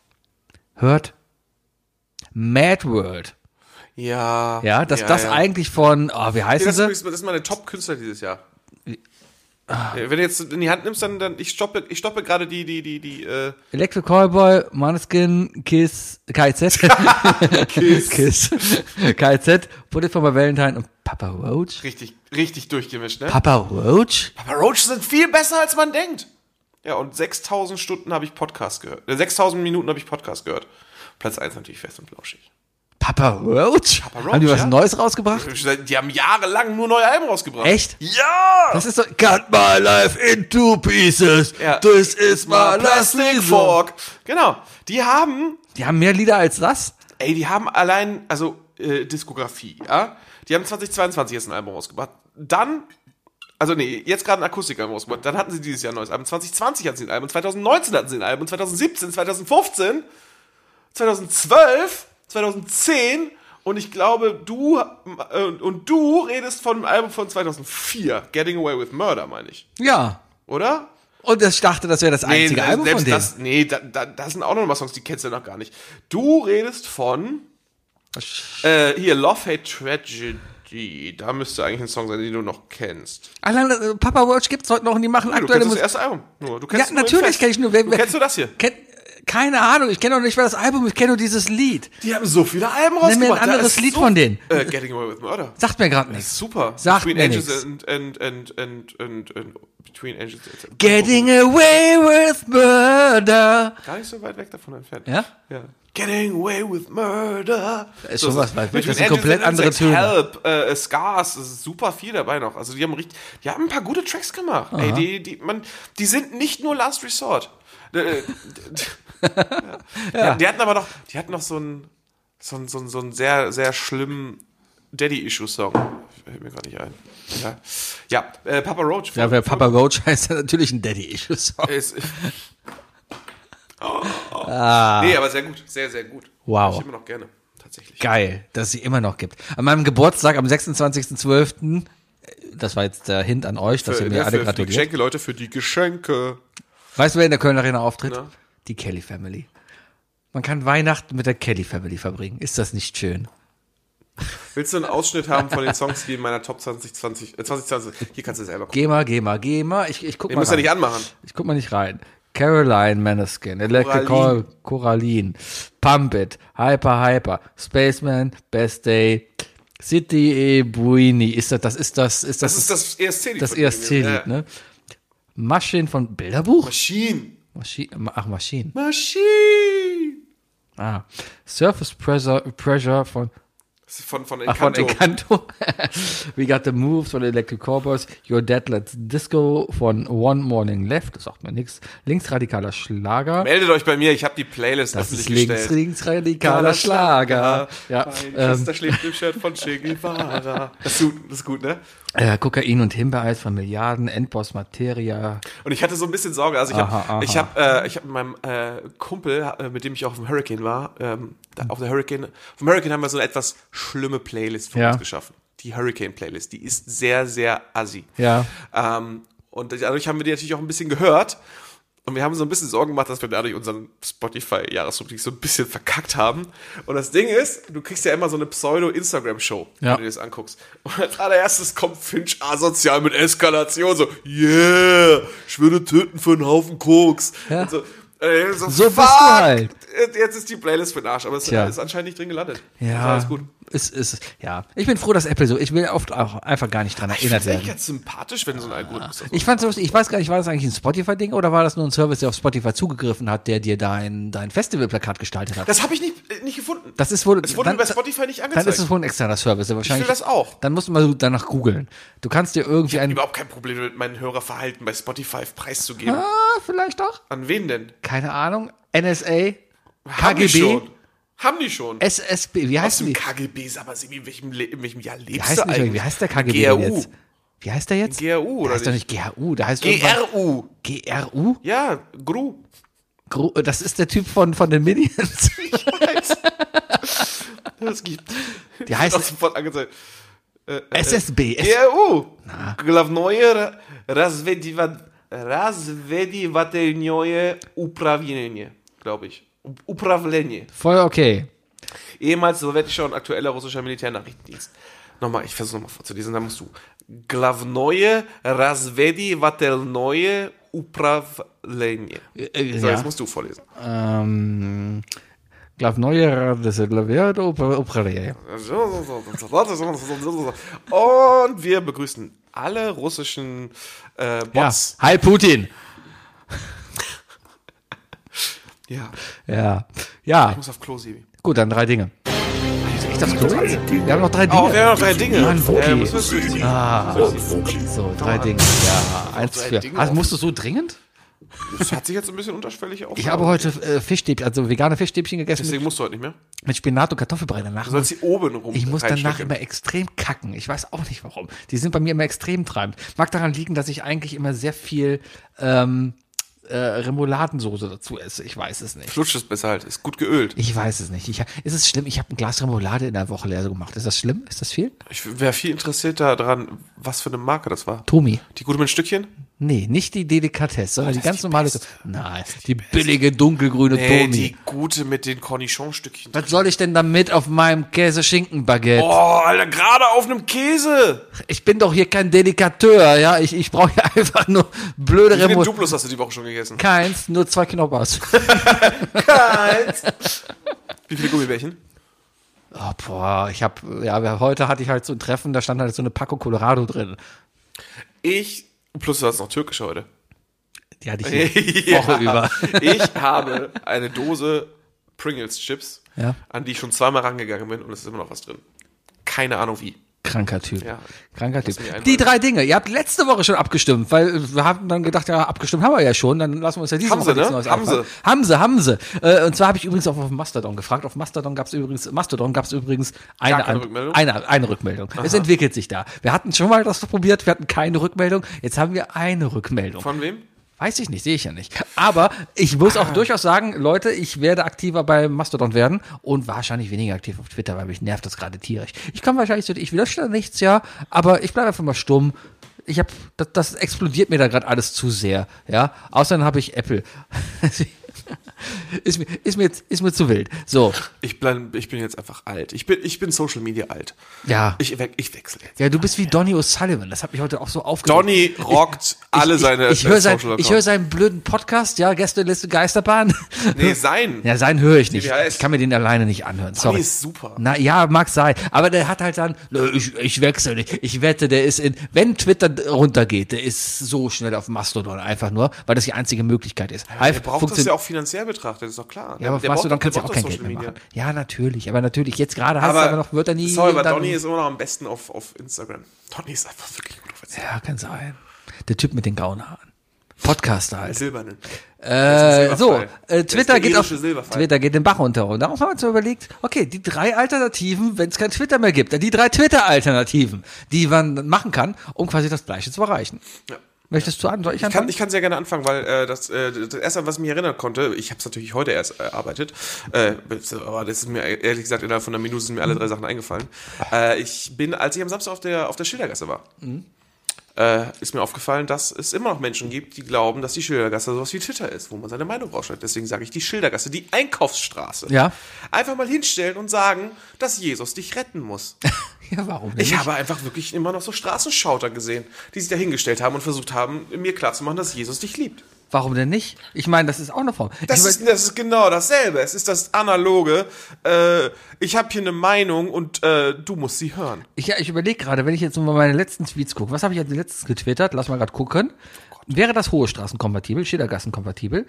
Speaker 1: Hört? Mad World.
Speaker 2: Ja.
Speaker 1: Ja, dass das
Speaker 2: ja.
Speaker 1: eigentlich von, ah, wie heißen
Speaker 2: Das ist,
Speaker 1: sie?
Speaker 2: übrigens, das ist meine Top-Künstler dieses Jahr. Ah. Äh, Wenn du jetzt in die Hand nimmst, dann, dann ich stoppe, ich stoppe gerade die, die, die, die, äh,
Speaker 1: Electric Callboy, Maneskin, Kiss, KZ. Kiss. Kiss. KZ, Bullet for my Valentine und Papa Roach.
Speaker 2: richtig, richtig durchgemischt, ne?
Speaker 1: Papa Roach?
Speaker 2: Papa Roach sind viel besser, als man denkt. Ja, und 6000 Stunden habe ich Podcast gehört. Äh, 6000 Minuten habe ich Podcast gehört. Platz 1 natürlich fest und flauschig.
Speaker 1: Papa Roach?
Speaker 2: Papa Roach,
Speaker 1: Haben die was
Speaker 2: ja.
Speaker 1: Neues rausgebracht?
Speaker 2: Die haben jahrelang nur neue Alben rausgebracht.
Speaker 1: Echt?
Speaker 2: Ja!
Speaker 1: Das ist so, cut my life in two pieces.
Speaker 2: Ja.
Speaker 1: This is my last
Speaker 2: Plastic Fork. Genau. Die haben,
Speaker 1: Die haben mehr Lieder als das?
Speaker 2: ey, die haben allein, also äh, Diskografie, ja. Die haben 2022 jetzt ein Album rausgebracht. Dann, also nee, jetzt gerade ein Akustikalbum rausgebracht. Dann hatten sie dieses Jahr ein neues Album. 2020 hatten sie ein Album, 2019 hatten sie ein Album, 2017, 2015, 2012, 2010 und ich glaube, du äh, und du redest von einem Album von 2004, Getting Away with Murder, meine ich,
Speaker 1: Ja.
Speaker 2: oder?
Speaker 1: Und das- ich dachte, das wäre das einzige
Speaker 2: also
Speaker 1: Album von denen.
Speaker 2: selbst das, nee, da, da, das sind auch noch mal Songs, die kennst du noch gar nicht. Du redest von äh, hier Love Hate Tragedy. Da müsste eigentlich ein Song sein, den du noch kennst.
Speaker 1: Allein äh, Papa Roach gibt's heute noch und die machen
Speaker 2: Du
Speaker 1: aktuelle
Speaker 2: kennst
Speaker 1: Musik.
Speaker 2: das erste Album. Nur. Du
Speaker 1: Ja,
Speaker 2: kennst nur den
Speaker 1: natürlich
Speaker 2: Fest.
Speaker 1: kenn ich nur.
Speaker 2: Du kennst du das hier?
Speaker 1: Kenn, keine Ahnung, ich kenne noch nicht mal das Album, ich kenne nur dieses Lied.
Speaker 2: Die haben so viele Alben
Speaker 1: Nimm mir ein anderes Lied von denen.
Speaker 2: Äh, Getting Away with Murder.
Speaker 1: Sagt mir gerade nichts.
Speaker 2: Super.
Speaker 1: Sagt
Speaker 2: Between
Speaker 1: mir
Speaker 2: Angels
Speaker 1: nix.
Speaker 2: and, and, and, and, and, and Between Angels and
Speaker 1: Getting away with murder.
Speaker 2: Gar nicht so weit weg davon entfernt.
Speaker 1: Ja?
Speaker 2: Ja. Getting away with murder.
Speaker 1: ist
Speaker 2: So,
Speaker 1: schon was weit weg.
Speaker 2: Between
Speaker 1: Das sind komplett
Speaker 2: Angels and
Speaker 1: andere
Speaker 2: Insects, Help, äh, Scars, es ist super viel dabei noch. Also die haben richtig, die haben ein paar gute Tracks gemacht. Ey, die, die, man, die sind nicht nur Last Resort. Äh, ja. die, die hatten aber noch, die hatten noch so einen, so einen, so einen, so einen sehr, sehr schlimmen Daddy-Issue-Song. Fällt mir gerade nicht ein. Ja, ja äh, Papa Roach.
Speaker 1: Ja, wer Papa Roach heißt, hat natürlich ein Daddy-Issue-Song.
Speaker 2: Ist, Oh, Nee, aber sehr gut. Sehr, sehr gut.
Speaker 1: Ah. Wow.
Speaker 2: Hab Ich immer noch gerne. Tatsächlich.
Speaker 1: Geil, dass sie immer noch gibt. An meinem Geburtstag am 26.12., das war jetzt der Hint an euch, dass ihr mir
Speaker 2: ne,
Speaker 1: alle
Speaker 2: für, für die
Speaker 1: gratuliert.
Speaker 2: Geschenke, Leute, für die Geschenke.
Speaker 1: Weißt du, wer in der Kölner Arena auftritt?
Speaker 2: Na?
Speaker 1: Die Kelly Family. Man kann Weihnachten mit der Kelly Family verbringen. Ist das nicht schön?
Speaker 2: Willst du einen Ausschnitt haben von den Songs, die in meiner Top 2020, äh, 2020, hier kannst du selber gucken.
Speaker 1: Geh mal, geh mal, geh mal. Ich, ich guck
Speaker 2: Den
Speaker 1: mal.
Speaker 2: müsst ihr
Speaker 1: Rein.
Speaker 2: nicht anmachen.
Speaker 1: ich guck mal nicht rein. Caroline Maneskin, Electrical, Coraline, Pump It, Hyper Hyper, Spaceman, Best Day, City e Buini. Ist das, das ist das, ist
Speaker 2: Das
Speaker 1: das,
Speaker 2: ist das ESC-Lied.
Speaker 1: das,
Speaker 2: von denen
Speaker 1: ESC-Lied,
Speaker 2: gewesen. Ja.
Speaker 1: ne? Maschinen von Bilderbuch?
Speaker 2: Machine.
Speaker 1: Maschi Ach, Maschinen.
Speaker 2: Machine.
Speaker 1: Ah. Surface Pressure, Pressure von
Speaker 2: Das ist von, von
Speaker 1: Ach, von
Speaker 2: Encanto.
Speaker 1: Encanto. We got the moves von Electric Cowboys. Your Dead Let's Disco von One Morning Left. Das sagt mir nichts. Linksradikaler Schlager.
Speaker 2: Meldet euch bei mir, ich habe die Playlist
Speaker 1: Das
Speaker 2: öffentlich
Speaker 1: ist links,
Speaker 2: gestellt.
Speaker 1: linksradikaler Schlager. Ja,
Speaker 2: Mein
Speaker 1: ähm,
Speaker 2: Schwester schläft im Shirt von Che Guevara. Das ist gut, das ist gut ne?
Speaker 1: äh, Kokain und Himbeereis von Milliarden. Endboss Materia.
Speaker 2: Und ich hatte so ein bisschen Sorge. Also ich
Speaker 1: Aha, aha.
Speaker 2: habe ich hab, äh, ich hab mit meinem äh, Kumpel, äh, mit dem ich auch auf dem Hurricane war, ähm, da, auf der Hurricane, auf dem Hurricane haben wir so eine etwas schlimme Playlist für
Speaker 1: Ja.
Speaker 2: uns geschaffen. Die Hurricane-Playlist, die ist sehr, sehr assi.
Speaker 1: Ja.
Speaker 2: Ähm, und dadurch haben wir die natürlich auch ein bisschen gehört. Und wir haben so ein bisschen Sorgen gemacht, dass wir dadurch unseren Spotify-Jahresrückblick so ein bisschen verkackt haben. Und das Ding ist, du kriegst ja immer so eine Pseudo-Instagram-Show,
Speaker 1: Ja.
Speaker 2: wenn du dir das anguckst. Und als allererstes kommt Finch asozial mit Eskalation, so, yeah, ich würde töten für einen Haufen Koks.
Speaker 1: Ja.
Speaker 2: Und so, Äh, so,
Speaker 1: So bist du
Speaker 2: fuck,
Speaker 1: halt.
Speaker 2: Jetzt ist die Playlist für den Arsch, aber es
Speaker 1: Tja.
Speaker 2: ist anscheinend nicht drin gelandet.
Speaker 1: Ja,
Speaker 2: Also alles gut.
Speaker 1: Ist, ist, ja. Ich bin froh, dass Apple so, ich will oft auch einfach gar nicht dran
Speaker 2: Ich
Speaker 1: erinnert
Speaker 2: finde eigentlich
Speaker 1: werden.
Speaker 2: ganz sympathisch, wenn so ein Algorithmus das
Speaker 1: Ich fand's so, ich weiß gar nicht, war das eigentlich ein Spotify-Ding oder war das nur ein Service, der auf Spotify zugegriffen hat, der dir dein, dein Festivalplakat gestaltet hat?
Speaker 2: Das habe ich nicht, äh, nicht gefunden.
Speaker 1: Das ist wohl.
Speaker 2: Es wurde bei Spotify nicht angezeigt.
Speaker 1: Dann ist es wohl ein externer Service. aber Wahrscheinlich,
Speaker 2: das auch.
Speaker 1: Dann musst du mal danach googeln. Du kannst dir irgendwie einen.
Speaker 2: überhaupt kein Problem mit meinem Hörerverhalten bei Spotify preiszugeben.
Speaker 1: Ah, vielleicht doch.
Speaker 2: An wen denn?
Speaker 1: Keine Ahnung. NSA,
Speaker 2: Haben die
Speaker 1: KGB,
Speaker 2: schon. Haben die schon.
Speaker 1: SSB. Wie
Speaker 2: Aus
Speaker 1: heißen
Speaker 2: dem
Speaker 1: die?
Speaker 2: KGB, sag mal, Simi, in welchem, Le in welchem Jahr lebst
Speaker 1: Der heißt
Speaker 2: du
Speaker 1: nicht,
Speaker 2: eigentlich?
Speaker 1: wie heißt der KGB
Speaker 2: GRU.
Speaker 1: denn jetzt? Wie heißt der jetzt?
Speaker 2: GRU,
Speaker 1: der
Speaker 2: oder
Speaker 1: heißt doch nicht GRU, der heißt irgendwann-
Speaker 2: GRU.
Speaker 1: GRU?
Speaker 2: Ja, GRU.
Speaker 1: Gru- Das ist der Typ von, von den Minions.
Speaker 2: Das gibt.
Speaker 1: Die heißt
Speaker 2: Auch sofort angezeigt.
Speaker 1: SSB.
Speaker 2: GRU. Главное разведива- разведывательное управление, glaube ich. U- Управление.
Speaker 1: Voll okay.
Speaker 2: Ehemals sowjetischer und aktueller russischer Militärnachrichtendienst. Nochmal, ich versuche nochmal vorzulesen, dann musst du. Главное разведывательное управление.
Speaker 1: Äh,
Speaker 2: So,
Speaker 1: ja.
Speaker 2: jetzt musst du vorlesen.
Speaker 1: Ähm, glaub neue das ist Glavier, Operalie.
Speaker 2: Und wir begrüßen alle russischen äh,
Speaker 1: Ja.
Speaker 2: Bots.
Speaker 1: Hi Putin.
Speaker 2: Ja.
Speaker 1: Ja. Ja.
Speaker 2: Ich muss auf Klo, Sibi.
Speaker 1: Gut, dann drei Dinge. Also Ich dachte, wir haben noch drei Dinge.
Speaker 2: Oh, wir haben noch drei Dinge.
Speaker 1: Mann, Ah. Wookie.
Speaker 2: Äh, müssen wir durchziehen.
Speaker 1: so, drei Dinge. Ja, eins
Speaker 2: drei
Speaker 1: für.
Speaker 2: Dinge
Speaker 1: Also
Speaker 2: auf.
Speaker 1: musst du so dringend?
Speaker 2: das hat sich jetzt ein bisschen unterschwellig auf.
Speaker 1: Ich habe heute äh, Fischstäbchen, also vegane Fischstäbchen gegessen mit,
Speaker 2: Deswegen musst du heute nicht mehr. Du
Speaker 1: mit Spinat und Kartoffelbrei danach.
Speaker 2: sollst sie oben rum.
Speaker 1: Ich muss danach
Speaker 2: reinstecken.
Speaker 1: immer extrem kacken. Ich weiß auch nicht warum. Die sind bei mir immer extrem treibend. Mag daran liegen, dass ich eigentlich immer sehr viel ähm, äh, Remouladensoße dazu esse. Ich weiß es nicht.
Speaker 2: Flutsch ist besser halt. Ist gut geölt.
Speaker 1: Ich weiß es nicht. Ich, ha- ist es schlimm? Ich habe ein Glas Remoulade in der Woche leer gemacht. Ist das schlimm? Ist das viel?
Speaker 2: Ich wäre viel interessiert daran, was für eine Marke das war.
Speaker 1: Tomi.
Speaker 2: Die gute mit Stückchen?
Speaker 1: Nee, nicht die Delikatesse, sondern die
Speaker 2: Oh, das
Speaker 1: ganz
Speaker 2: ist die
Speaker 1: normale.
Speaker 2: beste.
Speaker 1: Nein, die, billige dunkelgrüne
Speaker 2: Nee,
Speaker 1: Tomi.
Speaker 2: die gute mit den Cornichon-Stückchen.
Speaker 1: Was soll ich denn damit auf meinem Käse-Schinken-Baguette?
Speaker 2: Oh, Alter, gerade auf einem Käse.
Speaker 1: Ich bin doch hier kein Delikateur, ja? Ich, ich brauche hier einfach nur blöde
Speaker 2: Wie viele
Speaker 1: Remoulade.
Speaker 2: Duplos hast du die Woche schon gegessen?
Speaker 1: Keins, nur zwei Knoppers.
Speaker 2: Wie viele Gummibärchen?
Speaker 1: Oh, boah, ich hab, ja, wir- heute hatte ich halt so ein Treffen, da stand halt so eine Paco Colorado drin.
Speaker 2: Ich, plus du hast noch türkisch heute.
Speaker 1: Die hatte ich die
Speaker 2: Ja.
Speaker 1: Woche über.
Speaker 2: Ich habe eine Dose Pringles Chips,
Speaker 1: Ja.
Speaker 2: an die ich schon zweimal rangegangen bin und es ist immer noch was drin. Keine Ahnung wie.
Speaker 1: Kranker Typ.
Speaker 2: Ja.
Speaker 1: Kranker Typ.
Speaker 2: mir einfallen.
Speaker 1: Die drei Dinge. Ihr habt letzte Woche schon abgestimmt, weil wir haben dann gedacht, ja, abgestimmt haben wir ja schon, dann lassen wir uns ja diese
Speaker 2: Haben
Speaker 1: Woche
Speaker 2: sie,
Speaker 1: nichts
Speaker 2: ne?
Speaker 1: Neues
Speaker 2: Haben
Speaker 1: einfallen. Haben sie, haben sie. Äh, und zwar habe ich übrigens auch auf Mastodon gefragt. Auf Mastodon gab es übrigens, Mastodon gab es übrigens eine,
Speaker 2: keine
Speaker 1: An-
Speaker 2: Rückmeldung?
Speaker 1: eine, eine Rückmeldung. Es entwickelt sich da. Wir hatten schon mal das probiert, wir hatten keine Rückmeldung. Jetzt haben wir eine Rückmeldung.
Speaker 2: Von wem?
Speaker 1: Weiß ich nicht, sehe ich ja nicht. Aber ich muss
Speaker 2: Ah.
Speaker 1: auch durchaus sagen, Leute, ich werde aktiver bei Mastodon werden und wahrscheinlich weniger aktiv auf Twitter, weil mich nervt das gerade tierisch. Ich kann wahrscheinlich, so- ich lösche da nichts, ja, aber ich bleibe einfach mal stumm. Ich habe, das, das explodiert mir da gerade alles zu sehr, ja. Außerdem habe ich Apple. ist, mir, ist, mir jetzt, ist mir zu wild. So,
Speaker 2: Ich bin, ich bin jetzt einfach alt. Ich bin, ich bin Social Media alt.
Speaker 1: ja.
Speaker 2: Ich, we ich wechsle jetzt.
Speaker 1: ja, du bist wie Donny O'Sullivan. Das hat mich heute auch so aufgeregt.
Speaker 2: Donny rockt alle
Speaker 1: ich,
Speaker 2: seine
Speaker 1: Ich, ich höre
Speaker 2: äh,
Speaker 1: sein,
Speaker 2: Social
Speaker 1: ich höre
Speaker 2: Accounts.
Speaker 1: seinen blöden Podcast, ja, Gästeliste Geisterbahn.
Speaker 2: Nee, sein.
Speaker 1: Ja, sein höre ich nicht.
Speaker 2: DBHS.
Speaker 1: Ich kann mir den alleine nicht anhören. Sorry.
Speaker 2: ist super.
Speaker 1: Na ja, mag sein. Aber der hat halt dann, "Nö, ich, ich wechsle nicht. Ich wette, der ist in, wenn Twitter d- runtergeht, der ist so schnell auf Mastodon einfach nur, weil das die einzige Möglichkeit ist.
Speaker 2: Der braucht das ja auch finanziell betrachtet, ist doch klar.
Speaker 1: ja, aber auf
Speaker 2: der
Speaker 1: Mastodon
Speaker 2: braucht-
Speaker 1: kannst du ja
Speaker 2: der
Speaker 1: auch
Speaker 2: braucht
Speaker 1: kein
Speaker 2: doch
Speaker 1: Geld mehr
Speaker 2: Social
Speaker 1: machen.
Speaker 2: Media.
Speaker 1: Ja, natürlich. Aber natürlich, jetzt gerade heißt es
Speaker 2: Aber,
Speaker 1: aber noch, wird er nie.
Speaker 2: sorry, aber
Speaker 1: dann-
Speaker 2: Donny ist immer noch am besten auf, auf Instagram. Donny ist einfach wirklich gut auf Instagram.
Speaker 1: ja, kann sein. Der Typ mit den grauen Haaren. Podcaster halt.
Speaker 2: Silbernen.
Speaker 1: Äh, so,
Speaker 2: Silberfall. Der
Speaker 1: äh,
Speaker 2: ist
Speaker 1: Twitter
Speaker 2: der
Speaker 1: geht auf
Speaker 2: irische Silberfall.
Speaker 1: Twitter geht den Bach runter. Und darauf haben wir uns überlegt, okay, die drei Alternativen, wenn es kein Twitter mehr gibt, dann die drei Twitter-Alternativen, die man machen kann, um quasi das Gleiche zu erreichen.
Speaker 2: Ja.
Speaker 1: Möchtest du an? Soll ich,
Speaker 2: Ich kann,
Speaker 1: anfangen?
Speaker 2: ich kann sehr gerne anfangen, weil äh, das, äh, das erste, an was ich mich erinnern konnte, ich habe es natürlich heute erst äh, erarbeitet, äh, aber das ist mir ehrlich gesagt innerhalb von einer Minute sind mir alle drei Sachen eingefallen. Äh, ich bin, als ich am Samstag auf der, auf der Schildergasse war, äh, ist mir aufgefallen, dass es immer noch Menschen gibt, die glauben, dass die Schildergasse sowas wie Twitter ist, wo man seine Meinung rausschreibt. Deswegen sage ich die Schildergasse, die Einkaufsstraße.
Speaker 1: Ja.
Speaker 2: Einfach mal hinstellen und sagen, dass Jesus dich retten muss.
Speaker 1: ja, warum denn?
Speaker 2: Ich
Speaker 1: nicht?
Speaker 2: habe einfach wirklich immer noch so Straßenschauter gesehen, die sich da hingestellt haben und versucht haben, mir klarzumachen, dass Jesus dich liebt.
Speaker 1: Warum denn nicht? Ich meine, das ist auch eine Form.
Speaker 2: Das
Speaker 1: ich
Speaker 2: ist, das ist genau dasselbe. Es ist das analoge. Äh, ich habe hier eine Meinung und äh, du musst sie hören.
Speaker 1: Ich, ja, ich überlege gerade, wenn ich jetzt mal meine letzten Tweets gucke, was habe ich als letztes getwittert? Lass mal gerade gucken.
Speaker 2: Oh
Speaker 1: Wäre das Hohe Straßen kompatibel, Schildergassen kompatibel?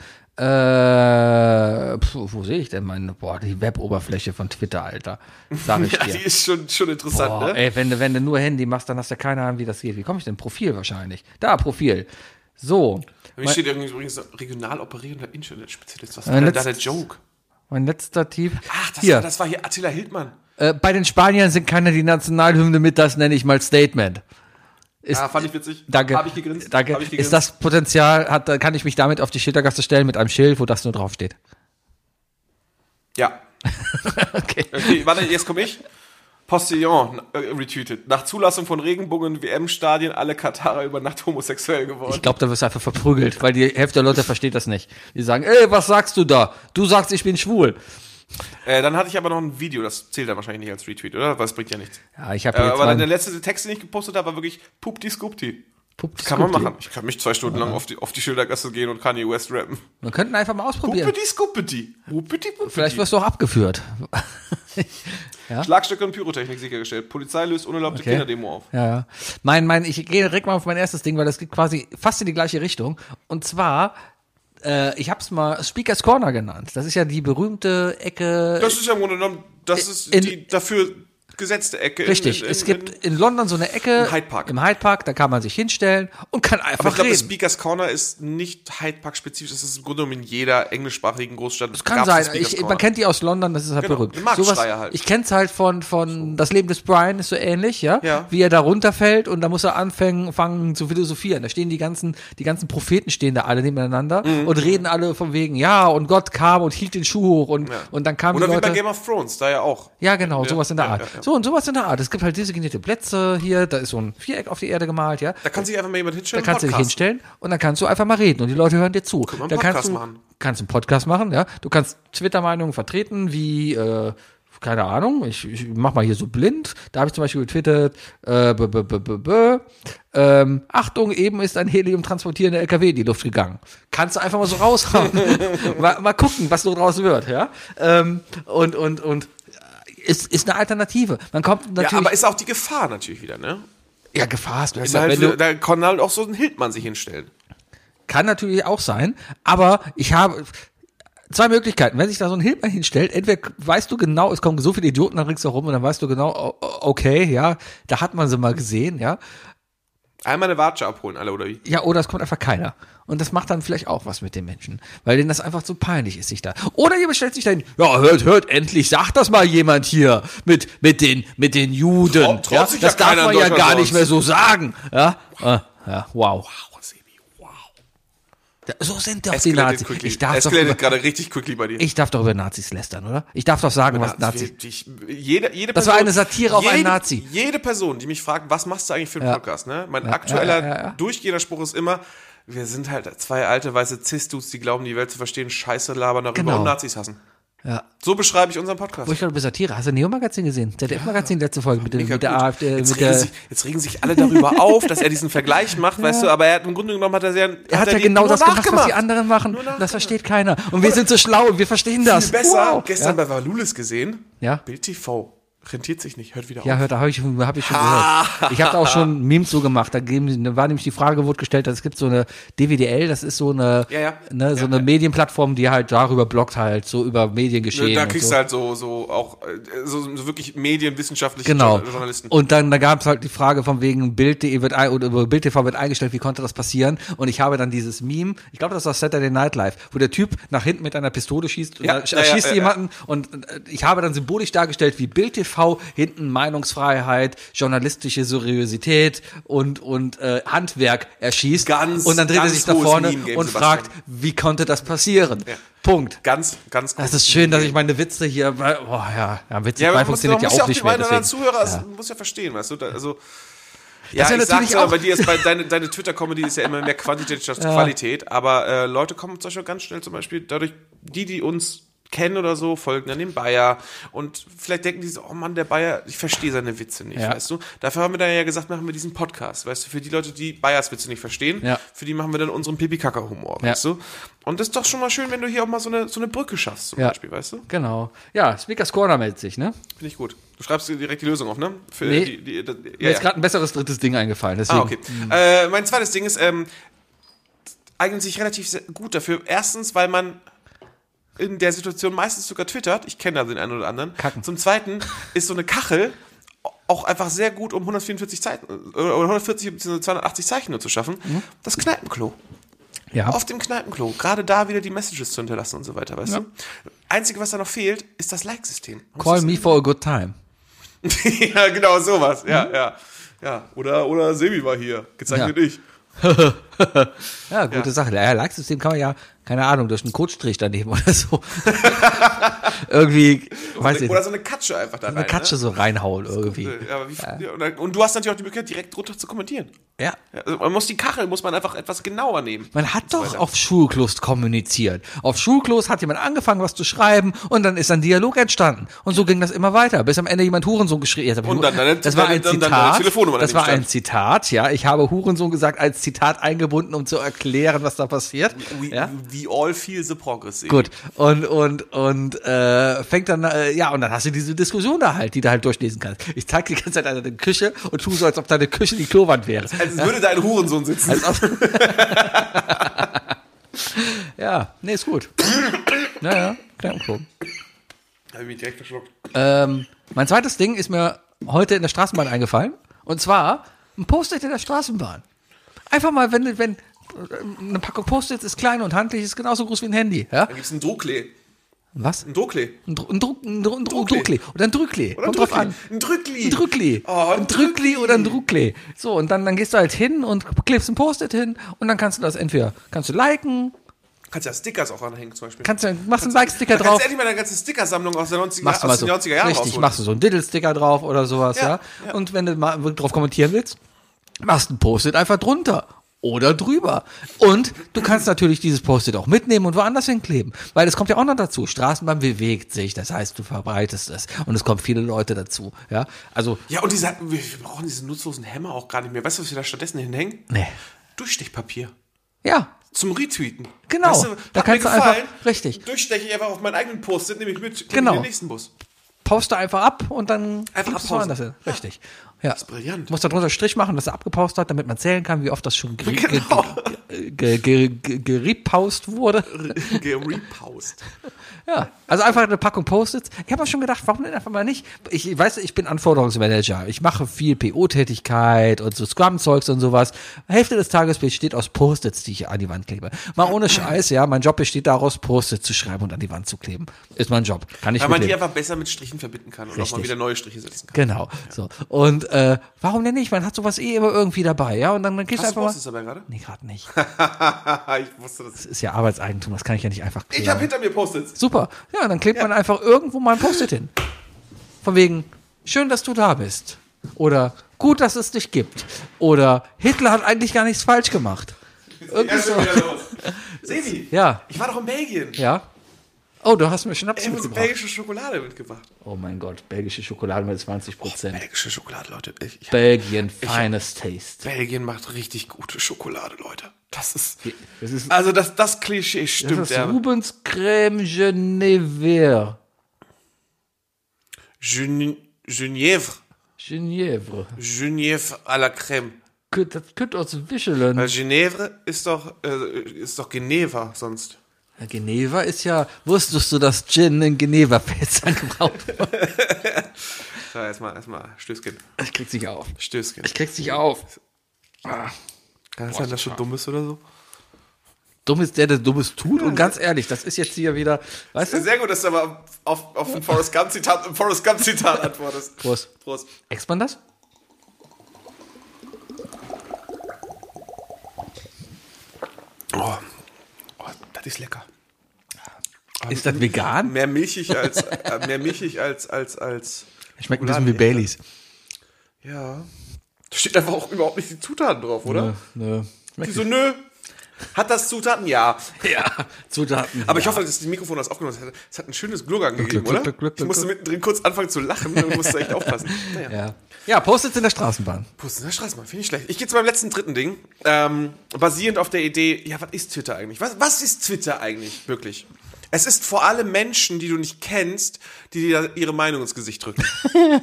Speaker 1: Äh, pf, wo sehe ich denn meine, boah, die Weboberfläche von Twitter, Alter. Sag ich
Speaker 2: Ja,
Speaker 1: dir.
Speaker 2: die ist schon, schon interessant,
Speaker 1: Boah,
Speaker 2: ne?
Speaker 1: ey, wenn du, wenn du nur Handy machst, dann hast du keine Ahnung, wie das geht. Wie komme ich denn? Profil wahrscheinlich. Da, Profil. So.
Speaker 2: Bei Mir steht übrigens regional operierender Internet-Spezialist. Was war
Speaker 1: Mein
Speaker 2: denn da der
Speaker 1: letztes-
Speaker 2: Joke?
Speaker 1: Mein letzter Tipp.
Speaker 2: Ach, das,
Speaker 1: hier.
Speaker 2: war, das war hier Attila Hildmann.
Speaker 1: äh, bei den Spaniern sind keiner die Nationalhymne mit, das nenne ich mal Statement. Ist,
Speaker 2: Ah, fand ich witzig.
Speaker 1: Danke.
Speaker 2: Habe ich gegrinst.
Speaker 1: Danke.
Speaker 2: Hab ich gegrinst.
Speaker 1: Ist das Potenzial, hat, kann ich mich damit auf die Schildergasse stellen mit einem Schild, wo das nur draufsteht?
Speaker 2: Ja.
Speaker 1: Okay.
Speaker 2: Okay, warte, jetzt komme ich. Postillon äh, retweetet. Nach Zulassung von Regenbogen WM-Stadien alle Katarer über Nacht homosexuell geworden.
Speaker 1: Ich glaube, da wirst du einfach verprügelt, weil die Hälfte der Leute versteht das nicht. Die sagen, ey, was sagst du da? Du sagst, ich bin schwul.
Speaker 2: Äh, dann hatte ich aber noch ein Video, das zählt dann wahrscheinlich nicht als Retweet, oder? Weil es bringt ja nichts.
Speaker 1: Ja, ich habe
Speaker 2: Äh,
Speaker 1: jetzt
Speaker 2: aber dann der
Speaker 1: mal
Speaker 2: letzte Text, den ich gepostet habe, war wirklich Pupti Skupti.
Speaker 1: Pup-
Speaker 2: Kann man machen. Ich kann mich zwei Stunden lang auf die, auf die Schildergasse gehen und Kanye West rappen.
Speaker 1: Wir könnten einfach mal ausprobieren.
Speaker 2: Pupiti Skupiti. Pupiti Pupiti.
Speaker 1: Vielleicht wirst du auch abgeführt.
Speaker 2: Schlagstücke und Pyrotechnik sichergestellt. Polizei löst unerlaubte
Speaker 1: Okay.
Speaker 2: Kinderdemo auf.
Speaker 1: Ja, ja. Mein, mein, ich gehe direkt mal auf mein erstes Ding, weil das geht quasi fast in die gleiche Richtung. Und zwar, äh, ich habe es mal Speakers Corner genannt. Das ist ja die berühmte Ecke.
Speaker 2: Das ist ja im Grunde genommen, das ist
Speaker 1: Äh, In-
Speaker 2: die dafür gesetzte Ecke. in-
Speaker 1: Richtig,
Speaker 2: in-
Speaker 1: es
Speaker 2: in-
Speaker 1: gibt in London so eine Ecke.
Speaker 2: Im Hyde Park.
Speaker 1: Im Hyde Park, da kann man sich hinstellen und kann
Speaker 2: Aber ich
Speaker 1: einfach
Speaker 2: glaube, das
Speaker 1: reden.
Speaker 2: Speakers Corner ist nicht Hyde Park spezifisch. Das ist im Grunde genommen in jeder englischsprachigen Großstadt. Es
Speaker 1: Kann sein. Ich, man kennt die aus London, das ist halt
Speaker 2: Genau,
Speaker 1: berühmt.
Speaker 2: die Marktschreier
Speaker 1: Sowas,
Speaker 2: halt.
Speaker 1: Ich kenn's halt von, von Das Leben des Brian ist so ähnlich, ja?
Speaker 2: Ja.
Speaker 1: Wie er da runterfällt und da muss er anfangen fangen zu philosophieren. Da stehen die ganzen, die ganzen Propheten stehen da alle nebeneinander
Speaker 2: Mhm.
Speaker 1: und reden alle von wegen, ja, und Gott kam und hielt den Schuh hoch und, und dann kamen
Speaker 2: Oder
Speaker 1: die
Speaker 2: wie bei
Speaker 1: Leute.
Speaker 2: Game of Thrones, da ja auch.
Speaker 1: Ja, genau, sowas in der
Speaker 2: ja,
Speaker 1: Art.
Speaker 2: ja, ja.
Speaker 1: So, und sowas in der Art. Es gibt halt designierte Plätze hier, da ist so ein Viereck auf die Erde gemalt, ja.
Speaker 2: Da kann sich einfach mal jemand hinstellen.
Speaker 1: Da kannst du dich
Speaker 2: Podcast.
Speaker 1: hinstellen und dann kannst du einfach mal reden und die Leute hören dir zu.
Speaker 2: wir einen
Speaker 1: dann
Speaker 2: Podcast
Speaker 1: kannst du
Speaker 2: machen.
Speaker 1: kannst einen Podcast machen, ja. Du kannst Twitter-Meinungen vertreten, wie äh, keine Ahnung. Ich, ich mach mal hier so blind. Da habe ich zum Beispiel getwittert: äh, b -b -b -b -b ähm, Achtung, eben ist ein Helium transportierender LKW in die Luft gegangen. Kannst du einfach mal so raushauen. mal, mal gucken, was so draus wird, ja. Ähm, und und und äh, ist, ist eine Alternative. Man kommt natürlich.
Speaker 2: Ja, aber ist auch die Gefahr natürlich wieder, ne?
Speaker 1: ja Gefahr hast du.
Speaker 2: Ist
Speaker 1: Ja,
Speaker 2: halt,
Speaker 1: wenn du-
Speaker 2: da kann halt auch so ein Hildmann sich hinstellen.
Speaker 1: Kann natürlich auch sein, aber ich habe zwei Möglichkeiten. Wenn sich da so ein Hilfer hinstellt, entweder weißt du genau, es kommen so viele Idioten da ringsherum und dann weißt du genau, o- o- okay, ja, da hat man sie mal gesehen, ja.
Speaker 2: Einmal eine Watsche abholen, alle, oder wie?
Speaker 1: Ja, oder es kommt einfach keiner. Und das macht dann vielleicht auch was mit den Menschen, weil denen das einfach zu peinlich ist, sich da. Oder jemand stellt sich dahin, ja, hört, hört, endlich sagt das mal jemand hier mit, mit den, mit den Juden.
Speaker 2: Trau- traut
Speaker 1: ja,
Speaker 2: sich ja
Speaker 1: das darf
Speaker 2: keiner in
Speaker 1: man ja
Speaker 2: Deutschland
Speaker 1: gar nicht
Speaker 2: sonst.
Speaker 1: mehr so sagen. Ja, äh, ja wow. Da- So sind doch die Nazis.
Speaker 2: quickly.
Speaker 1: Ich darf doch über-
Speaker 2: Escalated gerade richtig quickly bei dir.
Speaker 1: Ich darf doch über Nazis lästern, oder? Ich darf doch sagen, was
Speaker 2: Nazi.
Speaker 1: Nazis.
Speaker 2: Ich, jede, jede
Speaker 1: Das war eine Satire auf einen
Speaker 2: jede-
Speaker 1: Nazi.
Speaker 2: Jede Person, die mich fragt, was machst du eigentlich für einen Podcast, ne? Mein aktueller durchgehender Spruch ist immer, wir sind halt zwei alte weiße Cis-Dudes, die glauben, die Welt zu verstehen, Scheiße labern darüber
Speaker 1: Genau.
Speaker 2: und Nazis hassen.
Speaker 1: Ja.
Speaker 2: So beschreibe ich unseren Podcast.
Speaker 1: Wo ich gerade über Satire. Hast du Neo-Magazin gesehen? ZDF-Magazin letzte Folge mit, dem-
Speaker 2: Mega
Speaker 1: mit der
Speaker 2: gut.
Speaker 1: AfD. äh,
Speaker 2: jetzt,
Speaker 1: Mit
Speaker 2: regen
Speaker 1: der,
Speaker 2: sich, jetzt regen sich alle darüber auf, dass er diesen Vergleich macht, weißt du, aber er hat im Grunde genommen hat er sehr,
Speaker 1: er hat ja
Speaker 2: die-
Speaker 1: genau
Speaker 2: nur
Speaker 1: das gemacht, was
Speaker 2: nachgemacht.
Speaker 1: die anderen machen. Das versteht keiner. Und wir sind so schlau und wir verstehen das.
Speaker 2: Viel besser.
Speaker 1: Wow.
Speaker 2: Gestern bei Valulis gesehen.
Speaker 1: Ja.
Speaker 2: Bild TV. Rentiert sich nicht. Hört wieder
Speaker 1: Ja,
Speaker 2: auf.
Speaker 1: hört, da habe ich, hab ich schon gehört. Ich habe da auch schon Memes so gemacht. Da, geben, da war nämlich die Frage, wurde gestellt, dass es gibt so eine DWDL, das ist so eine,
Speaker 2: Ja, ja.
Speaker 1: Ne, so eine Medienplattform, die halt darüber bloggt halt, so über Mediengeschehen.
Speaker 2: Da
Speaker 1: und
Speaker 2: kriegst
Speaker 1: so.
Speaker 2: du halt so, so auch äh, so, so wirklich medienwissenschaftliche
Speaker 1: Genau.
Speaker 2: Journal- Journalisten.
Speaker 1: Und dann da gab es halt die Frage von wegen Bild.de wird ein, oder über Bild.tv wird eingestellt, wie konnte das passieren? Und ich habe dann dieses Meme, ich glaube, das war Saturday Night Live, wo der Typ nach hinten mit einer Pistole schießt und
Speaker 2: Ja,
Speaker 1: da sch-
Speaker 2: ja, ja,
Speaker 1: schießt
Speaker 2: ja,
Speaker 1: jemanden und äh, ich habe dann symbolisch dargestellt, wie Bild.tv hinten Meinungsfreiheit, journalistische Seriosität und und äh, Handwerk erschießt
Speaker 2: Ganz-
Speaker 1: und dann dreht er
Speaker 2: ganz
Speaker 1: sich da
Speaker 2: hohes
Speaker 1: vorne
Speaker 2: Meme-Game,
Speaker 1: und
Speaker 2: Sebastian.
Speaker 1: fragt, wie konnte das passieren? Punkt.
Speaker 2: ganz, ganz gut.
Speaker 1: Das ist schön, dass ich meine Witze hier, boah, ja, ja, Witze
Speaker 2: ja,
Speaker 1: bei
Speaker 2: man muss, man
Speaker 1: funktioniert
Speaker 2: muss
Speaker 1: ja
Speaker 2: ja
Speaker 1: auch nicht
Speaker 2: den
Speaker 1: mehr.
Speaker 2: einen oder anderen
Speaker 1: deswegen.
Speaker 2: Zuhörer, das muss ja verstehen, weißt du, da, also ja,
Speaker 1: ist ja
Speaker 2: ich sag's
Speaker 1: natürlich
Speaker 2: ja,
Speaker 1: auch-
Speaker 2: bei dir ist bei deine, deine Twitter-Comedy ist ja immer mehr Quantität statt Qualität, aber äh, Leute kommen zum Beispiel ganz schnell zum Beispiel dadurch, die, die uns kennen oder so, folgen dann dem Bayer. Und vielleicht denken die so, oh Mann, der Bayer, ich verstehe seine Witze nicht,
Speaker 1: Ja.
Speaker 2: weißt du? Dafür haben wir dann ja gesagt, machen wir diesen Podcast, weißt du? Für die Leute, die Bayers Witze nicht verstehen,
Speaker 1: Ja.
Speaker 2: für die machen wir dann unseren Pipi-Kaka-Humor,
Speaker 1: Ja.
Speaker 2: weißt du? Und das ist doch schon mal schön, wenn du hier auch mal so eine, so eine Brücke schaffst, zum
Speaker 1: Ja.
Speaker 2: Beispiel, weißt du?
Speaker 1: Genau. Ja, Sneakers Corner meldet sich, ne?
Speaker 2: Finde ich gut. Du schreibst dir direkt die Lösung auf, ne? Für
Speaker 1: Nee.
Speaker 2: die, die, die,
Speaker 1: Mir ist Hm. gerade ein besseres drittes Ding eingefallen. Deswegen.
Speaker 2: Ah, okay. Äh, mein zweites Ding ist, ähm, eignet sich relativ se- gut dafür. Erstens, weil man in der Situation meistens sogar twittert. Ich kenne da den einen oder anderen.
Speaker 1: Kacken.
Speaker 2: Zum Zweiten ist so eine Kachel auch einfach sehr gut, um 144 Zeichen, äh, oder 140 bzw. 280 Zeichen nur zu schaffen.
Speaker 1: Mhm.
Speaker 2: Das Kneipenklo.
Speaker 1: Ja.
Speaker 2: Auf dem Kneipenklo. Gerade da wieder die Messages zu hinterlassen und so weiter, weißt du? Einzige, was da noch fehlt, ist das Like-System.
Speaker 1: Call me for a good time.
Speaker 2: ja, genau, sowas. Ja, ja. Ja. Oder, oder Sebi war hier. Gezeichnet
Speaker 1: Mhm. Ja.
Speaker 2: ich.
Speaker 1: Ja, gute Sache. Ja, Lagssystem kann man ja, keine Ahnung, durch einen Kotstrich daneben oder so. irgendwie, weiß ich
Speaker 2: oder
Speaker 1: nicht,
Speaker 2: so eine Katsche einfach da rein.
Speaker 1: eine Katsche so reinhauen irgendwie.
Speaker 2: Ne? Ja, aber wie, ja. und dann- Und du hast natürlich auch die Möglichkeit, direkt runter zu kommentieren.
Speaker 1: Ja.
Speaker 2: Ja, Also man muss die Kachel, muss man einfach etwas genauer nehmen.
Speaker 1: Man hat doch auf Schulklos kommuniziert. Auf Schulklos hat jemand angefangen, was zu schreiben und dann ist ein Dialog entstanden. Und so ging das immer weiter, bis am Ende jemand Hurensohn geschrien hat.
Speaker 2: Und dann deine-
Speaker 1: das war
Speaker 2: deine-
Speaker 1: ein
Speaker 2: dann
Speaker 1: Zitat.
Speaker 2: deine Telefonnummer
Speaker 1: das war
Speaker 2: daneben
Speaker 1: ein Zitat, ja. Ich habe Hurensohn gesagt als Zitat eingebunden, um zu erklären, was da passiert.
Speaker 2: We,
Speaker 1: Ja?
Speaker 2: we all feel the progress. Sebi.
Speaker 1: Gut. Und und und äh, fängt dann äh, ja und dann hast du diese Diskussion da halt, die du halt durchlesen kannst. Ich zeig die ganze Zeit an deine Küche und tu so, als ob deine Küche die Klowand wäre.
Speaker 2: Also es würde da ein Hurensohn sitzen.
Speaker 1: Als ob ja, nee, ist gut. Naja, Kneipenklo.
Speaker 2: Habe ich mich direkt verschluckt.
Speaker 1: Ähm, mein zweites Ding ist mir heute in der Straßenbahn eingefallen. Und zwar ein Post-it in der Straßenbahn. Einfach mal, wenn, wenn eine Packung Post-its ist klein und handlich, ist genauso groß wie ein Handy. Ja?
Speaker 2: Dann gibt es ein Drucklee.
Speaker 1: Was?
Speaker 2: Ein Drucklee.
Speaker 1: Ein, Dru ein, Druck, ein, Dru ein Dru
Speaker 2: Druckli.
Speaker 1: Druckli. Oder ein Drückli.
Speaker 2: Oder
Speaker 1: Kommt
Speaker 2: ein
Speaker 1: drauf
Speaker 2: Drucklee.
Speaker 1: an.
Speaker 2: Ein Drücklee.
Speaker 1: Ein Drückli.
Speaker 2: Oh,
Speaker 1: ein Drückli oder ein Druckli. So, und dann, dann gehst du halt hin und klebst ein Post-it hin und dann kannst du das entweder, kannst du liken,
Speaker 2: Kannst ja Stickers auch anhängen zum Beispiel.
Speaker 1: kannst du, machst einen Like-Sticker
Speaker 2: da kannst
Speaker 1: drauf,
Speaker 2: du endlich mal deine ganze Stickersammlung aus, der 90er,
Speaker 1: machst du mal
Speaker 2: aus
Speaker 1: so,
Speaker 2: den 90er Jahren
Speaker 1: richtig,
Speaker 2: rausholen.
Speaker 1: machst du so einen Diddle-Sticker drauf oder sowas, ja,
Speaker 2: Ja,
Speaker 1: Und wenn du mal drauf kommentieren willst, machst ein Post-it einfach drunter. Oder drüber. Und du kannst natürlich dieses Post-it auch mitnehmen und woanders hinkleben. Weil es kommt ja auch noch dazu. Straßenbahn bewegt sich. Das heißt, du verbreitest es. Und es kommen viele Leute dazu. Ja. Also,
Speaker 2: Ja, und diese, wir wir brauchen diesen nutzlosen Hämmer auch gar nicht mehr. Weißt du, was wir da stattdessen hinhängen?
Speaker 1: nee.
Speaker 2: Durchstechpapier.
Speaker 1: Ja.
Speaker 2: Zum Retweeten.
Speaker 1: Genau.
Speaker 2: Weißt du,
Speaker 1: Da
Speaker 2: hat mir
Speaker 1: kannst du einfach- richtig.
Speaker 2: Durchsteche ich einfach auf meinen eigenen Post, nehme ich mit klebe
Speaker 1: Genau.
Speaker 2: in den nächsten Bus.
Speaker 1: Pauste einfach ab und dann
Speaker 2: Einfach
Speaker 1: gibst du's
Speaker 2: abpausen.
Speaker 1: woanders hin. Richtig. Ja. Das ist
Speaker 2: brillant.
Speaker 1: Muss da drunter Strich machen, dass er abgepaust hat, damit man zählen kann, wie oft das schon ge- ge-
Speaker 2: Genau.
Speaker 1: ge- ge- ge- geripaust wurde.
Speaker 2: Gerepost.
Speaker 1: Ja, also einfach eine Packung Post-its. Ich habe auch schon gedacht, warum denn einfach mal nicht? Ich weiß, ich bin Anforderungsmanager. Ich mache viel PO-Tätigkeit und so Scrum-Zeugs und sowas. Hälfte des Tages besteht aus Post-its, die ich an die Wand klebe. Mal ohne Scheiß, ja. Mein Job besteht daraus, Post-its zu schreiben und an die Wand zu kleben. Ist mein Job. Kann ich
Speaker 2: Weil man
Speaker 1: mitleben.
Speaker 2: die einfach besser mit Strichen verbinden kann und auch
Speaker 1: Richtig.
Speaker 2: mal wieder neue Striche setzen kann.
Speaker 1: Genau. So. Und äh, warum denn nicht? Man hat sowas eh immer irgendwie dabei, ja? Und dann, dann gehst du
Speaker 2: Hast du
Speaker 1: einfach
Speaker 2: Post
Speaker 1: mal.
Speaker 2: dabei gerade?
Speaker 1: Nee, gerade nicht.
Speaker 2: Haha, ich wusste das.
Speaker 1: Das ist ja Arbeitseigentum, das kann ich ja nicht einfach
Speaker 2: Ich
Speaker 1: klären.
Speaker 2: habe hinter mir Post-its.
Speaker 1: Super. Ja, dann klebt man einfach irgendwo mal ein Post-it hin. Von wegen, schön, dass du da bist. Oder gut, dass es dich gibt. Oder Hitler hat eigentlich gar nichts falsch gemacht. Irgendwie so.
Speaker 2: Sebi,
Speaker 1: Ja.
Speaker 2: ich war doch in Belgien.
Speaker 1: Ja. Oh, du hast mir Schnaps
Speaker 2: Ich habe uns
Speaker 1: mitgebracht.
Speaker 2: belgische Schokolade mitgebracht.
Speaker 1: Oh mein Gott, belgische Schokolade mit 20 Prozent.
Speaker 2: Belgische Schokolade, Leute. Ich, Oh, ich,
Speaker 1: Belgien, finest taste.
Speaker 2: Belgien macht richtig gute Schokolade, Leute. Das ist.
Speaker 1: Das ist,
Speaker 2: Also, das, das Klischee stimmt.
Speaker 1: das ist
Speaker 2: ja.
Speaker 1: Rubens Crème Genevere.
Speaker 2: Gen- Genièvre.
Speaker 1: Genevre.
Speaker 2: Genièvre à la crème.
Speaker 1: Könnt- Das könnte aus Wischelen.
Speaker 2: Weil Genevre ist doch, äh, ist doch Geneva sonst.
Speaker 1: Geneva ist ja, wusstest du, dass Gin in Geneva fest angebraut wird?
Speaker 2: So, erstmal, erstmal Stößchen.
Speaker 1: Ich krieg's nicht auf.
Speaker 2: Stößchen.
Speaker 1: Ich krieg's nicht auf.
Speaker 2: Kann das sein, dass schon dumm ist oder so?
Speaker 1: Dumm ist der, der Dummes tut. Und ganz ehrlich, das ist jetzt hier wieder, weißt du?
Speaker 2: Sehr gut, dass du aber auf, auf ein Forrest Gump Zitat, ein Forrest Gump Zitat antwortest.
Speaker 1: Prost.
Speaker 2: Prost.
Speaker 1: Ext man das?
Speaker 2: Oh. oh, das ist lecker.
Speaker 1: Ist das vegan?
Speaker 2: Mehr milchig als, äh, mehr milchig als, als, als.
Speaker 1: Schmeckt ein bisschen wie Baileys. ne.
Speaker 2: Ja. Da steht einfach auch überhaupt nicht die Zutaten drauf, oder?
Speaker 1: Nö.
Speaker 2: Die so, nö. Hat das Zutaten? Ja.
Speaker 1: Ja, Zutaten.
Speaker 2: Aber ich hoffe, dass das Mikrofon das aufgenommen hat. Es hat ein schönes Glurgang gegeben,
Speaker 1: Glück,
Speaker 2: oder?
Speaker 1: Glück, Glück,
Speaker 2: ich
Speaker 1: Glück,
Speaker 2: musste
Speaker 1: Glück.
Speaker 2: mittendrin kurz anfangen zu lachen und musste echt aufpassen. Naja.
Speaker 1: ja. ja, Post-its in der Straßenbahn.
Speaker 2: Posten in der Straßenbahn, finde ich schlecht. Ich gehe zu meinem letzten dritten Ding. Ähm, basierend auf der Idee, ja, was ist Twitter eigentlich? Was, was ist Twitter eigentlich, wirklich? Es ist vor allem Menschen, die du nicht kennst, die dir ihre Meinung ins Gesicht drücken.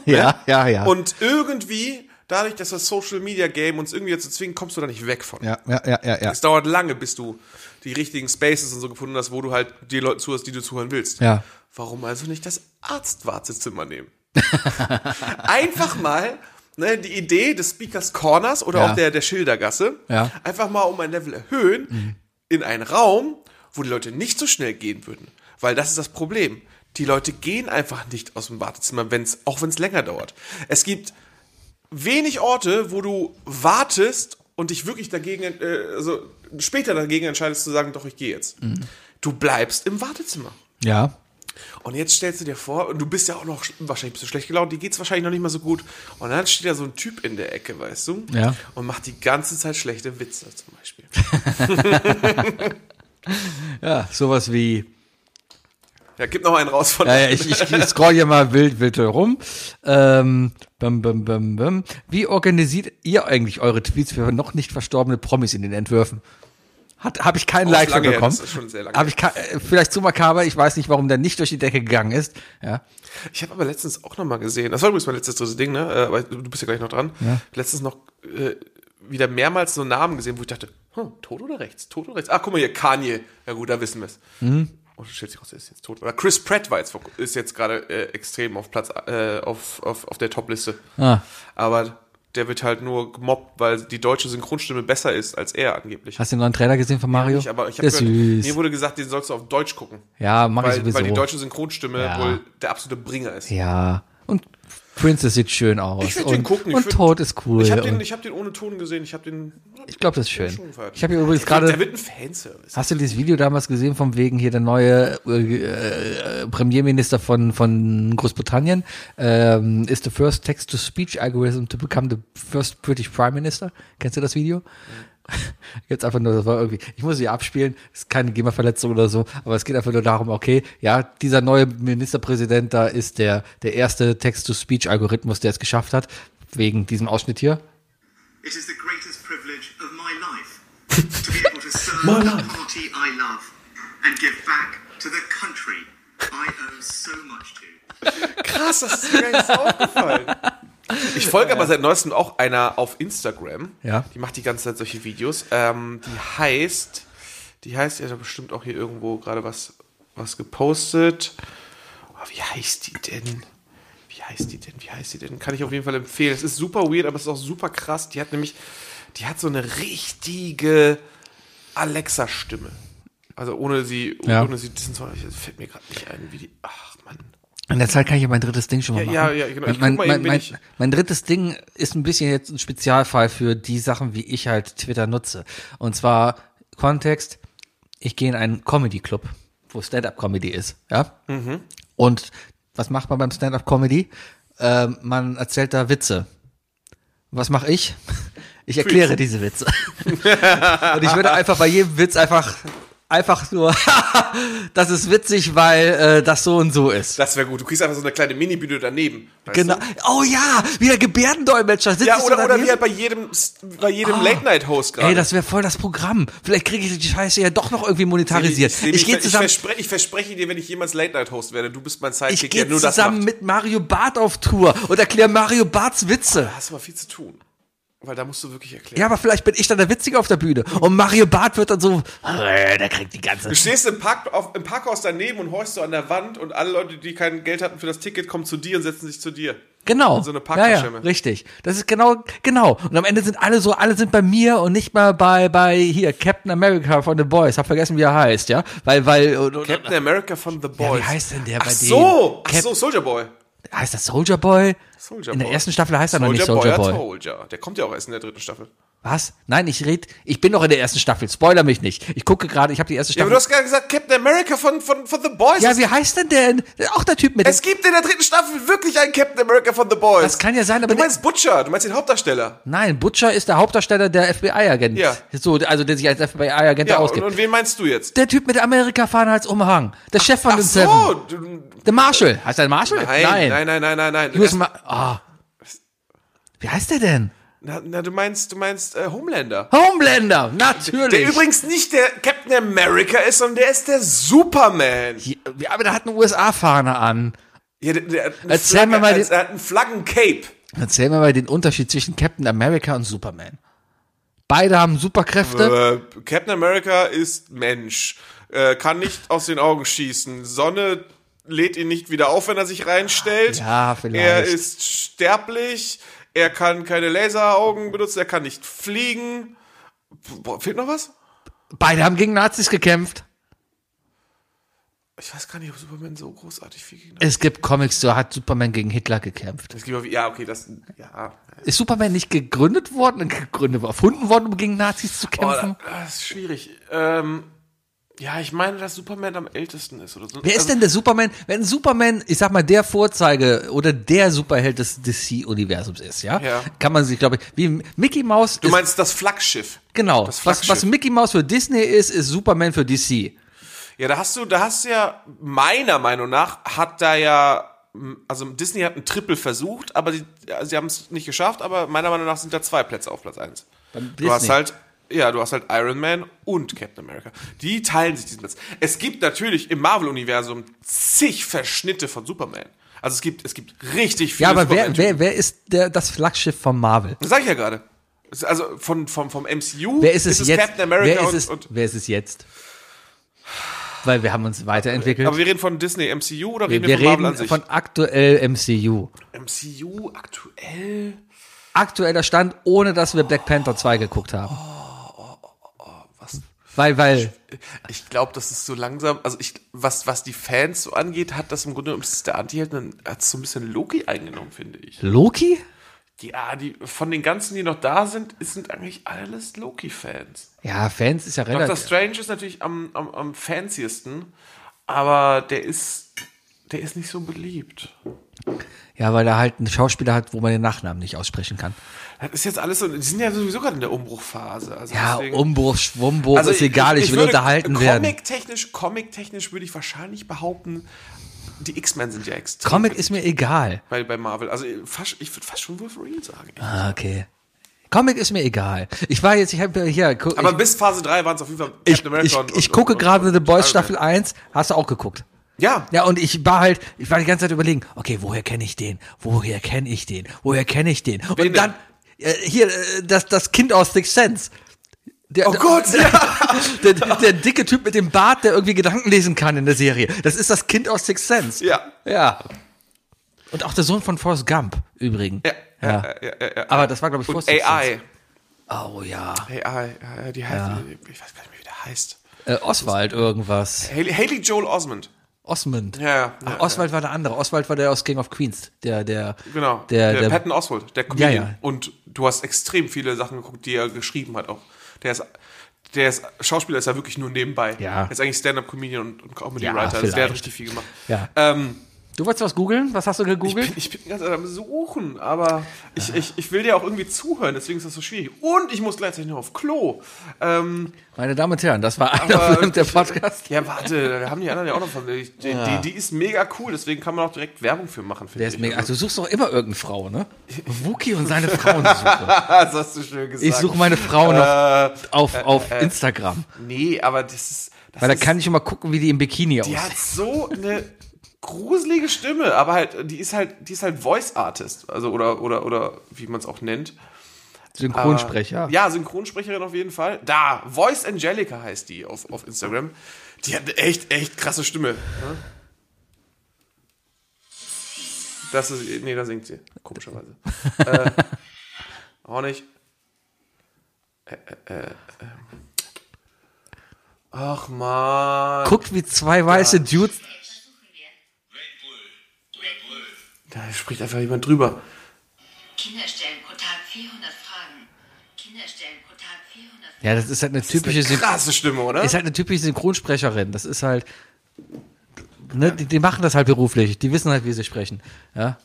Speaker 1: Ja, ja, ja.
Speaker 2: Und irgendwie, dadurch, dass das Social Media Game uns irgendwie dazu zwingt, kommst du da nicht weg von.
Speaker 1: ja, ja, ja, ja, ja.
Speaker 2: Es dauert lange, bis du die richtigen Spaces und so gefunden hast, wo du halt die Leute zuhörst, die du zuhören willst.
Speaker 1: Ja.
Speaker 2: Warum also nicht das Arztwartezimmer nehmen? einfach mal ne, die Idee des Speakers Corners oder
Speaker 1: Ja.
Speaker 2: auch der, der Schildergasse,
Speaker 1: Ja. Mhm.
Speaker 2: einfach mal um ein Level erhöhen in einen Raum, wo die Leute nicht so schnell gehen würden. Weil das ist das Problem. Die Leute gehen einfach nicht aus dem Wartezimmer, wenn's, auch wenn es länger dauert. Es gibt wenig Orte, wo du wartest und dich wirklich dagegen, äh, also später dagegen entscheidest zu sagen, doch, ich gehe jetzt.
Speaker 1: Mhm.
Speaker 2: Du bleibst im Wartezimmer.
Speaker 1: Ja.
Speaker 2: Und jetzt stellst du dir vor, und du bist ja auch noch, wahrscheinlich bist du schlecht gelaunt, dir geht's wahrscheinlich noch nicht mal so gut. Und dann steht da so ein Typ in der Ecke, weißt du?
Speaker 1: Ja.
Speaker 2: Und macht die ganze Zeit schlechte Witze zum Beispiel.
Speaker 1: Ja, sowas wie.
Speaker 2: Ja, gib noch einen raus von.
Speaker 1: Ja, ja, ich, ich scroll hier mal wild, wild rum. Ähm, bam, bam, bam, bam. Wie organisiert ihr eigentlich eure Tweets für noch nicht verstorbene Promis in den Entwürfen? Hat, habe ich keinen
Speaker 2: Oh, ist
Speaker 1: Like für
Speaker 2: lange her,
Speaker 1: bekommen.
Speaker 2: das ist schon sehr lange
Speaker 1: Habe ich ke- äh, vielleicht zu makaber, ich weiß nicht, warum der nicht durch die Decke gegangen ist. Ja.
Speaker 2: Ich habe aber letztens auch noch mal gesehen, das war übrigens mein letztes drittes Ding, ne? Äh, Aber du bist ja gleich noch dran.
Speaker 1: Ja.
Speaker 2: Letztens noch äh, wieder mehrmals so Namen gesehen, wo ich dachte, hm, tot oder rechts? Tot oder rechts? Ah, guck mal hier, Kanye. Ja gut, da wissen Oh, wir es.
Speaker 1: Mhm.
Speaker 2: Und stellt sich raus, er ist jetzt tot. Oder Chris Pratt war jetzt, vor- ist jetzt gerade äh, extrem auf Platz, äh, auf, auf, auf der Top-Liste.
Speaker 1: Ah.
Speaker 2: Aber der wird halt nur gemobbt, weil die deutsche Synchronstimme besser ist als er angeblich.
Speaker 1: Hast du den neuen Trailer gesehen von Mario?
Speaker 2: Ich, aber ich
Speaker 1: der
Speaker 2: habe
Speaker 1: ist
Speaker 2: gehört, mir
Speaker 1: süß.
Speaker 2: wurde gesagt, den sollst du auf Deutsch gucken.
Speaker 1: Ja, mach ich
Speaker 2: Weil,
Speaker 1: sowieso.
Speaker 2: weil die deutsche Synchronstimme
Speaker 1: Ja.
Speaker 2: wohl der absolute Bringer ist.
Speaker 1: ja. Und Princess sieht schön aus.
Speaker 2: Ich würd
Speaker 1: und
Speaker 2: den gucken, ich
Speaker 1: und
Speaker 2: würd-
Speaker 1: Toad ist cool.
Speaker 2: Ich habe den,
Speaker 1: und-
Speaker 2: ich hab den ohne Ton gesehen. Ich habe den.
Speaker 1: Ich glaube, das ist schön.
Speaker 2: schon gefeiert.
Speaker 1: Ich habe hier übrigens
Speaker 2: der
Speaker 1: gerade.
Speaker 2: wird ein Fanservice.
Speaker 1: Hast du dieses Video damals gesehen, vom wegen hier der neue äh, äh, Premierminister von, von Großbritannien? Ähm, is the first text-to-speech algorithm to become the first British Prime Minister? Kennst du das Video? Jetzt einfach nur, das war irgendwie, ich muss sie abspielen, ist keine GEMA-Verletzung oder so, aber es geht einfach nur darum, okay, ja, dieser neue Ministerpräsident da ist der, der erste Text-to-Speech-Algorithmus, der es geschafft hat, wegen diesem Ausschnitt hier.
Speaker 4: It is the greatest privilege of my life to be able to serve the party I love and give back to the country I owe so much to.
Speaker 2: Krass, das ist mir gar nicht so aufgefallen. Äh. Ich folge aber seit neuestem auch einer auf Instagram.
Speaker 1: Ja.
Speaker 2: Die macht die ganze Zeit solche Videos. Ähm, die heißt, die heißt, ja, da bestimmt auch hier irgendwo gerade was, was gepostet. Oh, wie heißt die denn? Wie heißt die denn? Wie heißt die denn? Kann ich auf jeden Fall empfehlen. Es ist super weird, aber es ist auch super krass. Die hat nämlich, die hat so eine richtige Alexa-Stimme. Also ohne sie,
Speaker 1: Ja.
Speaker 2: ohne sie, das fällt mir gerade nicht ein, wie die, ach Mann.
Speaker 1: In der Zeit kann ich ja mein drittes Ding schon mal machen.
Speaker 2: Ja, ja, ja, genau. Ich
Speaker 1: Mein,
Speaker 2: guck mal
Speaker 1: mein, mein,
Speaker 2: eben, wenn
Speaker 1: mein,
Speaker 2: ich-
Speaker 1: mein drittes Ding ist ein bisschen jetzt ein Spezialfall für die Sachen, wie ich halt Twitter nutze. Und zwar Kontext, ich gehe in einen Comedy-Club, wo Stand-Up-Comedy ist. Ja?
Speaker 2: Mhm.
Speaker 1: Und was macht man beim Stand-Up-Comedy? Ähm, man erzählt da Witze. Was mache ich? Ich erkläre diese Witze. Und ich würde einfach bei jedem Witz einfach einfach nur, das ist witzig, weil äh, das so und so ist.
Speaker 2: Das wäre gut. Du kriegst einfach so eine kleine Mini-Bühne daneben. weißt
Speaker 1: Genau.
Speaker 2: Du?
Speaker 1: Oh ja, wieder Gebärdendolmetscher. Sitzt
Speaker 2: Ja,
Speaker 1: ich so
Speaker 2: oder, oder
Speaker 1: daneben?
Speaker 2: wie halt bei jedem, bei jedem Late-Night-Host gerade.
Speaker 1: Ah. Ey, das wäre voll das Programm. Vielleicht kriege ich die Scheiße ja doch noch irgendwie monetarisiert.
Speaker 2: Sebi, Sebi,
Speaker 1: Ich gehe
Speaker 2: ver-
Speaker 1: zusammen,
Speaker 2: Ich verspreche, ich verspreche dir, wenn ich jemals Late-Night-Host werde, du bist mein
Speaker 1: ich
Speaker 2: Sidekick, der
Speaker 1: gehe
Speaker 2: nur das
Speaker 1: zusammen
Speaker 2: macht.
Speaker 1: mit Mario Barth auf Tour und erkläre Mario Barths Witze.
Speaker 2: Da hast du mal viel zu tun. Weil da musst du wirklich erklären.
Speaker 1: Ja, aber vielleicht bin ich dann der Witzige auf der Bühne und Mario Barth wird dann so, äh, der kriegt die ganze.
Speaker 2: Du stehst im, Park, auf, im Parkhaus daneben und horchst so an der Wand und alle Leute, die kein Geld hatten für das Ticket, kommen zu dir und setzen sich zu dir.
Speaker 1: Genau.
Speaker 2: So
Speaker 1: ja, ja,
Speaker 2: eine Parkhausschirme.
Speaker 1: richtig. Das ist genau, genau. Und am Ende sind alle so, alle sind bei mir und nicht mal bei, bei hier Captain America von The Boys. Hab vergessen, wie er heißt, ja? Weil, weil, und, und,
Speaker 2: Captain America von The
Speaker 1: ja,
Speaker 2: Boys.
Speaker 1: wie heißt denn der
Speaker 2: Ach
Speaker 1: bei denen?
Speaker 2: so, ach
Speaker 1: Cap-
Speaker 2: so, Soldier Boy.
Speaker 1: Heißt das Soldier Boy?
Speaker 2: Soldier
Speaker 1: in der
Speaker 2: Boy.
Speaker 1: ersten Staffel heißt er noch nicht
Speaker 2: Soldier
Speaker 1: Soldier
Speaker 2: Boy.
Speaker 1: Boy.
Speaker 2: hat Soldier. Der kommt ja auch erst in der dritten Staffel.
Speaker 1: Was? Nein, ich red, ich bin noch in der ersten Staffel. Spoiler mich nicht. Ich gucke gerade, ich habe die erste
Speaker 2: Ja, aber
Speaker 1: Staffel.
Speaker 2: du hast gerade gesagt, Captain America von, von, von The Boys.
Speaker 1: Ja, wie heißt denn der? Auch der Typ mit dem.
Speaker 2: es gibt in der dritten Staffel wirklich einen Captain America von The Boys.
Speaker 1: Das kann ja sein, aber
Speaker 2: Du meinst Butcher, du meinst den Hauptdarsteller.
Speaker 1: Nein, Butcher ist der Hauptdarsteller der FBI-Agent.
Speaker 2: Ja.
Speaker 1: So, also der sich als FBI-Agent
Speaker 2: Ja, und,
Speaker 1: ausgibt.
Speaker 2: und wen meinst du jetzt?
Speaker 1: der Typ mit der Amerika-Fahne als Umhang. Der Chef von
Speaker 2: Ach
Speaker 1: den Seven.
Speaker 2: so. du-
Speaker 1: Der Marshall. Heißt der Marshall?
Speaker 2: Nein, nein, nein, nein, nein, nein.
Speaker 1: US
Speaker 2: Das-
Speaker 1: Ma Ah. Wie heißt der denn?
Speaker 2: Na, na, du meinst, du meinst äh, Homelander.
Speaker 1: Homelander, natürlich.
Speaker 2: Der übrigens nicht der Captain America ist, sondern der ist der Superman.
Speaker 1: Ja, aber der hat eine USA-Fahne an.
Speaker 2: Ja, der, der hat einen
Speaker 1: Erzähl mir mal den-
Speaker 2: er hat einen Flaggencape.
Speaker 1: Erzähl mir mal den Unterschied zwischen Captain America und Superman. Beide haben Superkräfte.
Speaker 2: Äh, Captain America ist Mensch, äh, kann nicht aus den Augen schießen. Sonne lädt ihn nicht wieder auf, wenn er sich reinstellt.
Speaker 1: Ja, vielleicht.
Speaker 2: Er ist sterblich, er kann keine Laseraugen benutzen, er kann nicht fliegen. Boah, fehlt noch was? Äh.
Speaker 1: Beide haben gegen Nazis gekämpft.
Speaker 2: Ich weiß gar nicht, ob Superman so großartig viel gegen
Speaker 1: Es gibt Comics, da hat Superman gegen Hitler gekämpft.
Speaker 2: Es gibt auch- Ja, okay, das. Ja.
Speaker 1: Ist Superman nicht gegründet worden, äh, gegründet, erfunden worden, um gegen Nazis zu
Speaker 2: Oh,
Speaker 1: kämpfen?
Speaker 2: das ist schwierig. Ähm, ja, ich meine, dass Superman am ältesten ist oder so. Also,
Speaker 1: Wer ist denn der Superman? Wenn Superman, ich sag mal, der Vorzeige oder der Superheld des DC-Universums ist, ja?
Speaker 2: Ja.
Speaker 1: Kann man sich, glaube ich, wie Mickey Mouse
Speaker 2: Du
Speaker 1: ist,
Speaker 2: meinst das Flaggschiff?
Speaker 1: genau,
Speaker 2: das
Speaker 1: was,
Speaker 2: Flaggschiff.
Speaker 1: was Mickey Mouse für Disney ist, ist Superman für DC.
Speaker 2: Ja, da hast du, da hast du ja, meiner Meinung nach, hat da ja, m, also Disney hat ein Triple versucht, aber die, ja, sie haben es nicht geschafft, aber meiner Meinung nach sind da zwei Plätze auf Platz eins. Du hast
Speaker 1: Disney.
Speaker 2: halt, ja, du hast halt Iron Man und Captain America. Die teilen sich diesen Platz. Es gibt natürlich im Marvel-Universum zig Verschnitte von Superman. Also es gibt, es gibt richtig viele
Speaker 1: Ja, aber wer, wer,
Speaker 2: Superman-Typen.
Speaker 1: wer ist der, das Flaggschiff von Marvel?
Speaker 2: Das sag ich ja gerade. Es- Also von, vom, vom MCU
Speaker 1: Wer ist es, jetzt?
Speaker 2: Captain America
Speaker 1: wer, ist
Speaker 2: und,
Speaker 1: es,
Speaker 2: und.
Speaker 1: wer ist es jetzt? Weil wir haben uns weiterentwickelt.
Speaker 2: Aber wir reden von Disney MCU oder
Speaker 1: wir
Speaker 2: reden wir,
Speaker 1: wir
Speaker 2: von Marvel an
Speaker 1: reden
Speaker 2: sich?
Speaker 1: von aktuell MCU.
Speaker 2: MCU aktuell.
Speaker 1: aktueller Stand, ohne dass wir Black Panther 2 geguckt haben. Weil, weil,
Speaker 2: Ich glaube, das ist so langsam. Also ich, was, was die Fans so angeht, hat das im Grunde genommen, das ist der Anti-Held, dann hat so ein bisschen Loki eingenommen, finde ich.
Speaker 1: Loki?
Speaker 2: Ja, die, von den ganzen, die noch da sind, ist- sind eigentlich alles Loki-Fans.
Speaker 1: Ja, Fans ist ja
Speaker 2: Doctor
Speaker 1: relativ.
Speaker 2: Strange ist natürlich am, am, am fanciesten, aber der ist, der ist nicht so beliebt.
Speaker 1: Ja, weil er halt einen Schauspieler hat, wo man den Nachnamen nicht aussprechen kann.
Speaker 2: Das ist jetzt alles so, die sind ja sowieso gerade in der Umbruchphase. Also
Speaker 1: Ja,
Speaker 2: deswegen-
Speaker 1: Umbruch, Schwumbruch, ist egal, ich, will
Speaker 2: Also würde
Speaker 1: unterhalten werden.
Speaker 2: Comic-technisch, Comic-technisch würde ich wahrscheinlich behaupten, die X-Men sind ja extrem.
Speaker 1: Comic ist mir egal.
Speaker 2: bei, bei Marvel. Also fast, ich würde fast schon Wolverine sagen.
Speaker 1: Ah, okay. Comic ist mir egal. Ich war jetzt, ich habe hier, guck,
Speaker 2: Aber bis Phase 3 waren es auf jeden Fall Captain
Speaker 1: ich, ich, ich,
Speaker 2: und-
Speaker 1: ich
Speaker 2: und-
Speaker 1: gucke
Speaker 2: und-
Speaker 1: gerade
Speaker 2: und-
Speaker 1: The Boys
Speaker 2: und-
Speaker 1: Staffel 1, hast du auch geguckt.
Speaker 2: Ja.
Speaker 1: Ja, und ich war halt, ich war die ganze Zeit überlegen, okay, woher kenne ich den? Woher kenne ich den? Woher kenne ich den? Und
Speaker 2: Wen
Speaker 1: dann äh, hier äh, das das Kind aus Sixth Sense. Der,
Speaker 2: Oh Gott,
Speaker 1: der,
Speaker 2: ja.
Speaker 1: der, der, dicke Typ mit dem Bart, der irgendwie Gedanken lesen kann in der Serie. Das ist das Kind aus Sixth Sense.
Speaker 2: Ja.
Speaker 1: Ja. Und auch der Sohn von Forrest Gump übrigens.
Speaker 2: Ja, ja,
Speaker 1: Ja.
Speaker 2: ja, ja, ja.
Speaker 1: Aber das war glaube ich
Speaker 2: Und
Speaker 1: Forrest
Speaker 2: AI.
Speaker 1: Oh ja.
Speaker 2: AI, ja, ja, die heißt, ich weiß gar nicht mehr, wie der heißt.
Speaker 1: Äh, Oswald irgendwas.
Speaker 2: Haley, Haley Joel Osmond.
Speaker 1: Osmond.
Speaker 2: Ja, ja, ja,
Speaker 1: Ach, Oswald war der andere. Oswald war der aus King of Queens. Der der
Speaker 2: Genau.
Speaker 1: der, der,
Speaker 2: Patton Oswald, der Comedian.
Speaker 1: Ja, ja.
Speaker 2: Und du hast extrem viele Sachen geguckt, die er geschrieben hat auch. Der ist, der ist Schauspieler ist ja wirklich nur nebenbei.
Speaker 1: Ja.
Speaker 2: Er ist eigentlich Stand-Up-Comedian und, und
Speaker 1: Ja,
Speaker 2: Comedy-Writer. also der hat
Speaker 1: vielleicht.
Speaker 2: richtig viel gemacht.
Speaker 1: Ja.
Speaker 2: Ähm,
Speaker 1: Du wolltest was googeln? Was hast du
Speaker 2: Ich
Speaker 1: gegoogelt?
Speaker 2: bin, ich bin ganz am Suchen, aber ich, ich, ich will dir auch irgendwie zuhören, deswegen ist das so schwierig. Und ich muss gleichzeitig noch auf Klo. Ähm,
Speaker 1: Meine Damen und Herren, das war
Speaker 2: Aber-
Speaker 1: einer der Podcast.
Speaker 2: ja, warte, da haben die anderen ja auch noch von. Die, die- die, die ist mega cool, deswegen kann man auch direkt Werbung für machen, finde
Speaker 1: Der ist
Speaker 2: ich. Also,
Speaker 1: mega. Ach, du suchst doch immer irgendeine Frau, ne? Wookie und seine Frauensuche.
Speaker 2: das hast du schön gesagt.
Speaker 1: also Ich suche meine Frau noch
Speaker 2: Äh,
Speaker 1: auf, auf Instagram.
Speaker 2: Nee, aber das ist. Das
Speaker 1: Weil da
Speaker 2: ist,
Speaker 1: kann ich immer gucken, wie die im Bikini
Speaker 2: Die
Speaker 1: aussieht.
Speaker 2: hat so eine gruselige Stimme, aber halt, die ist halt, die ist halt Voice Artist, also oder oder oder wie man es auch nennt.
Speaker 1: Synchronsprecher.
Speaker 2: Ja, Synchronsprecherin auf jeden Fall. Da, Voice Angelica heißt die auf, auf Instagram. Die hat eine echt, echt krasse Stimme. ne? Das ist. Nee, da singt sie. Komischerweise. äh, auch nicht. Äh, äh, äh, ähm. Ach man.
Speaker 1: Guckt wie zwei weiße Dudes.
Speaker 5: Red Bull. Red Bull.
Speaker 2: Da spricht einfach jemand drüber.
Speaker 5: Kinder stellen pro Tag 400 Fragen. Kinder Kinderstellen pro Tag 400
Speaker 1: Ja, das ist halt eine typische
Speaker 2: Eine
Speaker 1: Syn-
Speaker 2: krasse Stimme, oder?
Speaker 1: ist halt eine typische Synchronsprecherin. Das ist halt, ne, die, die machen das halt beruflich. Die wissen halt, wie sie sprechen. Ja,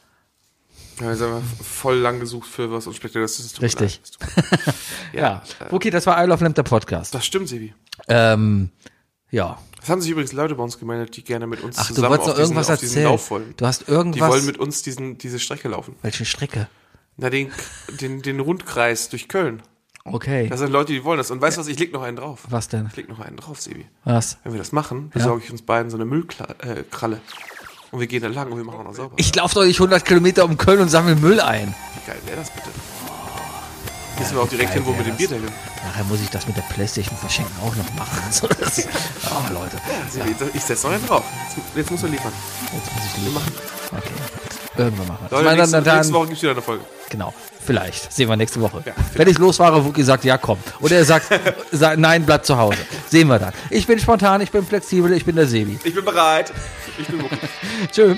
Speaker 2: Ja, jetzt haben wir voll lang gesucht für was und später das ist
Speaker 1: richtig. ja. äh.
Speaker 2: Ja.
Speaker 1: Okay, das war I Love Lamp, der Podcast.
Speaker 2: Das stimmt, Sebi.
Speaker 1: Ähm, ja.
Speaker 2: Das haben sich übrigens Leute bei uns gemeldet, die gerne mit uns
Speaker 1: Ach, du
Speaker 2: zusammen
Speaker 1: wolltest noch
Speaker 2: auf, diesen,
Speaker 1: irgendwas
Speaker 2: auf diesen Lauf
Speaker 1: erzählen.
Speaker 2: wollen.
Speaker 1: Du hast
Speaker 2: Die
Speaker 1: irgendwas.
Speaker 2: wollen mit uns diesen, diese Strecke laufen.
Speaker 1: welche Strecke?
Speaker 2: Na, den, den, den Rundkreis durch Köln.
Speaker 1: Okay.
Speaker 2: Das sind Leute, die wollen das. Und weißt du was, ich leg noch einen drauf.
Speaker 1: Was denn?
Speaker 2: Ich leg noch einen drauf, Sebi.
Speaker 1: Was?
Speaker 2: Wenn wir das machen, besorge ich uns beiden so eine Müllkralle. Äh, Kralle. und wir gehen da lang und wir machen auch noch sauber.
Speaker 1: Ich laufe doch nicht 100 Kilometer um Köln und sammle Müll ein.
Speaker 2: Wie geil wäre das bitte? Gehst du auch direkt hin, wo
Speaker 1: wär
Speaker 2: mit dem
Speaker 1: das?
Speaker 2: Bierdeckel?
Speaker 1: Nachher muss ich das mit der Playstation verschenken auch noch machen. So, das- Ach, Leute.
Speaker 2: Sebi, Ich setz noch einen drauf. Jetzt, jetzt muss er liefern.
Speaker 1: Jetzt muss ich liefern. Okay. Irgendwann machen wir
Speaker 2: Leute,
Speaker 1: das. Meine
Speaker 2: nächste,
Speaker 1: Damen und Herren,
Speaker 2: nächste Woche gibt's wieder eine Folge.
Speaker 1: Genau. Vielleicht. Sehen wir nächste Woche. Wenn ich losfahre, Wookie sagt, ja, komm. Oder er sagt, sa- nein, bleib zu Hause. Sehen wir dann. Ich bin spontan, ich bin flexibel, ich bin der Sebi.
Speaker 2: Ich bin bereit. Ich bin bereit.
Speaker 1: Tschüss.